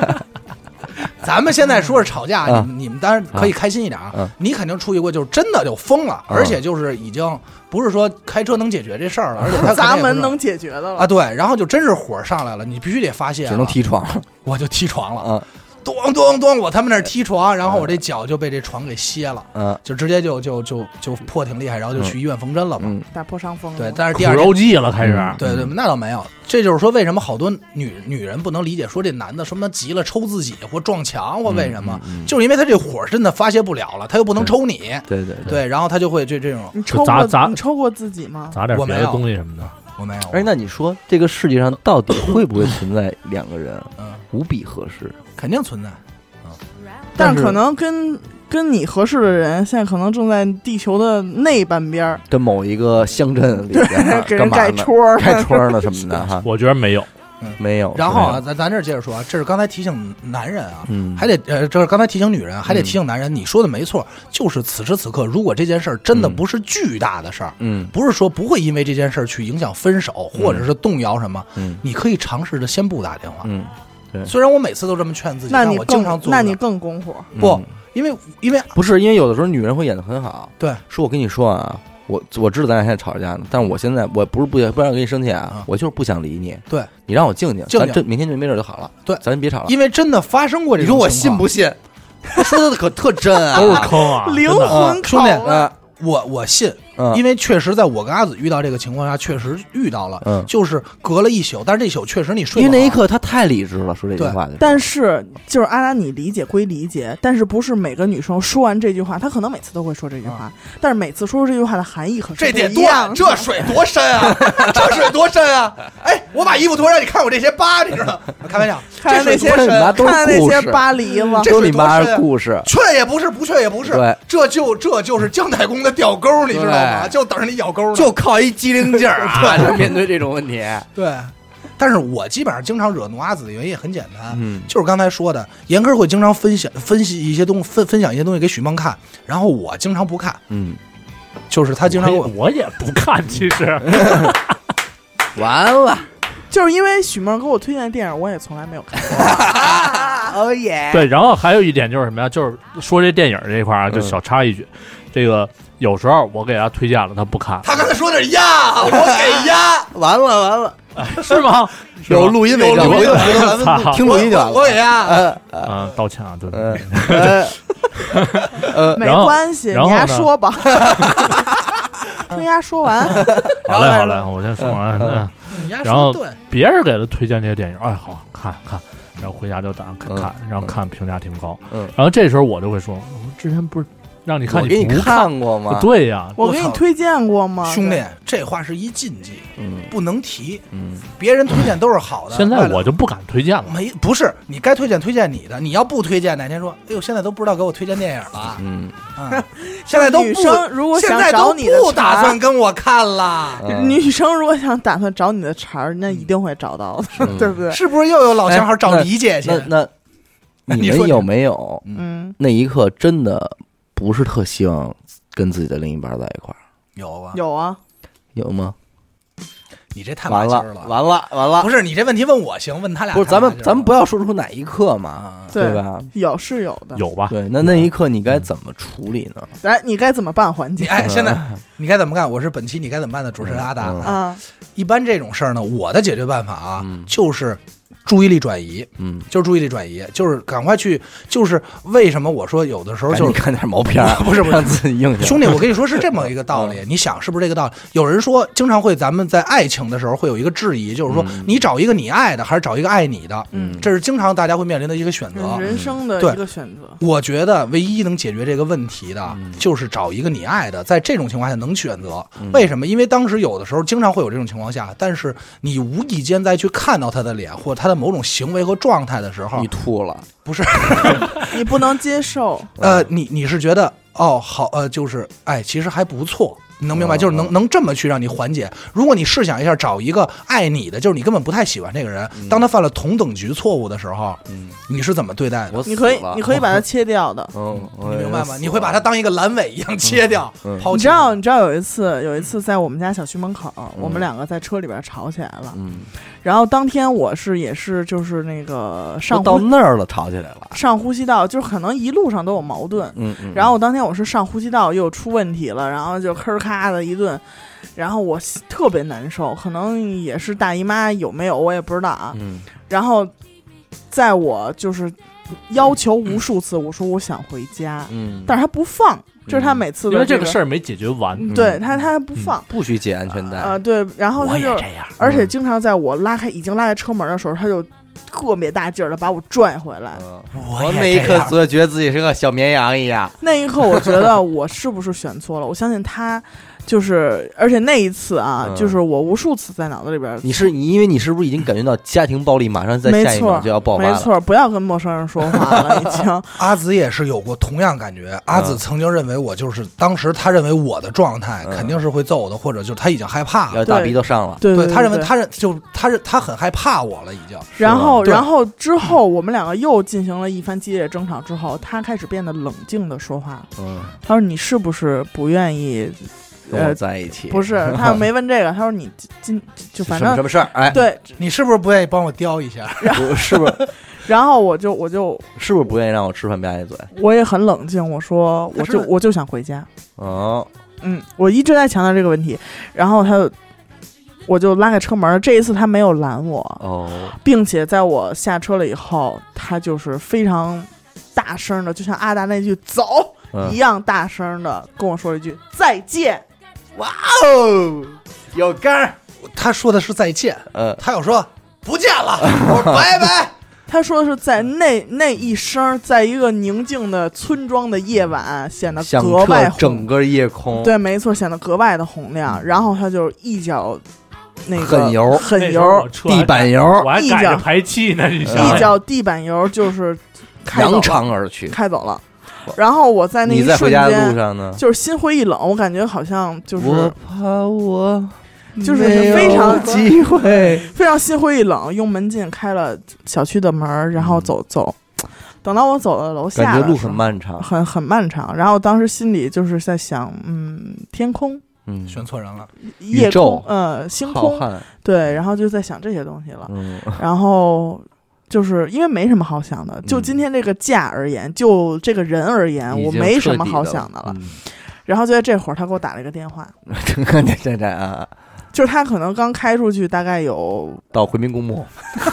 Speaker 1: 咱们现在说是吵架，
Speaker 2: 嗯
Speaker 1: 你你们当然可以开心一点啊。
Speaker 2: 嗯
Speaker 1: 你肯定出去过，就是真的就疯了，
Speaker 2: 嗯
Speaker 1: 而且就是已经不是说开车能解决这事儿了，而且他
Speaker 3: 砸
Speaker 1: 肯定也不是
Speaker 3: 门能解决的了
Speaker 1: 啊，对，然后就真是火上来了，你必须得发泄，
Speaker 2: 只能，踢床了。
Speaker 1: 我就踢床了，
Speaker 2: 嗯
Speaker 1: 咚咚咚，我他们那儿踢床，然后我这脚就被这床给歇了，
Speaker 2: 嗯
Speaker 1: 就直接就就就就破挺厉害，然后就去医院缝针了嘛。
Speaker 2: 嗯
Speaker 3: 打破伤风了。
Speaker 1: 对，但是
Speaker 4: 苦
Speaker 1: 第二天
Speaker 4: 肉计了，开始。
Speaker 2: 嗯
Speaker 1: 对对，那倒没有。这就是说，为什么好多女女人不能理解，说这男的什么急了抽自己或撞墙或为什
Speaker 2: 嗯
Speaker 1: 么，就是因为他这火真的发泄不了了，他又不能抽你，
Speaker 2: 对对
Speaker 1: 对，，然后他就会这这种
Speaker 3: 你抽
Speaker 4: 砸
Speaker 3: 过
Speaker 4: 砸
Speaker 3: 你抽过自己吗？
Speaker 4: 砸点
Speaker 1: 我
Speaker 4: 别
Speaker 1: 没
Speaker 4: 的
Speaker 1: 有啊
Speaker 4: 东西什么的，
Speaker 1: 我没有，
Speaker 2: 哎，那你说这个世界上到底会不会存在两个人
Speaker 1: 嗯
Speaker 2: 无比合适？
Speaker 1: 肯定存在。
Speaker 2: 哦
Speaker 3: 但
Speaker 2: 但是
Speaker 3: 可能跟跟你合适的人，现在可能正在地球的内半边
Speaker 1: 啊
Speaker 3: 儿，
Speaker 2: 跟某一个乡镇里边啊
Speaker 3: 给人
Speaker 2: 干嘛
Speaker 3: 盖
Speaker 2: 呢
Speaker 3: 戳儿。
Speaker 2: 开窗了什么的哈，
Speaker 4: 我觉得没有。
Speaker 2: 没有。
Speaker 1: 然后啊，
Speaker 2: 是
Speaker 1: 咱咱这儿接着说，啊，这是刚才提醒男人啊，
Speaker 2: 没有，嗯，
Speaker 1: 还得呃，这是刚才提醒女人，还得提醒男人。你说的没错，就是此时此刻，如果这件事儿真的
Speaker 2: 嗯
Speaker 1: 不是巨大的事儿，
Speaker 2: 嗯
Speaker 1: 不是说不会因为这件事儿去影响分手或者是动摇什么，
Speaker 2: 嗯
Speaker 1: 你可以尝试着先不打电话。
Speaker 2: 嗯，
Speaker 1: 虽然我每次都这么劝自己，
Speaker 3: 那
Speaker 1: 但
Speaker 3: 你
Speaker 1: 我
Speaker 3: 更
Speaker 1: 经常做不
Speaker 3: 那
Speaker 1: 到。
Speaker 3: 你更拱火，
Speaker 1: 不
Speaker 2: 嗯，
Speaker 1: 因为因为
Speaker 2: 不是因为有的时候女人会演的很好，
Speaker 1: 对，
Speaker 2: 说我跟你说啊，我我知道咱俩现在吵着架呢，但我现在我不是不想不想跟你生气啊
Speaker 1: 啊，
Speaker 2: 我就是不想理你，
Speaker 1: 对
Speaker 2: 你让我静静，
Speaker 1: 静
Speaker 2: 咱
Speaker 1: 静
Speaker 2: 这明天就没准就好了，
Speaker 1: 对
Speaker 2: 咱别吵了。
Speaker 1: 因为真的发生过这
Speaker 2: 你
Speaker 1: 种
Speaker 2: 说
Speaker 1: 情况，
Speaker 2: 我信不信？我说的可特真啊，
Speaker 4: 都是坑啊！
Speaker 3: 灵
Speaker 4: 真的
Speaker 3: 魂
Speaker 1: 兄
Speaker 3: 拷
Speaker 1: 弟
Speaker 3: 问。
Speaker 2: 啊
Speaker 1: 我我信，
Speaker 2: 嗯，
Speaker 1: 因
Speaker 2: 为
Speaker 1: 为确实在我跟阿紫遇到这个情况下，确实遇到了，
Speaker 2: 嗯
Speaker 1: 就是隔了一宿，但是这宿确实你睡
Speaker 2: 因
Speaker 1: 不
Speaker 2: 为
Speaker 1: 好，
Speaker 2: 那一刻他太理智了，说这句话的，
Speaker 3: 但是就是阿达，你理解归理解，但是不是每个女生说完这句话，她可能每次都会说这句话，但是每次说出这句话的含义可是
Speaker 1: 嗯这
Speaker 3: 不
Speaker 1: 得
Speaker 3: 一
Speaker 1: 多
Speaker 3: 样的。
Speaker 1: 这水多深 啊，这水多深啊！哎，我把衣服脱上，你看我这些疤，你知道？吗？开玩笑，这
Speaker 3: 看
Speaker 1: 水
Speaker 3: 那些
Speaker 1: 多深啊
Speaker 2: 都是
Speaker 3: 看那
Speaker 2: 故
Speaker 3: 些
Speaker 2: 事
Speaker 3: 巴黎子，
Speaker 1: 嗯这
Speaker 2: 都
Speaker 1: 水
Speaker 2: 你
Speaker 1: 多
Speaker 2: 妈
Speaker 1: 深啊
Speaker 2: 故事，
Speaker 1: 劝也不是，不劝也不是
Speaker 2: 对，
Speaker 1: 这就这就是姜太公的吊钩，你知道嘛，就等着你咬钩呢。
Speaker 2: 就靠一机灵劲儿啊！就面对这种问题，
Speaker 1: 对，但是我基本上经常惹怒阿紫的原因也很简单，
Speaker 2: 嗯，
Speaker 1: 就是刚才说的，严科会经常分享分析一些东分分享一些东西给许梦看，然后我经常不看，
Speaker 2: 嗯，
Speaker 1: 就是他经常给我
Speaker 4: 我哎我也不看，其实
Speaker 2: 完了，
Speaker 3: 就是因为许梦给我推荐的电影，我也从来没有看。
Speaker 2: 哦
Speaker 3: 哎
Speaker 2: 耶，
Speaker 4: 对。然后还有一点就是什么呀？就是说这电影这一块儿啊，就
Speaker 2: 嗯
Speaker 4: 小插一句，这个有时候我给他推荐了，他不看，
Speaker 1: 他刚才说的是呀，我给呀，
Speaker 2: 完了完了，
Speaker 4: 是吗？是吗
Speaker 2: 有录音没
Speaker 4: 有
Speaker 2: 证？
Speaker 4: 录
Speaker 2: 回
Speaker 4: 音
Speaker 2: 头回头咱们
Speaker 4: 操
Speaker 2: 听录音就完
Speaker 1: 我
Speaker 2: 了。
Speaker 1: 给呀，
Speaker 2: 嗯
Speaker 4: 嗯，道歉啊，对 对
Speaker 2: 嗯
Speaker 4: 对。
Speaker 2: 呃呃，
Speaker 3: 没
Speaker 4: 然后
Speaker 3: 关系，
Speaker 4: 然
Speaker 3: 你
Speaker 4: 后
Speaker 3: 丫
Speaker 4: 呢
Speaker 3: 说吧，听丫说完。
Speaker 4: 好
Speaker 2: 啊
Speaker 4: 嘞，好嘞，我先说完。嗯然后别人给他推荐这些电影，哎，好看看，然后回家就打开
Speaker 2: 嗯
Speaker 4: 看，然后看评价挺高，
Speaker 2: 嗯
Speaker 4: 然后这时候我就会说，我之前不是让你看
Speaker 2: 我给你
Speaker 4: 不
Speaker 2: 看过吗？
Speaker 4: 对呀，
Speaker 3: 我给
Speaker 1: 我
Speaker 3: 你
Speaker 1: 操
Speaker 3: 推荐过吗？
Speaker 1: 兄弟，这话是一禁忌，
Speaker 2: 嗯
Speaker 1: 不能提，
Speaker 2: 嗯，
Speaker 1: 别人推荐都是好的。
Speaker 4: 现在
Speaker 1: 为了
Speaker 4: 我就不敢推荐了。
Speaker 1: 没不是你该推荐推荐你的，你要不推荐，哪天说，哎呦，现在都不知道给我推荐电影了，
Speaker 2: 嗯，
Speaker 1: 嗯，现在都
Speaker 3: 女
Speaker 1: 不
Speaker 3: 生如果
Speaker 1: 现
Speaker 3: 想
Speaker 1: 在
Speaker 3: 找
Speaker 1: 都
Speaker 3: 你的
Speaker 1: 不
Speaker 3: 茬
Speaker 1: 打
Speaker 3: 儿
Speaker 1: 算跟我看了，
Speaker 2: 嗯
Speaker 3: 女生如果想打算找你的茬儿，那一定会找到的， 对不对？
Speaker 1: 是不是又有老相好找李姐去？
Speaker 2: 哎那那
Speaker 1: 你
Speaker 2: 你
Speaker 1: 说
Speaker 2: 们
Speaker 1: 你
Speaker 2: 有没有
Speaker 3: 嗯，
Speaker 2: 那一刻真的不是特希望跟自己的另一半在一块儿？
Speaker 1: 有啊，
Speaker 3: 有啊，
Speaker 2: 有吗？
Speaker 1: 你这太
Speaker 2: 完
Speaker 1: 麻
Speaker 2: 了
Speaker 1: 筋儿，了。
Speaker 2: 完了，完了！
Speaker 1: 不是你这问题问我行，问他俩
Speaker 2: 不是，咱们咱们不
Speaker 1: 要
Speaker 2: 要说出哪一刻嘛，
Speaker 1: 啊，
Speaker 3: 对
Speaker 2: 吧？
Speaker 3: 有是有的。
Speaker 4: 有吧？
Speaker 2: 嗯对，那那一刻你该怎么处理呢？
Speaker 3: 来，你该怎么办环
Speaker 1: 你
Speaker 3: 节
Speaker 1: 哎，现在你该怎么干？我是本期你该怎么办的主持人阿达。
Speaker 2: 嗯
Speaker 3: 啊？
Speaker 1: 一般这种事儿呢，我的解决办法啊，
Speaker 2: 嗯
Speaker 1: 就是注意力转移，
Speaker 2: 嗯，
Speaker 1: 就是注意力转移，就是赶快去，就是为什么我说有的时候
Speaker 2: 赶紧
Speaker 1: 就是。
Speaker 2: 看点毛片儿，
Speaker 1: 不是不是
Speaker 2: 让自己硬
Speaker 1: 兄
Speaker 2: 弟，
Speaker 1: 弟，我跟你说是这么一个道理，你想是不是这个道理？有人说，经常会咱们在爱情的时候会有一个质疑，就是说
Speaker 2: 嗯
Speaker 1: 你找一个你爱的，还是找一个爱你的？
Speaker 2: 嗯，
Speaker 1: 这是经常大家会面临的一个选择。
Speaker 2: 啊
Speaker 3: 人生的
Speaker 1: 对
Speaker 3: 一个选择，
Speaker 1: 我觉得唯一能解决这个问题的，
Speaker 2: 嗯
Speaker 1: 就是找一个你爱的，在这种情况下能选择。
Speaker 2: 嗯
Speaker 1: 为什么？因为当时有的时候经常会有这种情况下，但是你无意间再去看到他的脸或者他的某种行为和状态的时候
Speaker 2: 你，吐了，
Speaker 1: 不是，
Speaker 3: 你不能接受。
Speaker 1: 呃，你你是觉得哦，好，呃，就是哎，其实还不错。你能明白，
Speaker 2: 嗯
Speaker 1: 就是能能这么去让你缓解。如果你试想一下，找一个爱你的，就是你根本不太喜欢这个人，当他犯了同等级错误的时候，
Speaker 2: 嗯，
Speaker 1: 你是怎么对待的？
Speaker 2: 我
Speaker 3: 你可以
Speaker 2: 死了，
Speaker 3: 你可以把它切掉的。
Speaker 2: 嗯，我
Speaker 1: 你明白吗？
Speaker 2: 死
Speaker 1: 你会把它
Speaker 2: 了
Speaker 1: 当一个阑尾一样切掉，
Speaker 2: 嗯嗯
Speaker 1: 抛弃。
Speaker 3: 你知道，你知道有一次，有一次在我们家小区门口，我们
Speaker 2: 嗯
Speaker 3: 两个在车里边吵起来了。
Speaker 2: 嗯，
Speaker 3: 然后当天我是也是就是那个
Speaker 2: 都
Speaker 3: 上
Speaker 2: 到
Speaker 3: 呼
Speaker 2: 那儿了，吵起来了，
Speaker 3: 上呼吸道，就是可能一路上都有矛盾。
Speaker 2: 嗯嗯，
Speaker 3: 然后我当天我是上呼吸道又出问题了，然后就吭儿咔的一顿，然后我心特别难受，可能也是大姨妈有没有我也不知道啊。
Speaker 2: 嗯
Speaker 3: 然后在我就是要求无数次，我说我想回家，
Speaker 2: 嗯，
Speaker 3: 但是他不放，这是他
Speaker 2: 嗯
Speaker 3: 每次的、
Speaker 4: 因为这个
Speaker 3: 个
Speaker 4: 事儿没解决完，
Speaker 3: 嗯对他他不
Speaker 4: 嗯
Speaker 3: 放。
Speaker 2: 不许解安全带，
Speaker 3: 啊、对，然后他
Speaker 4: 我也
Speaker 3: 就，
Speaker 4: 这样。
Speaker 3: 而且经常在我拉开已经拉开车门的时候，他就特别大劲儿的把我拽回来。
Speaker 2: 嗯
Speaker 1: 我
Speaker 2: 我那一刻所以觉得自己是个小绵羊一样，
Speaker 3: 那一刻，我觉得我是不是选错了？我相信他，就是，而且那一次啊，
Speaker 2: 嗯
Speaker 3: 就是我无数次在脑子里边儿，
Speaker 2: 你是你，因为你是不是已经感觉到家庭暴力马上在
Speaker 3: 没
Speaker 2: 下一
Speaker 3: 错
Speaker 2: 秒就要爆发
Speaker 3: 没
Speaker 2: 了？
Speaker 3: 错，不要跟陌生人说话了，已经。
Speaker 1: 阿紫也是有过同样感
Speaker 2: 嗯
Speaker 1: 觉。阿紫曾经认为我就是当时他认为我的状态
Speaker 2: 嗯
Speaker 1: 肯定是会揍的，或者就是他已经害怕了
Speaker 2: 要。大鼻都上了，
Speaker 3: 对对
Speaker 1: 他认为
Speaker 3: 对
Speaker 1: 他认就他认他很害怕我了，已经。
Speaker 3: 然后，
Speaker 1: 对
Speaker 3: 然后之后，我们两个又进行了一番激烈争吵。之后，他开始变得冷静的说话。
Speaker 2: 嗯，
Speaker 3: 他说：“你是不是不愿意？
Speaker 2: 跟我
Speaker 3: 呃
Speaker 2: 在一起
Speaker 3: 不是， 他没问这个。他说你今就反
Speaker 2: 什么什
Speaker 3: 正
Speaker 2: 么事儿？哎，
Speaker 3: 对。
Speaker 1: 你是不是不愿意帮我叼一下？
Speaker 2: 我是不是
Speaker 3: 然后我就我就是
Speaker 2: 不是不愿意让我吃饭吧唧嘴？
Speaker 3: 我也很冷静，我说我
Speaker 1: 他
Speaker 3: 就是我就想回家。
Speaker 2: 哦，
Speaker 3: 嗯，我一直在强调这个问题。然后他就我就拉开车门，这一次他没有拦我，
Speaker 2: 哦，
Speaker 3: 并且在我下车了以后，他就是非常大声的，就像阿达那句“走”
Speaker 2: 嗯
Speaker 3: 一样大声的跟我说了一句“再见
Speaker 2: 哦，有杆儿，
Speaker 1: 他说的是再见，
Speaker 2: 嗯
Speaker 1: 他又说不见 了，我说拜拜。”。
Speaker 3: 他说的是在
Speaker 2: 嗯
Speaker 3: 那那一声，在一个宁静的村庄的夜晚，显得
Speaker 2: 响
Speaker 3: 格外
Speaker 2: 彻
Speaker 3: 宏
Speaker 2: 整个夜空，
Speaker 3: 对，没错，显得格外的洪亮。然后他就一脚那个
Speaker 2: 狠嗯油
Speaker 3: 狠
Speaker 4: 那时候
Speaker 3: 油
Speaker 4: 我，车还
Speaker 2: 地板油
Speaker 4: 我还
Speaker 3: 一
Speaker 4: 改
Speaker 3: 脚
Speaker 4: 着排气呢，你想
Speaker 2: 哎
Speaker 3: 一
Speaker 4: 想？
Speaker 3: 脚地板油就是开走
Speaker 2: 扬
Speaker 3: 了，
Speaker 2: 长而去，
Speaker 3: 开走了。然后我在那一
Speaker 2: 你在
Speaker 3: 瞬
Speaker 2: 回家的路
Speaker 3: 间，
Speaker 2: 上呢？
Speaker 3: 就是心灰意冷，我感觉好像就是
Speaker 2: 我怕我
Speaker 3: 就是
Speaker 2: 没有
Speaker 3: 非常
Speaker 2: 机会。
Speaker 3: 非常心灰意冷，用门禁开了小区的门儿，然后走走。等到我走到楼下，
Speaker 2: 嗯感觉路很，漫长，
Speaker 3: 很很漫长。然后当时心里就是在想，嗯，天空、
Speaker 2: 嗯，啊
Speaker 1: 选错人了，
Speaker 3: 夜
Speaker 2: 宙
Speaker 3: 空、呃，星
Speaker 2: 浩
Speaker 3: 空，
Speaker 2: 瀚，
Speaker 3: 对，然后就在想这些东西了。
Speaker 2: 嗯，
Speaker 3: 然后就是因为没什么好想的，就
Speaker 2: 嗯
Speaker 3: 今天这个价而言，就这个人而言，
Speaker 2: 已
Speaker 3: 我
Speaker 2: 经
Speaker 3: 没
Speaker 2: 彻
Speaker 3: 什么
Speaker 2: 底
Speaker 3: 好
Speaker 2: 的
Speaker 3: 想的了。
Speaker 2: 嗯
Speaker 3: 然后就在这会儿，他给我打了一个电话，
Speaker 2: 这个这这这啊，
Speaker 3: 就是他可能刚开出去大概有
Speaker 2: 到回民公墓，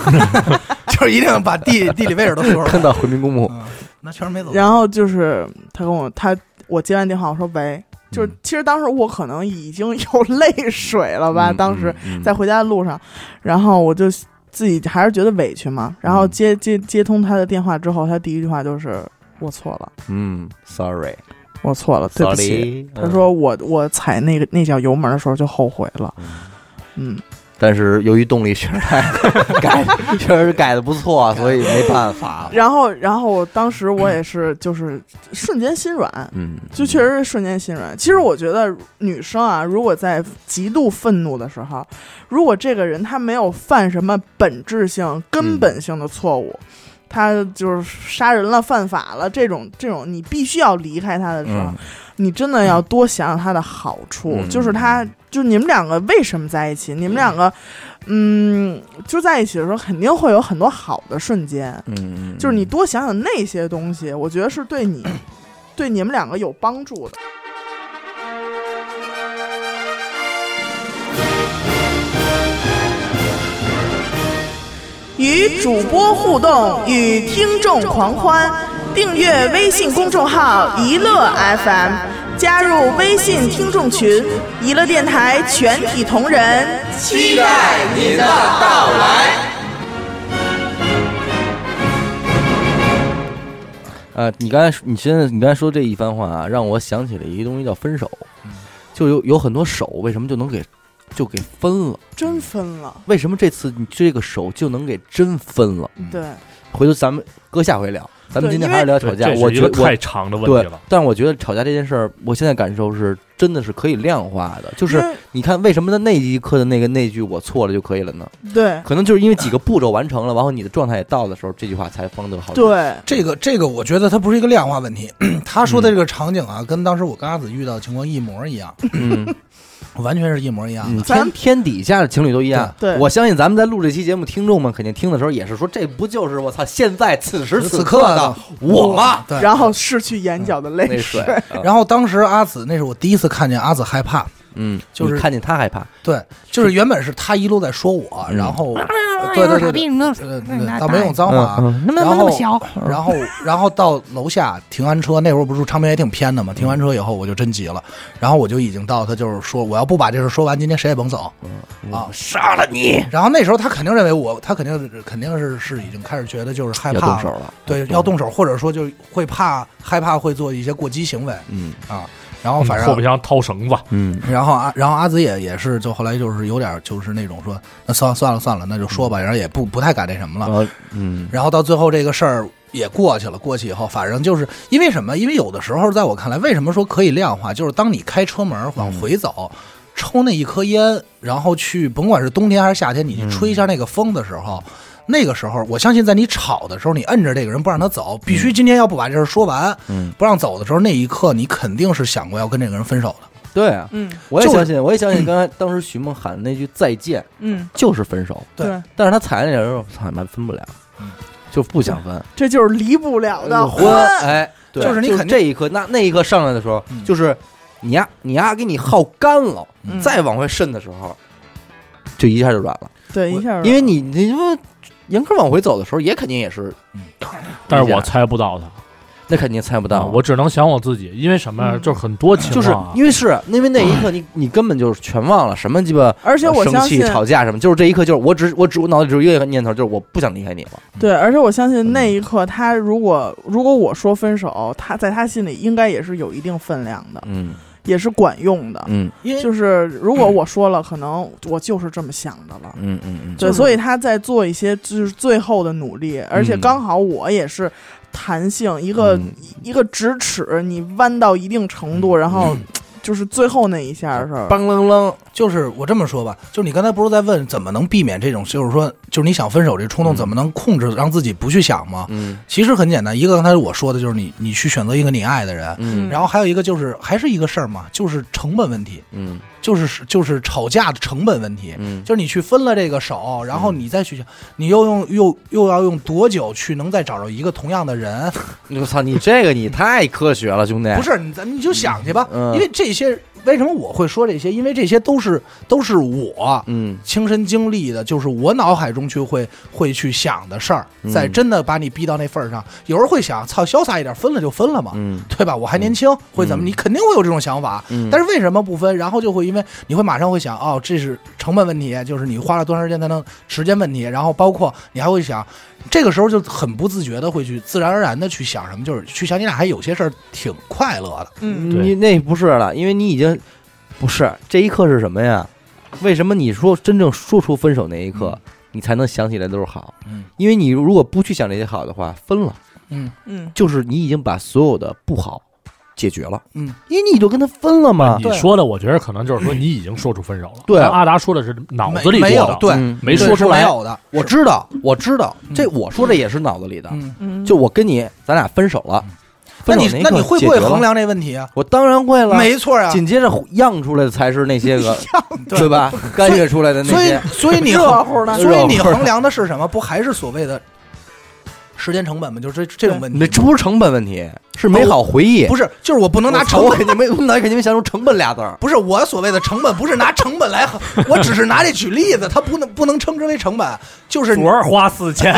Speaker 1: 就是一定把 地地理位置都说出
Speaker 2: 看
Speaker 1: 来。
Speaker 2: 到回民公墓，
Speaker 1: 嗯，那确实没走。
Speaker 3: 然后就是他跟我他我接完电话，我说喂， 就是
Speaker 2: 嗯
Speaker 3: 其实当时我可能已经有泪水了
Speaker 2: 好
Speaker 3: 吧，当时在
Speaker 2: 嗯
Speaker 3: 回家的路上，然后我就自己还是觉得委屈嘛，然后
Speaker 2: 嗯
Speaker 3: 接接接通他的电话之后，他第一句话就是我错了，
Speaker 2: 嗯，sorry，sorry，嗯
Speaker 3: 我错了，对不起。他说我我踩那个那脚油门的时候就后悔了，
Speaker 2: 嗯。
Speaker 3: 嗯，
Speaker 2: 但是由于动力实在改 确实改的不错，所以没 办法。
Speaker 3: 然后然后我当时我也是就是瞬间心软，
Speaker 2: 嗯，
Speaker 3: 就确实是瞬间心软。其实我觉得女生啊，如果在极度愤怒的时候，如果这个人他没有犯什么本质性、
Speaker 2: 嗯
Speaker 3: 根本性的错误，他就是杀人了、犯法了这种这种，你必须要离开他的时候，
Speaker 2: 嗯，
Speaker 3: 你真的要多想想他的好处，
Speaker 2: 嗯
Speaker 3: 就是他，就是你们两个为什么在一起？你们两个，嗯，就在一起的时候，肯定会有很多好的瞬间。
Speaker 2: 嗯，嗯
Speaker 3: 就是你多想想那些东西，我觉得是对你，对你们两个有帮助的。与主播互动，与听众狂欢，订阅微信公众号“一乐 FM”，加入微信听众群，一乐电台全体同仁期待您的到来。
Speaker 2: 呃，你刚才说你现在你刚才说这一番话啊，让我想起了一个东西叫分手，
Speaker 3: 嗯
Speaker 2: 就有有很多手为什么就能给就给分了？
Speaker 3: 真分了，
Speaker 2: 为什么这次你这个手就能给真分了？
Speaker 3: 对。
Speaker 2: 回头咱们搁下回聊，咱们
Speaker 3: 对
Speaker 2: 今天
Speaker 3: 因为
Speaker 2: 还是聊
Speaker 4: 对
Speaker 2: 吵架。
Speaker 4: 这是
Speaker 2: 我
Speaker 4: 一
Speaker 2: 觉
Speaker 4: 个
Speaker 2: 得我
Speaker 4: 太长的问
Speaker 2: 对嗯
Speaker 4: 题了，，
Speaker 2: 但是我觉得吵架这件事儿，我现在感受是真的是可以量化的，就
Speaker 3: 因
Speaker 2: 是
Speaker 3: 为
Speaker 2: 你看为什么在那一刻的那个那句我错了就可以了 呢？
Speaker 3: 对
Speaker 2: 可能就是因为几个步骤完成了，然后你的状态也到的时候，这句话才方得好。，
Speaker 3: 对，
Speaker 1: 这个这个，我觉得它不是一个量化问题。 他说的这个场景啊，跟当时我跟阿紫遇到的情况一模一样，
Speaker 2: 嗯，
Speaker 1: 完全是一模一样
Speaker 2: 嗯
Speaker 1: 的。
Speaker 3: 咱
Speaker 2: 天天底下的情侣都一样。
Speaker 3: 对对
Speaker 2: 我相信咱们在录这期节目，听众们肯定听的时候也是说，这不就是我操，现在此时
Speaker 1: 此
Speaker 2: 刻
Speaker 1: 的
Speaker 2: 的我吗？
Speaker 1: 嗯对，
Speaker 3: 然后拭去眼角的
Speaker 2: 那
Speaker 3: 泪
Speaker 2: 水
Speaker 3: 水。，
Speaker 2: 嗯
Speaker 1: 然后当时阿紫，那是我第一次看见阿紫害怕，
Speaker 2: 嗯，
Speaker 1: 就是
Speaker 2: 你看见他害怕，
Speaker 1: 对，就是原本是他一路在说我，
Speaker 2: 嗯
Speaker 1: 然后对
Speaker 5: 对
Speaker 1: 对对
Speaker 5: 对对，
Speaker 1: 对
Speaker 5: 你们
Speaker 1: 呃，
Speaker 5: 那那
Speaker 1: 倒没用脏话啊。
Speaker 2: 嗯，
Speaker 5: 那么
Speaker 1: 然后
Speaker 5: 那么小，
Speaker 1: 然后，然后到楼下停完车，那会儿不住昌平也挺偏的嘛。停完车以后，我就真急了，然后我就已经到他就是说，我要不把这事说完，今天谁也甭走
Speaker 2: 嗯
Speaker 1: 啊！
Speaker 2: 杀了你，
Speaker 1: 然后那时候他肯定认为我，他肯定肯定是是已经开始觉得就是害
Speaker 2: 要
Speaker 1: 怕
Speaker 2: 动
Speaker 1: 了
Speaker 2: 手，了，
Speaker 1: 对，要，动手，或者说就会怕害怕会做一些过激行为
Speaker 2: 嗯
Speaker 1: 啊。然后反
Speaker 4: 嗯后备
Speaker 1: 正，
Speaker 4: 箱掏绳子，
Speaker 2: 嗯
Speaker 1: 然后阿、然后阿紫也也是，就后来就是有点就是那种说，那算了算了算了，那就说吧，然后也不不太敢那什么了
Speaker 2: 然。后嗯
Speaker 1: 然后到最后这个事儿也过去了，过去以后，反正就是因为什么？因为有的时候在我看来，为什么说可以量化？就是当你开车门往回走，
Speaker 2: 嗯
Speaker 1: 抽那一颗烟，然后去甭管是冬天还是夏天，你去吹一下那个风的时候。那个时候，我相信在你吵的时候，你摁着这个人不让他走，必须今天要不把这事儿说完，
Speaker 2: 嗯，
Speaker 1: 不让走的时候，那一刻你肯定是想过要跟这个人分手的。
Speaker 2: 对啊，
Speaker 3: 嗯
Speaker 2: 我也
Speaker 1: 就是
Speaker 2: 相信，我也相信，刚才当时徐梦喊那句再见
Speaker 3: 嗯，
Speaker 2: 就是分手，
Speaker 1: 对
Speaker 3: 对，
Speaker 2: 但是他踩那点儿，操你妈分不了
Speaker 1: 嗯，
Speaker 2: 就不想分。
Speaker 3: 这就是离不了的
Speaker 2: 婚，哎，对
Speaker 1: 就是你肯定
Speaker 2: 这一刻，那那一刻上来的时候，
Speaker 1: 嗯
Speaker 2: 就是你呀，你呀，给你耗干了，
Speaker 3: 嗯
Speaker 2: 呃再往回渗的时候，嗯就一下就软了，
Speaker 3: 对，一下儿
Speaker 2: 因为你你不严格往回走的时候，也肯定也是，
Speaker 4: 但是我猜不到他，
Speaker 2: 那肯定猜不
Speaker 4: 啊
Speaker 2: 到，
Speaker 4: 我只能想我自己，因为什么呀？
Speaker 3: 嗯
Speaker 4: 就是很多情
Speaker 2: 就是
Speaker 4: 况啊，
Speaker 2: 因为是因为那一刻你你根本就是全忘了什么鸡巴。
Speaker 3: 而且我
Speaker 2: 生
Speaker 3: 相
Speaker 2: 气、
Speaker 3: 信，
Speaker 2: 吵架什么，就是这一刻，就是我只我只我脑子里只有一个念头，就是我不想离开你了。
Speaker 3: 对，而且我相信那一刻，他如果如果我说分手，他在他心里应该也是有一定分量的，
Speaker 2: 嗯
Speaker 3: 也是管用的。
Speaker 2: 嗯
Speaker 1: 因为
Speaker 3: 就是如果我说了，可能我就是这么想的了。
Speaker 2: 嗯嗯嗯，
Speaker 3: 对，所以他在做一些就是最后的努力，而且
Speaker 2: 嗯
Speaker 3: 刚好我也是弹性，一个、
Speaker 2: 嗯
Speaker 3: 一个直尺，你弯到一定程度，然后就是最后那一下是吧
Speaker 1: 梆啷啷，就是我这么说吧，就是你刚才不是在问怎么能避免这种，就是说，就是你想分手这冲动
Speaker 2: 嗯
Speaker 1: 怎么能控制，让自己不去想吗？
Speaker 2: 嗯
Speaker 1: 其实很简单，一个刚才我说的就是你，你去选择一个你爱的人，
Speaker 2: 嗯
Speaker 1: 然后还有一个就是还是一个事儿嘛，就是成本问题，
Speaker 2: 嗯
Speaker 1: 就是就是吵架的成本问题，
Speaker 2: 嗯，
Speaker 1: 就是你去分了这个手，然后
Speaker 2: 嗯
Speaker 1: 你再去想，你又用又又要用多久去能再找着一个同样的人？
Speaker 2: 我操，你这个你太科学了，兄弟。
Speaker 1: 不是，你咱们你就想去吧，
Speaker 2: 哎嗯
Speaker 1: 因为这些为什么我会说这些？因为这些都是都是我
Speaker 2: 嗯，
Speaker 1: 亲身经历的，就是我脑海中去会会去想的事儿
Speaker 2: 嗯，
Speaker 1: 在真的把你逼到那份儿上，有人会想，操，潇洒一点，分了就分了嘛。
Speaker 2: 嗯
Speaker 1: 对吧？我还年轻，会怎么？
Speaker 2: 嗯
Speaker 1: 你肯定会有这种想法，
Speaker 2: 嗯，
Speaker 1: 但是为什么不分？然后就会因为你会马上会想，哦，这是成本问题，就是你花了多长时间才能时间问题，然后包括你还会想，这个时候就很不自觉的会去自然而然的去想什么，就是去想你俩还有些事儿挺快乐的，
Speaker 3: 嗯，
Speaker 4: 对
Speaker 2: 你那不是了，因为你已经不是这一刻是什么呀？为什么你说真正说出分手那一刻，你才能想起来都是好？
Speaker 1: 嗯
Speaker 2: 因为你如果不去想这些好的话，分了
Speaker 1: 嗯
Speaker 3: 嗯，
Speaker 2: 就是你已经把所有的不好解决了，
Speaker 1: 嗯，
Speaker 2: 因为你都跟他分了嘛。
Speaker 4: 你说的，我觉得可能就是说你已经说出分手了。
Speaker 2: 对
Speaker 4: 但阿达说的是脑
Speaker 1: 没
Speaker 4: 子里
Speaker 1: 没
Speaker 4: 做
Speaker 1: 有
Speaker 4: 的，
Speaker 1: 对。
Speaker 2: 嗯
Speaker 4: 没
Speaker 1: 对
Speaker 4: 说出来
Speaker 1: 是没有的，
Speaker 2: 我知道，我知道，这我说这也是脑子里的。
Speaker 1: 嗯，
Speaker 3: 嗯
Speaker 2: 就我跟你，咱俩分手了，
Speaker 1: 那
Speaker 2: 分手
Speaker 1: 你
Speaker 2: 一
Speaker 1: 那
Speaker 2: 刻
Speaker 1: 你会
Speaker 2: 解
Speaker 1: 不会
Speaker 2: 决了
Speaker 1: 衡？量这问题啊？
Speaker 2: 我当然会了，
Speaker 1: 没错啊，
Speaker 2: 紧接着漾出来的才是那些 个，对吧？干越出来的那
Speaker 1: 所以
Speaker 2: 些，
Speaker 1: 所以你
Speaker 3: 热
Speaker 1: 衡
Speaker 3: 乎呢
Speaker 1: 所以
Speaker 2: 热
Speaker 1: 你
Speaker 2: 乎呢
Speaker 1: 衡量的是什么？不还是所谓的时间成本吗？就是这这种问题
Speaker 2: 那，这不是成本问题，是美好回忆。
Speaker 1: 不是，就是我不能拿成
Speaker 2: 我
Speaker 1: 本
Speaker 2: 肯定没，我脑袋肯定没想出成本俩 字儿。
Speaker 1: 不是我所谓的成本，不是拿成本来衡，我只是拿这举例子，它不能不能称之为成本，就是
Speaker 4: 昨儿花四千，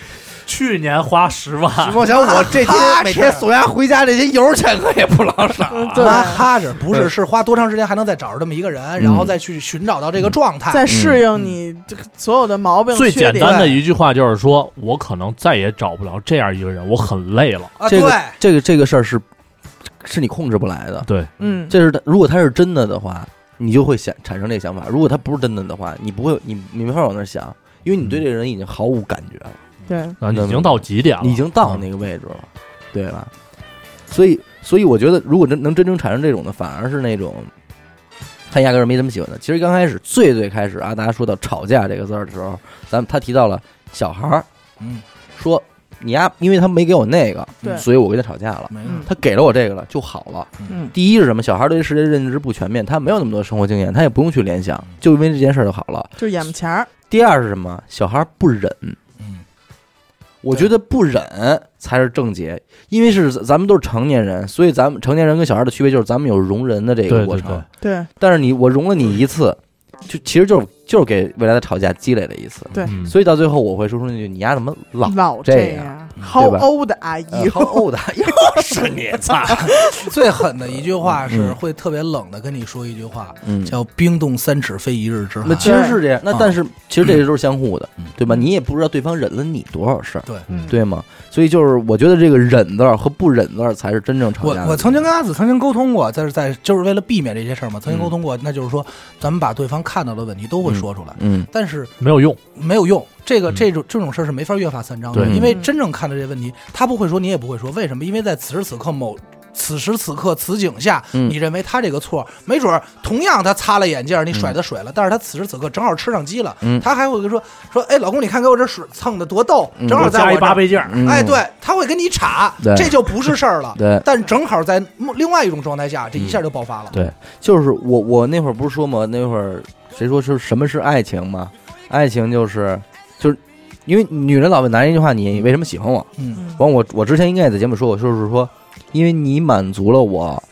Speaker 4: 去年花十万，
Speaker 2: 我想我 这
Speaker 1: 踏
Speaker 2: 些
Speaker 1: 实
Speaker 2: 每天送家回家这些油钱可也不老少
Speaker 3: 嗯
Speaker 2: 啊。
Speaker 3: 对
Speaker 1: 拿哈着，不
Speaker 2: 对嗯
Speaker 1: 是是花多长时间还能再找着这么一个人，然后再去寻找到这个状态。
Speaker 3: 在适应你这个所有的毛病、
Speaker 4: 最
Speaker 3: 缺
Speaker 4: 简
Speaker 3: 点
Speaker 4: 单的一句话就是说，我可能再也找不着这样一个人，我很累了。
Speaker 1: 啊，
Speaker 2: 这
Speaker 1: 对，
Speaker 2: 个嗯这个这个事儿是是你控制不来的。
Speaker 4: 对，
Speaker 3: 嗯，
Speaker 2: 这是他如果他是真的的话，你就会想产生这个想法；如果他不是真的的话，你不会，你你没法往那儿想，因为你
Speaker 1: 嗯
Speaker 2: 对这个人已经毫无感觉了，
Speaker 3: 对，
Speaker 4: 啊，已经到极点了，
Speaker 2: 你已经到
Speaker 1: 嗯
Speaker 2: 那个位置了，对吧？所以，所以我觉得，如果真能真正产生这种的，反而是那种他压根儿没怎么喜欢的。其实刚开始最最开始，阿达说到吵架这个字儿的时候，咱们他提到了小孩儿
Speaker 1: 嗯，
Speaker 2: 说你呀，因为他没给我那个，
Speaker 3: 对
Speaker 2: 所以我跟他吵架了。
Speaker 1: 没有
Speaker 3: 嗯
Speaker 2: 他给了我这个了就好了。
Speaker 3: 嗯
Speaker 2: 第一是什么？小孩对世界认知不全面，他没有那么多生活经验，他也不用去联想，就因为这件事儿就好了。
Speaker 3: 就眼前儿，
Speaker 2: 第二是什么？小孩不忍，
Speaker 1: 嗯，
Speaker 2: 我觉得不忍才是正解，因为是咱们都是成年人，所以咱们成年人跟小孩的区别就是咱们有容人的这个
Speaker 4: 对
Speaker 2: 过
Speaker 4: 对
Speaker 2: 程。
Speaker 4: 对，
Speaker 3: 对
Speaker 2: 但是你我容了你一次，就其实就是就是给未来的吵架积累了一次，
Speaker 3: 对
Speaker 4: 嗯
Speaker 2: 所以到最后我会说出那句：“你丫怎么 老
Speaker 3: 老
Speaker 2: 这
Speaker 3: 样，How
Speaker 2: 对吧
Speaker 3: old are
Speaker 2: 呃
Speaker 3: you？
Speaker 2: 好怄 的？”又是你操！
Speaker 1: 最狠的一句话是
Speaker 2: 嗯
Speaker 1: 会特别冷的跟你说一句话，
Speaker 2: 嗯，
Speaker 1: 叫“冰冻三尺非一日之寒
Speaker 2: 那”。其实是这样，那
Speaker 1: 啊
Speaker 2: 但是其实这些都是相互的
Speaker 1: 嗯，
Speaker 2: 对吧？你也不知道对方忍了你多少事儿，
Speaker 3: 嗯，
Speaker 2: 对吗？所以就是我觉得这个忍字儿和不忍字儿才是真正吵
Speaker 1: 我
Speaker 2: 架的。
Speaker 1: 我曾经跟阿紫曾经沟通过，在在就是为了避免这些事儿嘛，曾经沟通过，那就是说咱们把对方看到的问题都会说出来，
Speaker 2: 嗯嗯
Speaker 1: 但是
Speaker 4: 没有用，
Speaker 1: 没有用。这个
Speaker 4: 嗯
Speaker 1: 这种这种事儿是没法约法三章的，
Speaker 4: 对
Speaker 1: 因为
Speaker 3: 嗯
Speaker 1: 真正看到这些问题，他不会说，你也不会说，为什么？因为在此时此刻某。此时此刻此景下，
Speaker 2: 嗯
Speaker 1: 你认为他这个错，没准儿同样他擦了眼镜儿，你甩他水了，但是他此时此刻正好吃上鸡了，
Speaker 2: 嗯
Speaker 1: 他还会说说，哎，老公，你看给我这水蹭的多逗，
Speaker 2: 嗯
Speaker 1: 正好
Speaker 4: 我
Speaker 1: 在
Speaker 4: 加
Speaker 1: 我
Speaker 4: 一
Speaker 1: 这
Speaker 4: 八
Speaker 1: 儿，
Speaker 4: 倍镜儿，
Speaker 2: 嗯
Speaker 1: 哎，对，他会跟你吵
Speaker 2: 对，
Speaker 1: 这就不是事儿了。
Speaker 2: 对，
Speaker 1: 但正好在另外一种状态下，这一下就爆发了。
Speaker 2: 对，就是我我那会儿不是说嘛，那会儿谁说是什么是爱情吗？爱情就是就是因为女人老问男人一句话，你为什么喜欢我？
Speaker 1: 嗯
Speaker 3: 嗯
Speaker 2: 完我我之前应该也在节目说过，就是说，因为你满足了我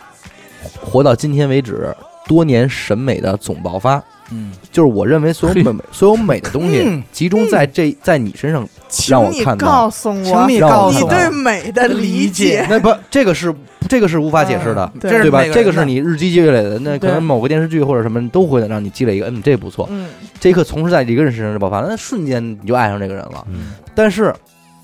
Speaker 2: 活到今天为止多年审美的总爆发。
Speaker 1: 嗯，
Speaker 2: 就是我认为所有
Speaker 4: 嘿
Speaker 2: 美所有美的东西
Speaker 1: 嗯
Speaker 2: 集中在这在你身上，
Speaker 3: 请
Speaker 2: 让我
Speaker 3: 你
Speaker 2: 看到
Speaker 3: 告诉我
Speaker 1: 请，你
Speaker 2: 让我
Speaker 1: 告
Speaker 3: 你
Speaker 1: 诉
Speaker 2: 看到
Speaker 1: 我
Speaker 3: 对美的理解，
Speaker 2: 那不这个是这个是无法解释的，
Speaker 3: 嗯
Speaker 1: 这
Speaker 3: 对
Speaker 1: 是
Speaker 2: 对吧？
Speaker 1: 每
Speaker 2: 这
Speaker 1: 人的
Speaker 2: 个是你日积月累的，那可
Speaker 3: 对
Speaker 2: 能某个电视剧或者什么都会让你积累一个，嗯，这不错，
Speaker 3: 嗯，
Speaker 2: 这一刻从是在一个人身上就爆发，那瞬间你就爱上这个人了。
Speaker 4: 嗯
Speaker 2: 但是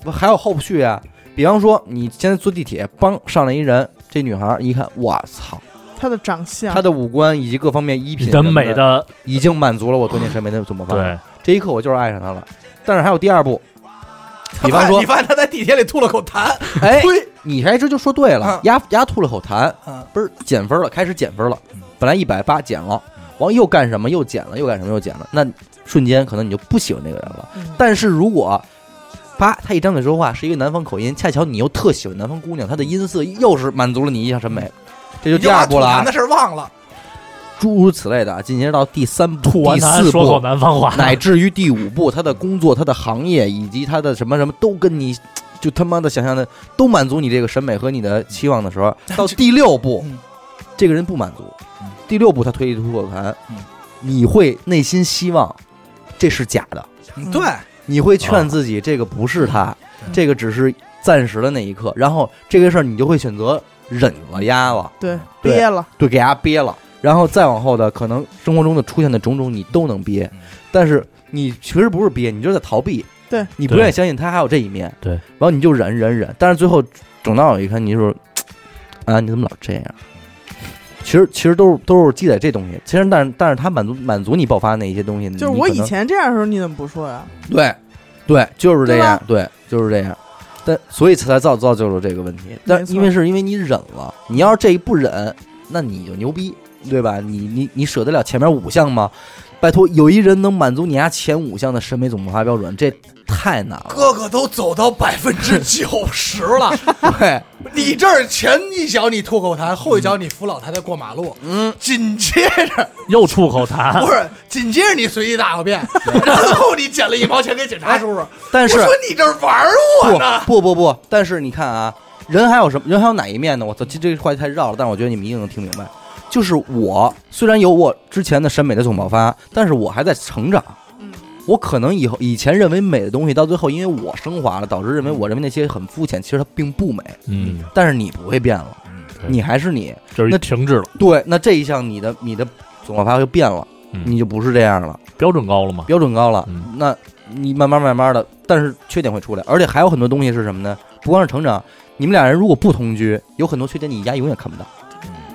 Speaker 2: 不还有后续啊，比方说你现在坐地铁，帮上来一人，这女孩一看，我操，
Speaker 3: 他的长相，
Speaker 2: 她的五官以及各方面衣
Speaker 4: 你
Speaker 2: 品
Speaker 4: 的
Speaker 2: 什么
Speaker 4: 美
Speaker 2: 的
Speaker 4: 的
Speaker 2: 已经满足了我多年审美的怎么办？
Speaker 4: 对，
Speaker 2: 这一刻我就是爱上他了。但是还有第二步，
Speaker 1: 他
Speaker 2: 比方
Speaker 1: 发
Speaker 2: 说
Speaker 1: 你发现他在地铁里吐了口痰，
Speaker 2: 哎，
Speaker 1: 呸，
Speaker 2: 你还这就说对了
Speaker 1: 啊，
Speaker 2: 丫丫吐了口痰，
Speaker 1: 啊，
Speaker 2: 不是减分了，开始减分了
Speaker 1: 嗯，
Speaker 2: 本来一百八减了
Speaker 1: 嗯，
Speaker 2: 完又干什么又减了，又干什么又减了，那瞬间可能你就不喜欢那个人了。
Speaker 3: 嗯
Speaker 2: 但是如果啪，他一张嘴说话是一个南方口音，恰巧你又特喜欢南方姑娘，她的音色又是满足了你一项审美，这就
Speaker 1: 你
Speaker 2: 第
Speaker 1: 就把
Speaker 2: 二步了
Speaker 1: 吐痰
Speaker 2: 啊
Speaker 1: 的，事儿忘 了，
Speaker 2: 诸如此类的啊，进行到第三
Speaker 4: 吐
Speaker 2: 步、
Speaker 4: 完
Speaker 2: 第
Speaker 4: 痰
Speaker 2: 四
Speaker 4: 说口
Speaker 2: 步，
Speaker 4: 南方 话，
Speaker 2: 乃至于第五步，他的工作、他的行业以及他的什么什么都跟你。就他妈的想象的都满足你这个审美和你的期望的时候， 到第六步
Speaker 1: 嗯，
Speaker 2: 这个人不满足
Speaker 1: 嗯，
Speaker 2: 第六步他推出口痰
Speaker 1: 嗯，
Speaker 2: 你会内心希望这是假的，
Speaker 1: 嗯对，
Speaker 2: 你会劝自己这个不是他，
Speaker 1: 对
Speaker 2: 这个只是暂时的那一刻，然后这个事儿你就会选择忍了压了，
Speaker 3: 对
Speaker 2: 对
Speaker 3: 憋了，
Speaker 2: 对，给他憋了，然后再往后的可能生活中的出现的种种你都能憋
Speaker 1: 嗯，
Speaker 2: 但是你其实不是憋，你就是在逃避，
Speaker 3: 对
Speaker 2: 你不愿意相信他还有这一面，
Speaker 4: 对
Speaker 2: 然后你就忍忍忍，但是最后等到有一天你就说，啊，你怎么老这样？其实其实都是都是积累这东西，其实但是但是他满足满足你爆发那一些东西，
Speaker 3: 就是
Speaker 2: 你
Speaker 3: 我
Speaker 2: 可
Speaker 3: 以
Speaker 2: 能
Speaker 3: 前这样的时候你怎么不说呀？
Speaker 2: 对，对，就是这
Speaker 3: 对
Speaker 2: 样
Speaker 3: 吧，
Speaker 2: 对，就是这样。但所以才造造就了这个问题。但
Speaker 3: 没错
Speaker 2: 因为是因为你忍了，你要是这一不忍，那你就牛逼，对吧？你你你舍得了前面五项吗？拜托，有一人能满足你家前五项的审美总发标准，这太难 了。
Speaker 1: 哥哥都走到百分之九十 了，
Speaker 2: 对，
Speaker 1: 你这儿前一脚你吐口痰，后一脚你扶老太太过马路，
Speaker 2: 嗯，
Speaker 1: 紧接着
Speaker 4: 又吐口 痰
Speaker 1: 不，是，紧接着你随地大小便，然后你捡了一毛钱给警察叔叔，
Speaker 2: 但是
Speaker 1: 我说你这儿玩我呢，
Speaker 2: 不不不不，但是你看啊，人还有什么？人还有哪一面呢？我操，这这个话题太绕了，但是我觉得你们一定能听明白。就是我虽然有我之前的审美的总爆发，但是我还在成长。
Speaker 3: 嗯
Speaker 2: 我可能以后以前认为美的东西，到最后因为我升华了，导致认为我认为那些很肤浅，其实它并不美。
Speaker 4: 嗯，
Speaker 2: 但是你不会变了，
Speaker 4: 对
Speaker 2: 你还是你。
Speaker 4: 就是
Speaker 2: 那
Speaker 4: 停滞了，
Speaker 2: 对，那这一项你的你的总爆发就变了，
Speaker 4: 嗯
Speaker 2: 你就不是这样了。
Speaker 4: 标准高了嘛？
Speaker 2: 标准高了，
Speaker 4: 嗯
Speaker 2: 那你慢慢慢慢的，但是缺点会出来，而且还有很多东西是什么呢？不光是成长，你们俩人如果不同居，有很多缺点你丫永远看不到。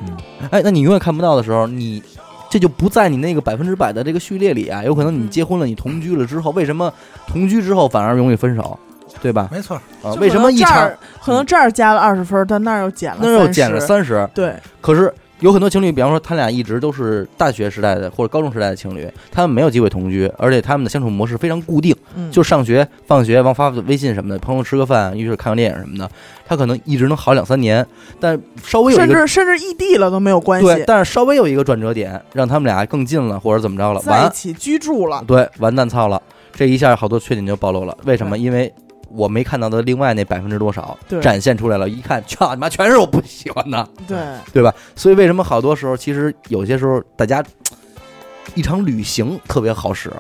Speaker 4: 嗯，
Speaker 2: 哎，那你永远看不到的时候，你这就不在你那个百分之百的这个序列里啊。有可能你结婚了，你同居了之后，为什么同居之后反而容易分手，对吧？
Speaker 1: 没错，
Speaker 2: 啊，
Speaker 3: 就
Speaker 2: 为什么一
Speaker 3: 可能这
Speaker 2: 场
Speaker 3: 儿可能这儿加了二十分，但那儿又减了，
Speaker 2: 那又减了，三十？
Speaker 3: 对，
Speaker 2: 可是有很多情侣，比方说他俩一直都是大学时代的或者高中时代的情侣，他们没有机会同居，而且他们的相处模式非常固定。
Speaker 3: 嗯，
Speaker 2: 就上学、放学，完发微信什么的，朋友吃个饭，于是看个电影什么的，他可能一直能好两三年，但稍微有一
Speaker 3: 甚
Speaker 2: 个
Speaker 3: 至甚至异地了都没有关
Speaker 2: 对，
Speaker 3: 系，
Speaker 2: 但是稍微有一个转折点，让他们俩更近了，或者怎么着了，
Speaker 3: 在一
Speaker 2: 完，
Speaker 3: 起居住了，
Speaker 2: 对，完蛋操了，这一下好多缺点就暴露了，为什么？因为。我没看到的另外那百分之多少
Speaker 3: 对
Speaker 2: 展现出来了，一看，操你妈，全是我不喜欢的，
Speaker 3: 对，
Speaker 2: 对吧？所以为什么好多时候，其实有些时候大家一场旅行特别好使，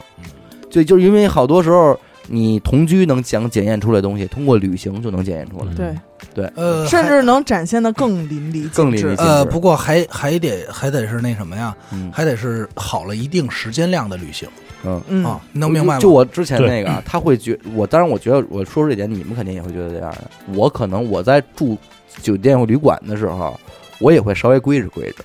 Speaker 2: 就就是因为好多时候你同居能想检验出来的东西，通过旅行就能检验出来。
Speaker 4: 嗯
Speaker 3: 对，
Speaker 1: 呃，
Speaker 3: 甚至能展现的更淋漓
Speaker 2: 更淋漓
Speaker 3: 尽
Speaker 2: 尽
Speaker 3: 致
Speaker 2: 致
Speaker 1: 呃，不过还还得还得是那什么呀，
Speaker 2: 嗯
Speaker 1: 还得是好了一定时间量的旅行
Speaker 2: 嗯，
Speaker 1: 啊
Speaker 3: 嗯，，
Speaker 1: 你能明白吗？
Speaker 2: 就就我之前那个啊，他会觉我，当然我觉得我说出这点，你们肯定也会觉得这样的。我可能我在住酒店或旅馆的时候，我也会稍微规制规制，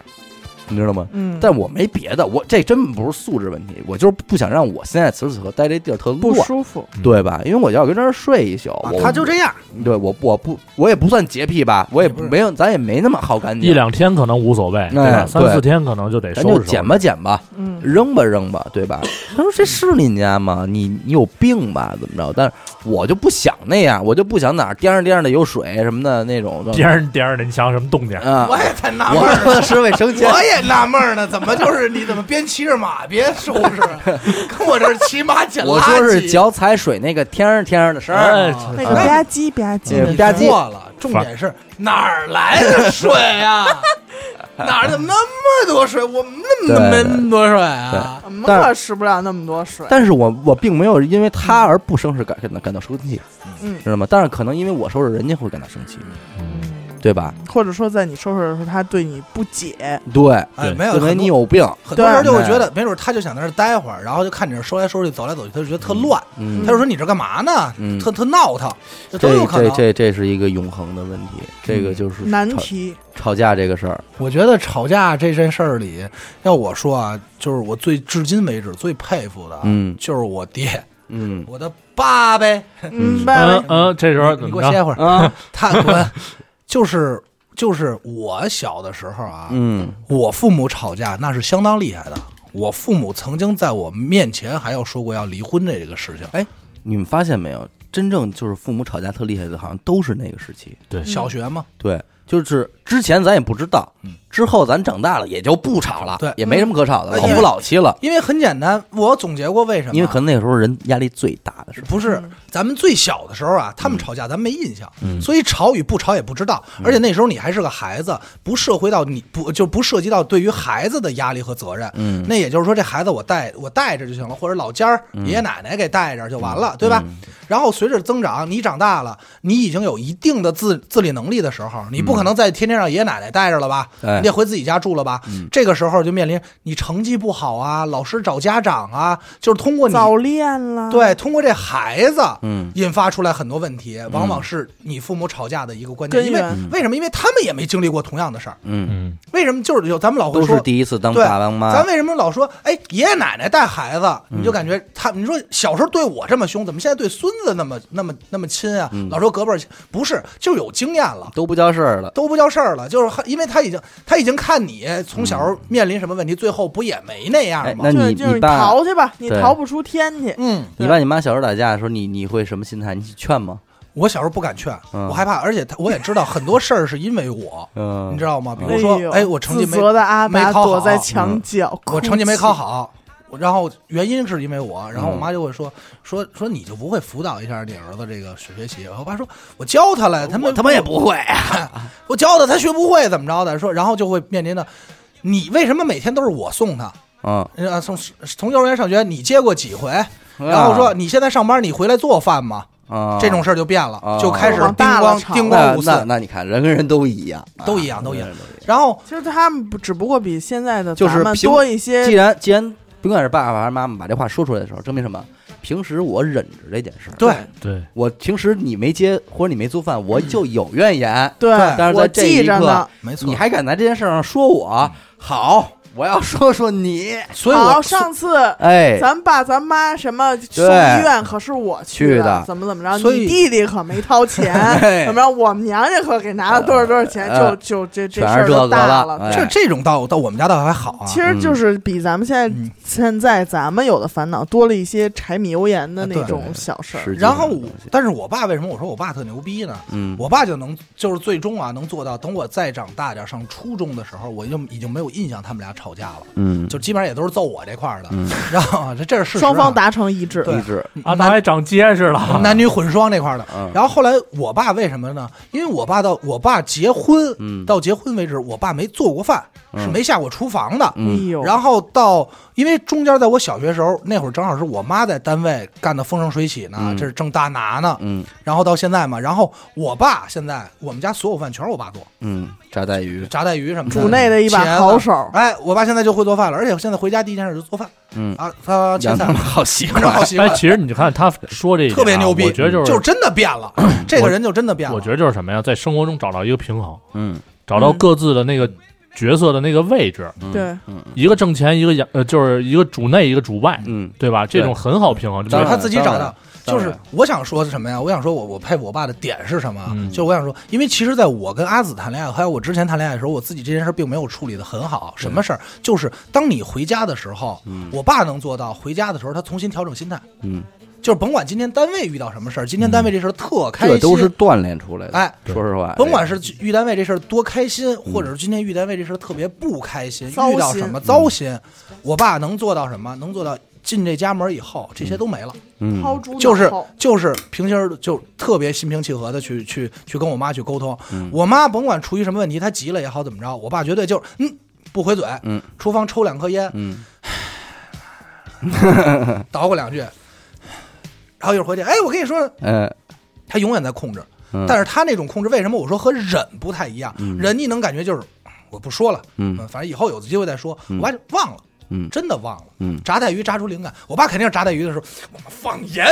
Speaker 2: 你知道吗？
Speaker 3: 嗯，
Speaker 2: 但我没别的，我这真不是素质问题，我就是不想让我现在此时此刻待这地儿特
Speaker 3: 不
Speaker 2: 乱，
Speaker 3: 舒服，
Speaker 4: 嗯
Speaker 2: 对吧？因为我要跟这儿睡一宿，
Speaker 1: 啊
Speaker 2: 我
Speaker 1: 他就这样，
Speaker 2: 对我我不我也不算洁癖吧，我也
Speaker 1: 你不是
Speaker 2: 没有，咱也没那么好干净，
Speaker 4: 一两天可能无所谓，对
Speaker 2: 哎
Speaker 4: 吧？三
Speaker 2: 嗯对
Speaker 4: 四天可能就得
Speaker 2: 咱
Speaker 4: 收
Speaker 2: 就
Speaker 4: 拾收
Speaker 2: 捡
Speaker 4: 拾。
Speaker 2: 吧捡吧，
Speaker 3: 嗯，
Speaker 2: 扔吧扔吧，对吧？他说这是您家吗？你你有病吧？怎么着？但是我就不想那样，我就不想哪儿颠儿颠儿的有水什么的那种，
Speaker 4: 颠儿颠儿的，你想什么动静？
Speaker 2: 啊，
Speaker 1: 我也在纳闷儿呢。
Speaker 2: 我是卫生间，
Speaker 1: 我也纳闷儿呢，怎么就是你怎么边骑着马边收拾，跟我这儿骑马捡垃圾？
Speaker 2: 我说是脚踩水那个天儿天儿的声儿，
Speaker 4: 哎，
Speaker 1: 啊
Speaker 3: 那
Speaker 2: 啊
Speaker 3: 个吧唧吧唧
Speaker 2: 哎
Speaker 3: 的，
Speaker 2: 吧唧
Speaker 1: 错了，重点是哪儿来的水啊？哪儿怎么那么多水？我们那么
Speaker 2: 对对
Speaker 1: 那么多水啊？
Speaker 3: 我们
Speaker 2: 但
Speaker 3: 可使不了那么多水，
Speaker 2: 但是我我并没有因为他而不生事感感到感到生气，
Speaker 3: 嗯
Speaker 2: 知道吗？但是可能因为我收拾人家会感到生气，对吧？
Speaker 3: 或者说在你收拾的时候，他对你不解，
Speaker 2: 对，
Speaker 1: 哎，
Speaker 4: 对
Speaker 1: 没有，
Speaker 2: 因为
Speaker 1: 很
Speaker 2: 你
Speaker 1: 多
Speaker 2: 有病，
Speaker 1: 很多
Speaker 3: 对
Speaker 1: 人就会觉得，没准他就想在那儿待会儿，然后就看你这收来收去、走来走去，他就觉得特乱，
Speaker 2: 嗯
Speaker 1: 他，就说你这干嘛呢
Speaker 2: 嗯？
Speaker 1: 特特闹腾，这都有
Speaker 2: 这
Speaker 1: 可
Speaker 2: 这
Speaker 1: 能。
Speaker 2: 这这是一个永恒的问题，这个就是
Speaker 3: 嗯难
Speaker 2: 吵
Speaker 3: 题，
Speaker 2: 吵架这个事儿，
Speaker 1: 我觉得吵架这件事儿里，要我说啊，就是我最至今为止最佩服的啊，
Speaker 2: 嗯
Speaker 1: 就是我爹。
Speaker 2: 嗯
Speaker 1: 我的爸呗，
Speaker 3: 嗯，拜
Speaker 4: 嗯
Speaker 3: 拜。
Speaker 4: 嗯，这时候
Speaker 1: 你
Speaker 4: 怎
Speaker 1: 你给
Speaker 4: 么
Speaker 1: 我歇
Speaker 4: 着？嗯
Speaker 1: 会儿，
Speaker 2: 啊，
Speaker 1: 他 滚，就是就是我小的时候啊，
Speaker 2: 嗯
Speaker 1: 我父母吵架那是相当厉害的。我父母曾经在我面前还要说过要离婚的这个事情。哎，
Speaker 2: 你们发现没有？真正就是父母吵架特厉害的，好像都是那个时期。
Speaker 4: 对，
Speaker 1: 小学嘛，
Speaker 2: 对，就是之前咱也不知道，之后咱长大了也就不吵了，
Speaker 1: 嗯对
Speaker 2: 也没什么可吵的，
Speaker 1: 嗯
Speaker 2: 老夫老妻了。
Speaker 1: 因为很简单，我总结过为什么，啊
Speaker 2: 因为可能那时候人压力最大的时候，
Speaker 1: 不是咱们最小的时候啊，他们吵架咱们没印象，所以吵与不吵也不知道。而且那时候你还是个孩子，不涉回到你不就不涉及到对于孩子的压力和责任。
Speaker 2: 嗯
Speaker 1: 那也就是说，这孩子我带我带着就行了，或者老家儿爷爷奶奶给带着就完了，对吧？然后随着增长，你长大了，你已经有一定的自自理能力的时候，你不可能再天天让爷爷奶奶带着了吧？
Speaker 2: 哎
Speaker 1: 你得回自己家住了吧？这个时候就面临你成绩不好啊，老师找家长啊，就是通过你
Speaker 3: 早恋
Speaker 2: 啊
Speaker 3: 了，
Speaker 1: 对，通过这孩子，
Speaker 2: 嗯，
Speaker 1: 引发出来很多问题，往往是你父母吵架的一个关键。
Speaker 3: 根
Speaker 1: 因为
Speaker 3: 源
Speaker 1: 为什么？因为他们也没经历过同样的事儿。
Speaker 2: 嗯，
Speaker 4: 嗯，
Speaker 1: 为什么？就是有咱们老会
Speaker 2: 都
Speaker 1: 说
Speaker 2: 是，啊第一次当
Speaker 1: 对
Speaker 2: 大王妈
Speaker 1: 咱，为什么老说，哎，爷爷奶奶带孩子，
Speaker 2: 嗯
Speaker 1: 你就感觉他，你说小时候对我这么凶，怎么现在对孙子那么那么那么亲啊？
Speaker 2: 嗯
Speaker 1: 老说隔辈儿亲，不是，就是有经验了。
Speaker 2: 都不叫事儿了。
Speaker 1: 都不叫事儿了，就是因为他已经他已经看你从小面临什么问题，最后不也没那
Speaker 2: 哎
Speaker 1: 样，吗？
Speaker 2: 那
Speaker 3: 就是
Speaker 2: 你
Speaker 3: 就是
Speaker 2: 你
Speaker 3: 你
Speaker 2: 爸
Speaker 3: 逃去吧，你
Speaker 2: 对
Speaker 3: 逃不出天去。
Speaker 1: 嗯，
Speaker 2: 你
Speaker 3: 对
Speaker 2: 爸你妈小时候打架的时候，你你会什么心态？你劝吗？
Speaker 1: 我小时候不敢劝，
Speaker 2: 嗯
Speaker 1: 我害怕，而且他我也知道很多事儿是因为我，
Speaker 2: 嗯，
Speaker 1: 你知道吗？比
Speaker 3: 哎
Speaker 1: 如说，
Speaker 3: 呦
Speaker 1: 哎，我成绩没
Speaker 3: 自责的阿
Speaker 1: 没
Speaker 3: 达
Speaker 1: 考好嗯
Speaker 3: 躲在墙
Speaker 2: 嗯
Speaker 3: 角，
Speaker 1: 我成绩没考好，我然后原因是因为我，然后
Speaker 2: 嗯
Speaker 1: 我妈就会说说说你就不会辅导一下你儿子这个学学习？我爸说我教他了，他们
Speaker 2: 他妈也不会，
Speaker 1: 我教他，他学不会怎么着的？说然后就会面临的，你为什么每天都是我送他？
Speaker 2: 嗯，
Speaker 1: 呃，从从幼儿园上学你接过几回？然后说你现在上班你回来做饭吗？
Speaker 2: 啊
Speaker 1: 这种事儿就变了
Speaker 2: 啊，
Speaker 1: 就开始
Speaker 3: 往
Speaker 1: 叮
Speaker 3: 大了
Speaker 1: 咣
Speaker 3: 吵
Speaker 1: 叮
Speaker 2: 那
Speaker 1: 咣五
Speaker 2: 那
Speaker 1: 四。
Speaker 2: 那你看，人跟人都一样，
Speaker 1: 都一
Speaker 2: 啊
Speaker 1: 样都一样。
Speaker 2: 人跟人
Speaker 1: 然后
Speaker 3: 其实他们不只不过比现在的
Speaker 2: 就是
Speaker 3: 咱们
Speaker 2: 平
Speaker 3: 多
Speaker 2: 都一
Speaker 3: 一
Speaker 2: 样既
Speaker 3: 些，
Speaker 2: 然既然不管是爸爸还是妈妈把这话说出来的时候，证明什么？平时我忍着这件事儿，
Speaker 1: 对，
Speaker 4: 对，
Speaker 2: 我平时你没接或者你没做饭，我就有怨言。
Speaker 3: 对，
Speaker 2: 但是在
Speaker 3: 我
Speaker 2: 这一
Speaker 3: 记着呢
Speaker 2: 刻。
Speaker 1: 没错，嗯
Speaker 2: 你还敢在这件事上说我好？我要说说你。
Speaker 1: 所以
Speaker 3: 好，
Speaker 1: 我
Speaker 3: 上次
Speaker 2: 哎，
Speaker 3: 咱爸咱妈什么送医院，可是我
Speaker 2: 去的
Speaker 3: 的，怎么怎么着？
Speaker 1: 所以
Speaker 3: 你弟弟可没掏钱
Speaker 2: 哎，
Speaker 3: 怎么着？我们娘家可给拿了多少多少钱，
Speaker 2: 呃
Speaker 3: 就就这这
Speaker 2: 全是
Speaker 3: 事儿
Speaker 2: 这
Speaker 3: 就
Speaker 2: 个
Speaker 3: 大
Speaker 2: 了
Speaker 3: 了。
Speaker 2: 哎嗯
Speaker 1: 这这种到到我们家倒还好啊。
Speaker 3: 其实就是比咱们现在、
Speaker 1: 嗯
Speaker 3: 现在咱们有的烦恼多了一些柴米油盐
Speaker 1: 啊
Speaker 3: 的那种小事儿。
Speaker 2: 实际
Speaker 1: 然
Speaker 2: 上
Speaker 1: 后
Speaker 2: 的
Speaker 1: 我
Speaker 2: 东西，
Speaker 1: 但是我爸为什么我说我爸特牛逼呢？
Speaker 2: 嗯，
Speaker 1: 我爸就能，就是最终啊，能做到。等我再长大点，上初中的时候，我就已经没有印象他们俩吵架了，
Speaker 2: 嗯
Speaker 1: 就基本上也都是揍我这块儿的。
Speaker 2: 嗯
Speaker 1: 然后啊这这是事实啊、
Speaker 3: 双方达成一致，
Speaker 1: 对
Speaker 2: 励志，
Speaker 4: 阿达
Speaker 1: 男
Speaker 4: 还长结实了，哎
Speaker 1: 男女混双这块儿的。
Speaker 2: 嗯
Speaker 1: 然后后来我爸为什么呢？因为我爸到我爸结婚、
Speaker 2: 嗯
Speaker 1: 到结婚为止，我爸没做过饭，
Speaker 2: 嗯
Speaker 1: 是没下过厨房的。
Speaker 3: 哎
Speaker 2: 嗯
Speaker 3: 呦，
Speaker 1: 然后到，因为中间在我小学时候那会儿，正好是我妈在单位干的风生水起呢，
Speaker 2: 嗯
Speaker 1: 这是正大拿呢。
Speaker 2: 嗯
Speaker 1: 然后到现在嘛，然后我爸现在我们家所有饭全是我爸做，
Speaker 2: 嗯，炸带鱼，
Speaker 1: 炸带鱼什么的，
Speaker 3: 主内的一把
Speaker 1: 茄子
Speaker 3: 好手，
Speaker 1: 哎，我爸现在就会做饭了，而且现在回家第一件事就做饭
Speaker 2: 嗯，
Speaker 1: 啊，他切
Speaker 2: 养
Speaker 1: 菜
Speaker 2: 成了好习
Speaker 1: 这好
Speaker 2: 惯，
Speaker 1: 习
Speaker 4: 哎，
Speaker 1: 惯，
Speaker 4: 其实你看他说这一点啊
Speaker 1: 特别牛逼，
Speaker 4: 我觉得就是
Speaker 1: 就真的变了，这个人就真的变了。
Speaker 4: 我觉得就是什么呀，在生活中找到一个平衡，
Speaker 2: 嗯
Speaker 4: 找到
Speaker 3: 嗯
Speaker 4: 各自的那个角色的那个位置，
Speaker 2: 嗯
Speaker 3: 对
Speaker 2: 嗯
Speaker 4: 一个挣钱，一个养，呃，就是一个主内，一个主外，
Speaker 2: 嗯，
Speaker 4: 对吧？这种很好平衡。
Speaker 1: 就
Speaker 2: 当
Speaker 1: 是
Speaker 2: 然
Speaker 1: 他自己找
Speaker 2: 当
Speaker 1: 到
Speaker 2: 然，当
Speaker 1: 就是
Speaker 2: 然
Speaker 1: 我想说什么呀？我想说我我佩服我爸的点是什么啊？
Speaker 4: 嗯
Speaker 1: 就是我想说，因为其实在我跟阿紫谈恋爱，还有我之前谈恋爱的时候，我自己这件事并没有处理的很好。什么事儿？就是当你回家的时候，我爸能做到回家的时候，他重新调整心态，
Speaker 2: 嗯，
Speaker 1: 就是甭管今天单位遇到什么事儿，今天单位这事儿特开心，
Speaker 2: 这嗯都是锻炼出来的。
Speaker 1: 哎。
Speaker 4: 对
Speaker 2: 说实话，
Speaker 1: 甭管是遇单位这事儿多开心，或者
Speaker 2: 嗯
Speaker 1: 是今天遇单位这事儿特别不开心，
Speaker 3: 糟心
Speaker 1: 遇到什么糟心，我爸能做到什么？能做到进这家门以后，这些都没了。
Speaker 2: 嗯
Speaker 3: 抛猪脑后
Speaker 1: 就是就是平心儿就特别心平气和的去去去跟我妈去沟通。
Speaker 2: 嗯
Speaker 1: 我妈甭管出于什么问题，她急了也好怎么着，我爸绝对就是嗯不回嘴，
Speaker 2: 嗯，
Speaker 1: 厨房抽两颗烟，
Speaker 2: 嗯
Speaker 1: 捣鼓两句，然后一会儿回去，哎，我跟你说，
Speaker 2: 呃，
Speaker 1: 他永远在控制，
Speaker 2: 嗯
Speaker 1: 但是他那种控制为什么我说和忍不太一样？忍你能感觉就是我不说了，
Speaker 2: 嗯
Speaker 1: 反正以后有机会再说，我爸就忘了。
Speaker 2: 嗯
Speaker 1: 真的忘了。
Speaker 2: 嗯
Speaker 1: 炸带鱼炸出灵感，我爸肯定是炸带鱼的时候，我 们放盐，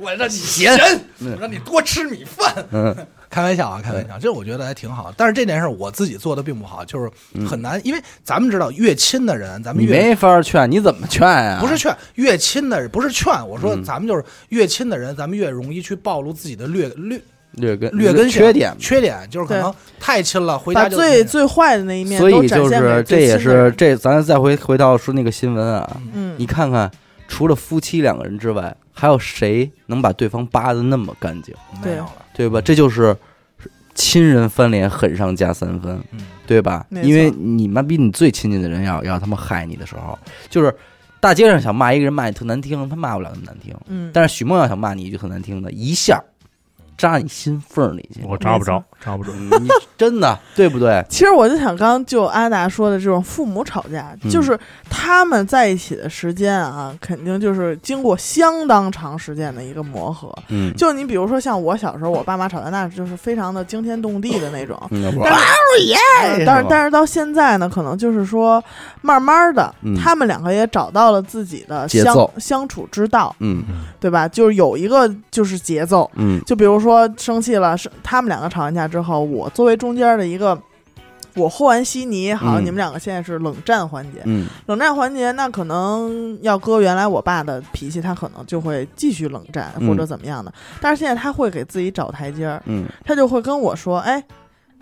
Speaker 1: 我让你咸，我让你多吃米饭。
Speaker 2: 嗯
Speaker 1: 开玩笑啊，开玩笑，这我觉得还挺好。但是这件事儿我自己做的并不好，就是很难，因为咱们知道越亲的人，咱们
Speaker 2: 你
Speaker 1: 越
Speaker 2: 没法劝，你怎么劝啊？
Speaker 1: 不是劝越亲的人，不是劝，我说咱们就是越亲的人，咱们越容易去暴露自己的劣劣
Speaker 2: 劣根
Speaker 1: 劣根性
Speaker 2: 缺点嘛，
Speaker 1: 缺点，就是可能太亲了，回家
Speaker 3: 把
Speaker 1: 就
Speaker 3: 最最坏的那一面
Speaker 2: 所
Speaker 3: 都
Speaker 2: 以
Speaker 3: 展
Speaker 2: 就
Speaker 3: 现
Speaker 2: 是
Speaker 3: 给
Speaker 2: 这
Speaker 3: 最
Speaker 2: 也
Speaker 3: 亲的
Speaker 2: 是
Speaker 3: 人
Speaker 2: 这，咱再回回到说那个新闻啊，
Speaker 3: 嗯
Speaker 2: 你看看，除了夫妻两个人之外，还有谁能把对方扒的那么干净，
Speaker 1: 没有了，
Speaker 2: 对吧？这就是亲人翻脸，狠上加三分。
Speaker 1: 嗯，
Speaker 2: 对吧？
Speaker 3: 没错
Speaker 2: 因为你妈逼你最亲近的人要要他妈害你的时候，就是大街上想骂一个人骂你特难听，他骂不了那么难听。
Speaker 3: 嗯，
Speaker 2: 但是许梦要想骂你一句很难听的，一下扎你心缝里去，
Speaker 4: 我扎不着，扎不住。
Speaker 2: 你你真的对不对？
Speaker 3: 其实我就想，刚刚就阿达说的这种父母吵架，
Speaker 2: 嗯
Speaker 3: 就是他们在一起的时间啊，肯定就是经过相当长时间的一个磨合。
Speaker 2: 嗯，
Speaker 3: 就你比如说像我小时候，我爸妈吵架，那就是非常的惊天动地的那种。
Speaker 2: 嗯要不
Speaker 3: 但
Speaker 2: 然
Speaker 3: 呃但是但是到现在呢，可能就是说，慢慢的，
Speaker 2: 嗯
Speaker 3: 他们两个也找到了自己的
Speaker 2: 节
Speaker 3: 相
Speaker 2: 奏
Speaker 3: 相处之道，
Speaker 2: 嗯
Speaker 3: 对吧？就是有一个就是节奏，
Speaker 2: 嗯
Speaker 3: 就比如说生气了，是他们两个吵完架之后，我作为中间的一个，我和完稀泥，好，
Speaker 2: 嗯
Speaker 3: 你们两个现在是冷战环节。
Speaker 2: 嗯
Speaker 3: 冷战环节，那可能要搁原来我爸的脾气，他可能就会继续冷战
Speaker 2: 嗯
Speaker 3: 或者怎么样的。但是现在他会给自己找台阶儿，
Speaker 2: 嗯
Speaker 3: 他就会跟我说：“哎，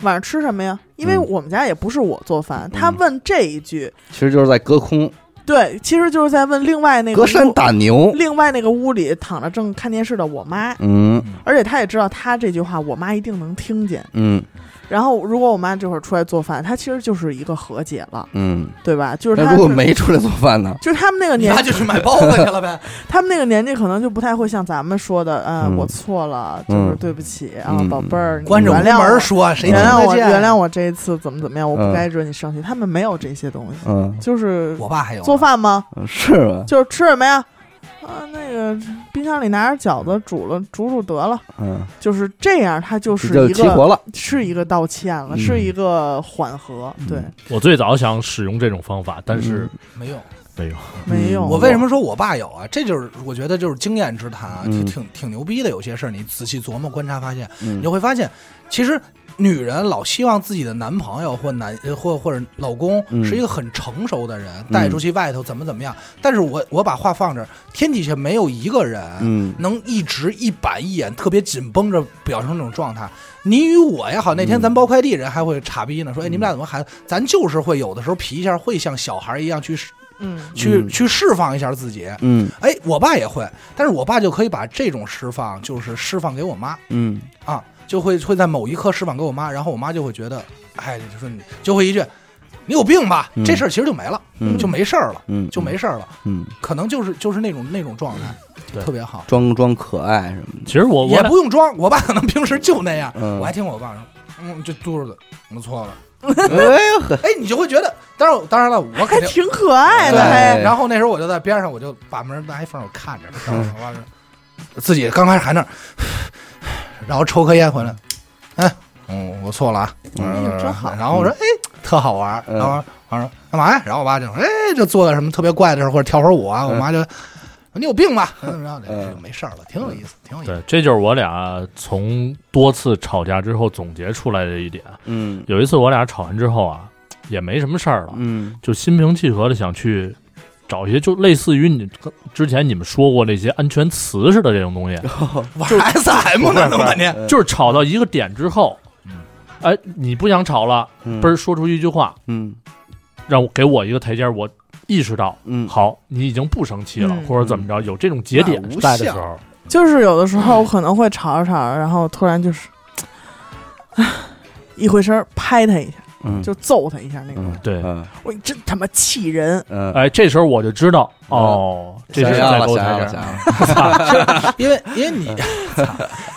Speaker 3: 晚上吃什么呀？”因为
Speaker 2: 嗯
Speaker 3: 我们家也不是我做饭，他问这一句，
Speaker 2: 其实就是在隔空
Speaker 3: 对，其实就是在问另外那个
Speaker 2: 隔山
Speaker 3: 屋
Speaker 2: 打牛。
Speaker 3: 另外那个屋里躺着正看电视的我妈。
Speaker 2: 嗯
Speaker 3: 而且他也知道他这句话，我妈一定能听见。
Speaker 2: 嗯
Speaker 3: 然后，如果我妈这会儿出来做饭，她其实就是一个和解了，
Speaker 2: 嗯，
Speaker 3: 对吧？就是
Speaker 2: 那
Speaker 3: 她
Speaker 2: 如果
Speaker 3: 是
Speaker 2: 没出来做饭呢？
Speaker 3: 就是他们那个
Speaker 1: 你
Speaker 3: 年
Speaker 1: 妈，就去买包子去了呗，
Speaker 3: 他们那个年纪可能就不太会像咱们说的，呃、
Speaker 2: 嗯
Speaker 3: 我错了，就
Speaker 2: 嗯
Speaker 3: 是对不起、啊
Speaker 2: 嗯，
Speaker 3: 宝贝儿，你
Speaker 1: 关着屋
Speaker 3: 原谅
Speaker 1: 门
Speaker 3: 我，
Speaker 1: 说，谁听
Speaker 3: 原谅
Speaker 1: 得
Speaker 3: 我，
Speaker 1: 见？
Speaker 3: 原谅我这一次怎么怎么样，我
Speaker 2: 嗯
Speaker 3: 不该惹你生气。他们没有这些东西，
Speaker 2: 嗯，
Speaker 3: 就是
Speaker 1: 我爸还有啊
Speaker 3: 做饭吗？
Speaker 2: 是吧？
Speaker 3: 就是吃什么呀？啊，那个冰箱里拿点饺子煮了煮煮得了，
Speaker 2: 嗯，
Speaker 3: 就是这样，他就是
Speaker 2: 这
Speaker 3: 一
Speaker 2: 就
Speaker 3: 个
Speaker 2: 齐活了。
Speaker 3: 是一个道歉了，
Speaker 2: 嗯
Speaker 3: 是一个缓和，
Speaker 1: 嗯
Speaker 3: 对，
Speaker 4: 我最早想使用这种方法，
Speaker 2: 嗯
Speaker 4: 但是
Speaker 1: 没用。
Speaker 4: 没有。
Speaker 3: 没用。
Speaker 1: 嗯我为什么说我爸有啊？这就是我觉得就是经验之谈啊，
Speaker 2: 嗯
Speaker 1: 挺挺挺牛逼的。有些事儿你仔细琢磨观察发现，
Speaker 2: 嗯
Speaker 1: 你就会发现，其实女人老希望自己的男朋友或男呃或或者老公
Speaker 2: 嗯
Speaker 1: 是一个很成熟的人，带
Speaker 3: 嗯
Speaker 1: 出去外头怎么怎么样。但是我我把话放这儿，天底下没有一个人。
Speaker 2: 嗯
Speaker 1: 能一直一板一眼，特别紧绷着表情那种状态，你与我也好，那天咱包快递人还会岔逼呢，说哎你们俩怎么还？咱就是会有的时候皮一下，会像小孩一样去
Speaker 3: 嗯
Speaker 1: 去、
Speaker 2: 嗯
Speaker 1: 去释放一下自己。
Speaker 2: 嗯
Speaker 1: 哎，我爸也会，但是我爸就可以把这种释放，就是释放给我妈
Speaker 2: 嗯
Speaker 1: 啊，就会会在某一刻释放给我妈，然后我妈就会觉得，哎，就说你就会一句，你有病吧？
Speaker 2: 嗯
Speaker 1: 这事儿其实就没了，
Speaker 2: 嗯，
Speaker 1: 就没事儿了，
Speaker 2: 嗯
Speaker 1: 就没事儿了，
Speaker 2: 嗯，
Speaker 1: 可能就是就是那种那种状态，
Speaker 4: 对
Speaker 1: 特别好，
Speaker 2: 装装可爱什么的。
Speaker 4: 其实我我
Speaker 1: 也
Speaker 4: 俩
Speaker 1: 不用装。我爸可能平时就那样，
Speaker 2: 嗯
Speaker 1: 我还听我爸说，嗯，就嘟噜的，我错了。
Speaker 2: 哎呦呵，
Speaker 1: 哎，你就会觉得，当然当然了，我肯
Speaker 3: 还
Speaker 1: 定
Speaker 3: 挺可爱的，
Speaker 2: 对
Speaker 3: 还
Speaker 1: 然后那时候我就在边上，我就把门拿一缝儿我看着，然后我就自己刚开始还那儿，然后抽颗烟回来，哎，嗯，我错了啊，
Speaker 2: 嗯
Speaker 1: 嗯，
Speaker 3: 哎真好
Speaker 1: 然后我说，哎，特好玩儿，
Speaker 2: 嗯
Speaker 1: 然后我说干嘛呀？然后我爸就说，哎，就做点什么特别怪的事儿或者跳会儿舞啊。我妈就，你有病吧？然后
Speaker 2: 嗯
Speaker 1: 就没事儿了，挺有意思，挺有意思。
Speaker 4: 对，这就是我俩从多次吵架之后总结出来的一点。
Speaker 2: 嗯
Speaker 4: 有一次我俩吵完之后啊，也没什么事儿了，
Speaker 2: 嗯
Speaker 4: 就心平气和的想去找一些就类似于你跟之前你们说过那些安全词似的这种东西，
Speaker 1: 玩 SM 呢，弄半天，
Speaker 2: 嗯
Speaker 4: 就是吵到一个点之后
Speaker 1: 嗯，
Speaker 4: 哎，你不想吵了，
Speaker 2: 嗯
Speaker 4: 嘣儿说出一句话，
Speaker 2: 嗯
Speaker 4: 让我给我一个台阶儿，我意识到。
Speaker 2: 嗯，
Speaker 4: 好，你已经不生气了，
Speaker 3: 嗯
Speaker 4: 或者怎么着，有这种节点
Speaker 2: 那无
Speaker 4: 在的
Speaker 2: 效
Speaker 4: 时候，
Speaker 3: 就是有的时候我可能会吵着吵着，然后突然就是，唉一回身儿拍他一下，
Speaker 2: 嗯
Speaker 3: 就揍他一下那种。
Speaker 2: 嗯
Speaker 4: 对，
Speaker 2: 嗯
Speaker 3: 我真他妈气人！
Speaker 2: 嗯，
Speaker 4: 哎，这时候我就知道，哦，这
Speaker 2: 想
Speaker 4: 是
Speaker 2: 要
Speaker 4: 在
Speaker 2: 了
Speaker 4: 沟
Speaker 2: 想
Speaker 4: 台
Speaker 2: 要了
Speaker 4: 这
Speaker 2: 想
Speaker 4: 儿，
Speaker 2: 要了，
Speaker 1: 因为因为你， 操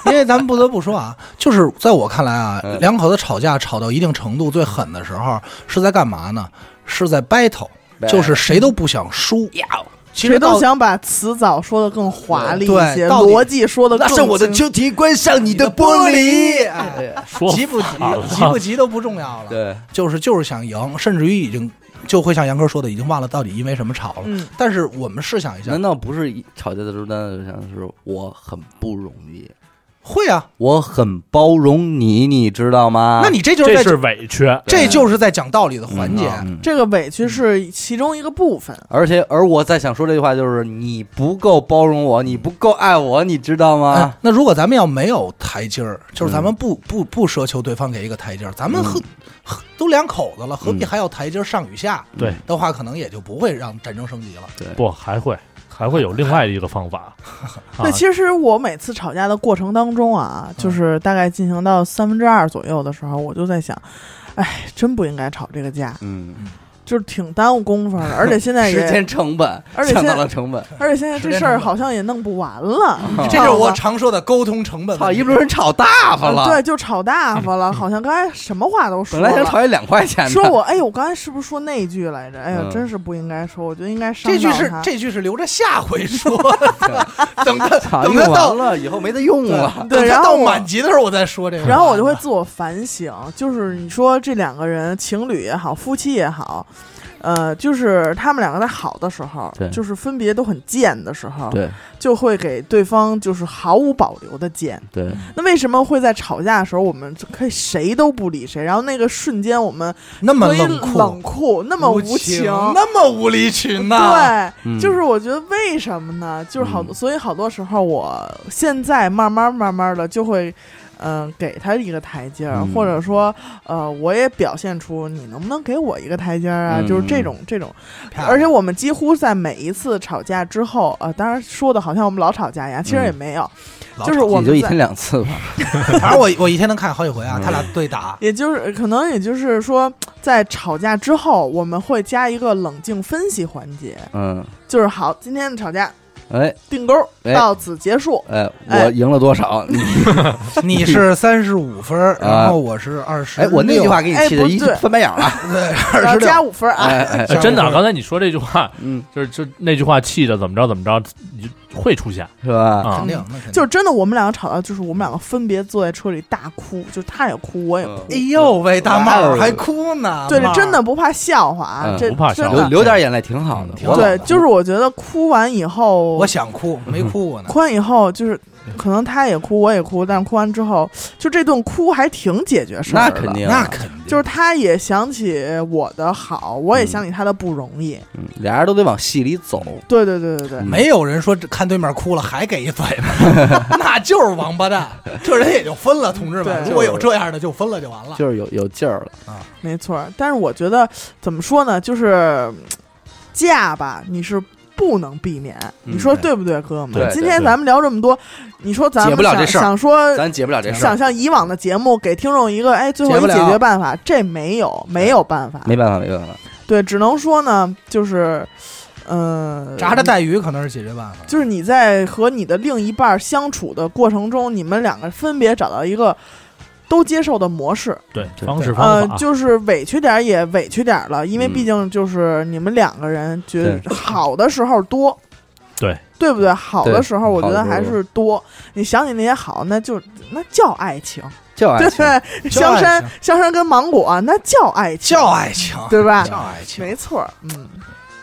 Speaker 1: 因为咱们不得不说啊，就是在我看来啊
Speaker 2: 嗯，
Speaker 1: 两口子吵架吵到一定程度最狠的时候是在干嘛呢？是在 battle，就是 谁都不想输。其
Speaker 3: 谁
Speaker 1: 实
Speaker 3: 都
Speaker 1: 到呃
Speaker 3: 想把词藻说的更华丽一些，
Speaker 1: 对到底
Speaker 3: 逻辑说的更清。
Speaker 2: 蹄，关上
Speaker 1: 你的玻璃，哎
Speaker 4: 说
Speaker 1: 急不急
Speaker 4: 反了，
Speaker 1: 急不急都不重要了，
Speaker 2: 对，
Speaker 1: 就是就是想赢，甚至于已经就会像杨哥说的，已经忘了到底因为什么吵了。
Speaker 3: 嗯，
Speaker 1: 但是我们试想一下
Speaker 2: 难，道不是一吵架的时候，单单就想是我很不容易？
Speaker 1: 会啊，
Speaker 2: 我很包容你，你知道吗？
Speaker 1: 那你这就是
Speaker 4: 这
Speaker 1: 在
Speaker 4: 是委屈，
Speaker 1: 这就是在讲道理的环节。
Speaker 2: 嗯
Speaker 3: 这个委屈是其中一个部分。
Speaker 1: 啊
Speaker 2: 而且，而我在想说这句话，就是你不够包容我，你不够爱我，你知道
Speaker 1: 哎
Speaker 2: 吗？
Speaker 1: 那如果咱们要没有台阶儿，就是咱
Speaker 2: 嗯
Speaker 1: 们不、不不奢求对方给一个台阶儿，咱们和、和都两口子了，何
Speaker 2: 嗯
Speaker 1: 必还要台阶儿上与下？
Speaker 4: 对
Speaker 1: 的话，可能也就不会让战争升级了。
Speaker 2: 对，
Speaker 4: 不还会还会有另外一个方 法。啊
Speaker 3: 对，其实我每次吵架的过程当中啊，
Speaker 1: 嗯
Speaker 3: 就是大概进行到三分之二左右的时候，我就在想，哎，真不应该吵这个架，
Speaker 2: 嗯，
Speaker 3: 就是挺耽误功夫的。而且现在
Speaker 2: 时
Speaker 3: 也，
Speaker 2: 间成本，
Speaker 3: 而且
Speaker 2: 想到
Speaker 3: 现在
Speaker 2: 了成本。
Speaker 3: 而且现在这事儿好像也弄不完了，
Speaker 2: 哦
Speaker 3: 你
Speaker 1: 嗯
Speaker 3: 知
Speaker 1: 这就是
Speaker 3: 道
Speaker 1: 我
Speaker 3: 吗
Speaker 1: 常说的沟通成本
Speaker 2: 操，
Speaker 1: 问题。
Speaker 2: 一路人吵大发了。
Speaker 3: 嗯对，，就吵大 发了，好像刚才什么话都说
Speaker 2: 本来想
Speaker 3: 了。
Speaker 2: 吵一两块钱的，
Speaker 3: 说我哎呦，我刚才是不是说那一句来着？哎呀
Speaker 2: 嗯，
Speaker 3: 真是不应该说，我觉得应该伤
Speaker 1: 这句
Speaker 3: 到
Speaker 1: 是
Speaker 3: 他
Speaker 1: 这句是留着下回说， 等 他
Speaker 2: 操，
Speaker 1: 等
Speaker 2: 用
Speaker 1: 他
Speaker 2: 完
Speaker 1: 到
Speaker 2: 了以后没得用了。
Speaker 3: 对
Speaker 1: 等
Speaker 3: 然
Speaker 1: 他
Speaker 3: 后
Speaker 1: 到
Speaker 3: 我
Speaker 1: 满级的时候我再说
Speaker 2: 嗯
Speaker 1: 这个。
Speaker 3: 然后我就会自我反省，就是你说这两个人，情侣也好，夫妻也好，呃，就是他们两个在好的时候
Speaker 2: 对，
Speaker 3: 就是分别都很贱的时候，
Speaker 2: 对
Speaker 3: 就会给对方就是毫无保留的贱。
Speaker 2: 对，
Speaker 3: 那为什么会在吵架的时候，我们就可以谁都不理谁，然后那个瞬间我们
Speaker 1: 那么
Speaker 3: 可以
Speaker 1: 冷酷、
Speaker 3: 冷酷，那么
Speaker 1: 无
Speaker 3: 情，
Speaker 1: 那么无理取闹。
Speaker 3: 对，
Speaker 2: 嗯
Speaker 3: 就是我觉得为什么呢？就是好，
Speaker 2: 嗯
Speaker 3: 所以好多时候我现在慢慢慢慢的就会，嗯、给他一个台阶儿，
Speaker 2: 嗯
Speaker 3: 或者说，呃，我也表现出你能不能给我一个台阶儿啊？
Speaker 2: 嗯
Speaker 3: 就是这种这种，
Speaker 1: 啪
Speaker 3: 而且我们几乎在每一次吵架之后，呃，当然说的好像我们老吵架一样，其实也
Speaker 2: 嗯
Speaker 3: 没有，
Speaker 1: 老
Speaker 3: 就是
Speaker 1: 吵
Speaker 3: 我
Speaker 2: 也就
Speaker 3: 们
Speaker 2: 一
Speaker 3: 在
Speaker 2: 天两次吧。
Speaker 1: 反正我我一天能看好几回啊，
Speaker 2: 嗯
Speaker 1: 他俩对 打。
Speaker 3: 也就是可能也就是说，在吵架之后，我们会加一个冷静分析环节，
Speaker 2: 嗯，
Speaker 3: 就是好，今天的吵架
Speaker 2: 哎
Speaker 3: 定钩
Speaker 2: 哎
Speaker 3: 到此结束。
Speaker 2: 哎，
Speaker 3: 哎
Speaker 2: 我赢了多少？ 你
Speaker 1: 你是三十五分儿，
Speaker 2: 啊
Speaker 1: 然后我是二十。
Speaker 2: 哎，我那句话给你气
Speaker 3: 哎
Speaker 2: 的
Speaker 3: 不
Speaker 2: 一
Speaker 3: 对
Speaker 2: 翻白眼儿 了。
Speaker 1: 对
Speaker 3: 然
Speaker 1: 二
Speaker 3: 后
Speaker 1: 十
Speaker 3: 加
Speaker 1: 六，
Speaker 3: 五分儿啊，
Speaker 2: 哎哎，
Speaker 1: 加
Speaker 4: 哎真的
Speaker 1: 五
Speaker 4: 啊，
Speaker 1: 分
Speaker 4: 刚才你说这句话，
Speaker 2: 嗯，
Speaker 4: 就是就那句话气的怎么着怎么着会出现
Speaker 2: 是吧？
Speaker 4: 啊
Speaker 1: 肯。定，那肯定
Speaker 3: 嗯就是真的，我们两个吵到，就是我们两个分别坐在车里大哭，就是他也哭，我也哭。
Speaker 1: 哎呦喂，大帽
Speaker 2: 哎
Speaker 1: 儿
Speaker 2: 呦
Speaker 1: 还哭呢，
Speaker 3: 对，
Speaker 1: 帽
Speaker 3: 这
Speaker 1: 儿
Speaker 3: 真的不怕笑话啊，
Speaker 2: 嗯
Speaker 3: 这
Speaker 4: 不怕
Speaker 3: 真
Speaker 4: 笑
Speaker 2: 流
Speaker 4: 话
Speaker 3: 的。
Speaker 2: 流点眼泪挺好的
Speaker 1: 嗯，挺
Speaker 2: 我
Speaker 1: 好
Speaker 3: 对，
Speaker 2: 老
Speaker 3: 就是我觉得哭完以后，
Speaker 1: 我想哭没
Speaker 3: 嗯
Speaker 1: 哭过呢。
Speaker 3: 哭完以后就是可能他也哭，我也哭，但哭完之后，就这顿哭还挺解决事
Speaker 2: 那
Speaker 3: 儿的。
Speaker 2: 肯定，啊
Speaker 1: 那肯定
Speaker 3: 就是他也想起我的好，我也想起他的不容易。
Speaker 2: 嗯俩人都得往戏里走。嗯
Speaker 3: 对对对对对，
Speaker 1: 没有人说这看对面哭了还给一嘴巴， 那就是王八蛋。这人也就分了，同志们，
Speaker 3: 对
Speaker 1: 如果有这样的就分了就完了。
Speaker 2: 就是有有劲儿了，
Speaker 3: 没错儿。但是我觉得怎么说呢，就是嗯架吧，你是不能避免，你说对不对，哥们
Speaker 2: 嗯对
Speaker 3: 儿？
Speaker 2: 对
Speaker 3: 今天咱们聊这么多，你说咱
Speaker 2: 解
Speaker 3: 们
Speaker 2: 不了这
Speaker 3: 想
Speaker 2: 事儿
Speaker 3: 想说。
Speaker 2: 咱解不了这事儿
Speaker 3: 想，像以往的节目，给听众一个哎最后
Speaker 1: 解
Speaker 3: 一
Speaker 1: 不了
Speaker 3: 解决办法，这没有没有办法，
Speaker 2: 没办法，没办法。
Speaker 3: 对，只能说呢，就是，呃，
Speaker 1: 炸着带鱼可能是解决办法。
Speaker 3: 就是你在和你的另一半相处的过程中，你们两个分别找到一个都接受的模式，
Speaker 4: 对
Speaker 2: 对
Speaker 4: 方式
Speaker 3: 呃
Speaker 4: 方，法，啊
Speaker 3: 就是委屈点儿也委屈点儿了，因为
Speaker 2: 嗯
Speaker 3: 毕竟就是你们两个人觉得
Speaker 2: 对
Speaker 3: 好的时候多，
Speaker 4: 对
Speaker 3: 对不对？好的
Speaker 2: 对
Speaker 3: 时候我觉得
Speaker 2: 好的时候
Speaker 3: 还是多。你想起那些好，那就那叫爱情，
Speaker 2: 就爱
Speaker 3: 对不
Speaker 2: 情，
Speaker 3: 对？
Speaker 1: 叫
Speaker 3: 香
Speaker 1: 爱
Speaker 3: 山
Speaker 1: 情
Speaker 3: 香山跟芒果那叫爱情，
Speaker 1: 叫爱情，
Speaker 3: 对吧？
Speaker 1: 叫爱情，
Speaker 3: 没错儿，嗯，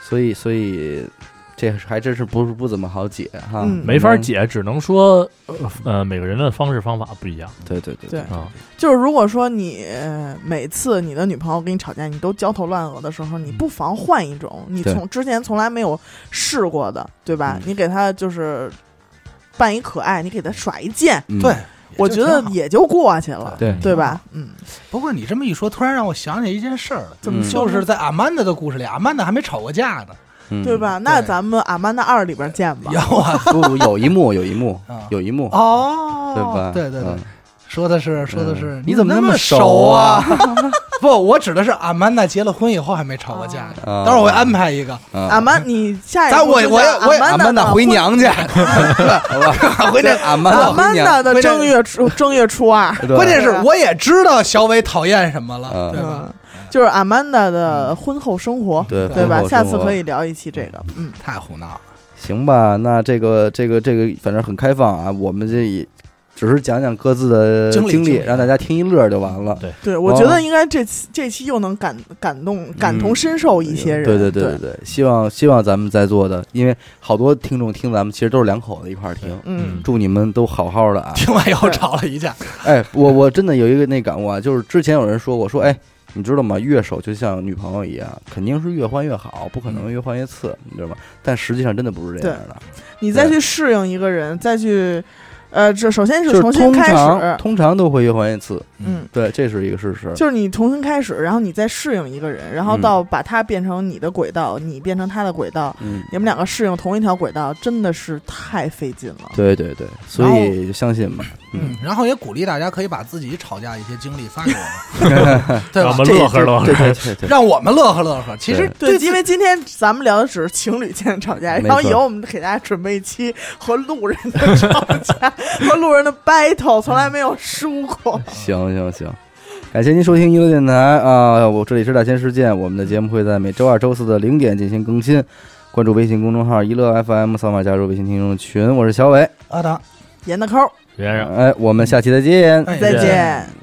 Speaker 2: 所以所以这还真是不是不怎么好解哈，
Speaker 3: 嗯
Speaker 4: 没法。解，只能说呃呃每个人的方式方法不一样
Speaker 2: 对对对
Speaker 3: 对
Speaker 4: 啊。
Speaker 3: 就是如果说你呃每次你的女朋友跟你吵架，你都焦头烂额的时候，你不妨换一种你
Speaker 2: 对
Speaker 3: 从之前从来没有试过的，对吧？
Speaker 2: 嗯
Speaker 3: 你给她就是扮一可爱，你给她耍一剑，
Speaker 2: 嗯
Speaker 1: 对，
Speaker 3: 我
Speaker 1: 也
Speaker 3: 觉
Speaker 1: 就
Speaker 3: 得
Speaker 1: 挺好
Speaker 3: 也就过去了，
Speaker 2: 对
Speaker 3: 对吧？嗯，
Speaker 1: 不过你这么一说，突然让我想起一件事儿了，
Speaker 3: 怎么
Speaker 2: 嗯
Speaker 3: 说
Speaker 1: 就
Speaker 3: 呢？
Speaker 1: 是在阿曼达的故事里，阿曼达还没吵过架呢。
Speaker 2: 嗯
Speaker 3: 对？吧？那
Speaker 1: 对
Speaker 3: 咱们《阿曼达二》里边见吧。
Speaker 1: 然后 啊，
Speaker 2: 不不，有一幕有一幕
Speaker 1: 啊
Speaker 2: 有一幕，
Speaker 1: 哦，
Speaker 2: 对吧？
Speaker 1: 对对对
Speaker 2: 嗯，
Speaker 1: 说的是说的是
Speaker 2: 嗯，
Speaker 1: 你
Speaker 2: 你
Speaker 1: 怎
Speaker 2: 怎
Speaker 1: 么
Speaker 2: 么
Speaker 1: 那
Speaker 2: 那么
Speaker 1: 熟
Speaker 2: 熟
Speaker 1: 啊
Speaker 2: 啊？
Speaker 1: 不，我指的是阿曼达结了婚以后还没吵过架呢。
Speaker 2: 啊
Speaker 1: 待会儿我会安排一个，
Speaker 2: 啊
Speaker 3: 阿曼，你下一
Speaker 1: 咱
Speaker 3: 部
Speaker 1: 我
Speaker 3: 就
Speaker 1: 我
Speaker 3: 叫
Speaker 1: 也我也
Speaker 3: 阿
Speaker 2: 阿
Speaker 3: 曼
Speaker 2: 曼
Speaker 3: 达
Speaker 2: 达
Speaker 3: 的
Speaker 2: 回
Speaker 3: 婚
Speaker 2: 娘家， 好吧？回那阿曼
Speaker 3: 阿
Speaker 2: 达回
Speaker 3: 曼
Speaker 2: 娘
Speaker 3: 达的
Speaker 1: 回娘
Speaker 3: 正月初正月初二，
Speaker 2: 对
Speaker 1: 关键是
Speaker 3: 对啊
Speaker 1: 我也知道小伟讨厌什么了，
Speaker 2: 嗯
Speaker 1: 对吧？
Speaker 3: 嗯，就是阿曼达的婚后生活，
Speaker 2: 对
Speaker 1: 对
Speaker 3: 对吧？
Speaker 2: 婚后
Speaker 3: 下
Speaker 2: 生
Speaker 3: 次
Speaker 2: 活
Speaker 3: 可以聊一期这个，嗯，
Speaker 1: 太胡闹了，
Speaker 2: 行吧？那这个这个这个，反正很开放啊。我们这也只是讲讲各自的
Speaker 1: 经历
Speaker 2: 经
Speaker 1: 经
Speaker 2: 历，
Speaker 1: 历
Speaker 2: 让大家听一乐就完了。
Speaker 3: 对，我
Speaker 2: 哦
Speaker 3: 觉得应该这期这期又能感感动、感同身受一些人。
Speaker 2: 嗯对
Speaker 3: 对
Speaker 2: 对对对，希望希望咱们在座的，因为好多听众听咱们其实都是两口子一块儿听，
Speaker 3: 嗯，
Speaker 2: 祝你们都好好的啊！
Speaker 1: 听完以后吵了一架，
Speaker 2: 哎，我我真的有一个那感悟啊，就是之前有人说我说哎，你知道吗？乐手就像女朋友一样，肯定是越换越好，不可
Speaker 3: 嗯
Speaker 2: 能越换越次，你知道吗？但实际上真的不是这样的，
Speaker 3: 你再去适应一个人，再去，呃，这首先
Speaker 2: 就是是
Speaker 3: 重新
Speaker 2: 通
Speaker 3: 开
Speaker 2: 常
Speaker 3: 始，
Speaker 2: 通常都会越换越次，
Speaker 3: 嗯，
Speaker 2: 对，这是一个事实。
Speaker 3: 就是你重新开始，然后你再适应一个人，然后
Speaker 2: 嗯
Speaker 3: 到把他变成你的轨道，你变成他的轨道，
Speaker 2: 嗯，
Speaker 3: 你们两个适应同一条轨道，真的是太费劲了。
Speaker 2: 对对对，所
Speaker 1: 然后
Speaker 2: 以就相信吧，嗯
Speaker 1: 嗯，然后也鼓励大家可以把自己吵架一些经历发给我们， 对
Speaker 4: 让我
Speaker 1: 吧
Speaker 4: 们？乐呵乐
Speaker 2: 对对
Speaker 4: 呵。
Speaker 2: 对对。
Speaker 1: 让我们乐呵乐呵。其实
Speaker 3: 对，
Speaker 1: 自
Speaker 3: 因为今天咱们聊的只是情侣间吵架，
Speaker 2: 没
Speaker 3: 然后以
Speaker 2: 错
Speaker 3: 后我们给大家准备一期和路人的吵架 和路人的 battle，从来没有输过。
Speaker 2: 行行行，感谢您收听娱乐电台啊！我这里是大千世界，我们的节目会在每周二、周四的零点进行更新。关注微信公众号“娱乐 FM”，扫码加入微信听众群。我是小伟，哎
Speaker 1: 阿达，
Speaker 3: 严的抠，
Speaker 4: 别人
Speaker 2: 哎，我们下期再见。
Speaker 1: 哎
Speaker 3: 再
Speaker 4: 再见
Speaker 3: 见。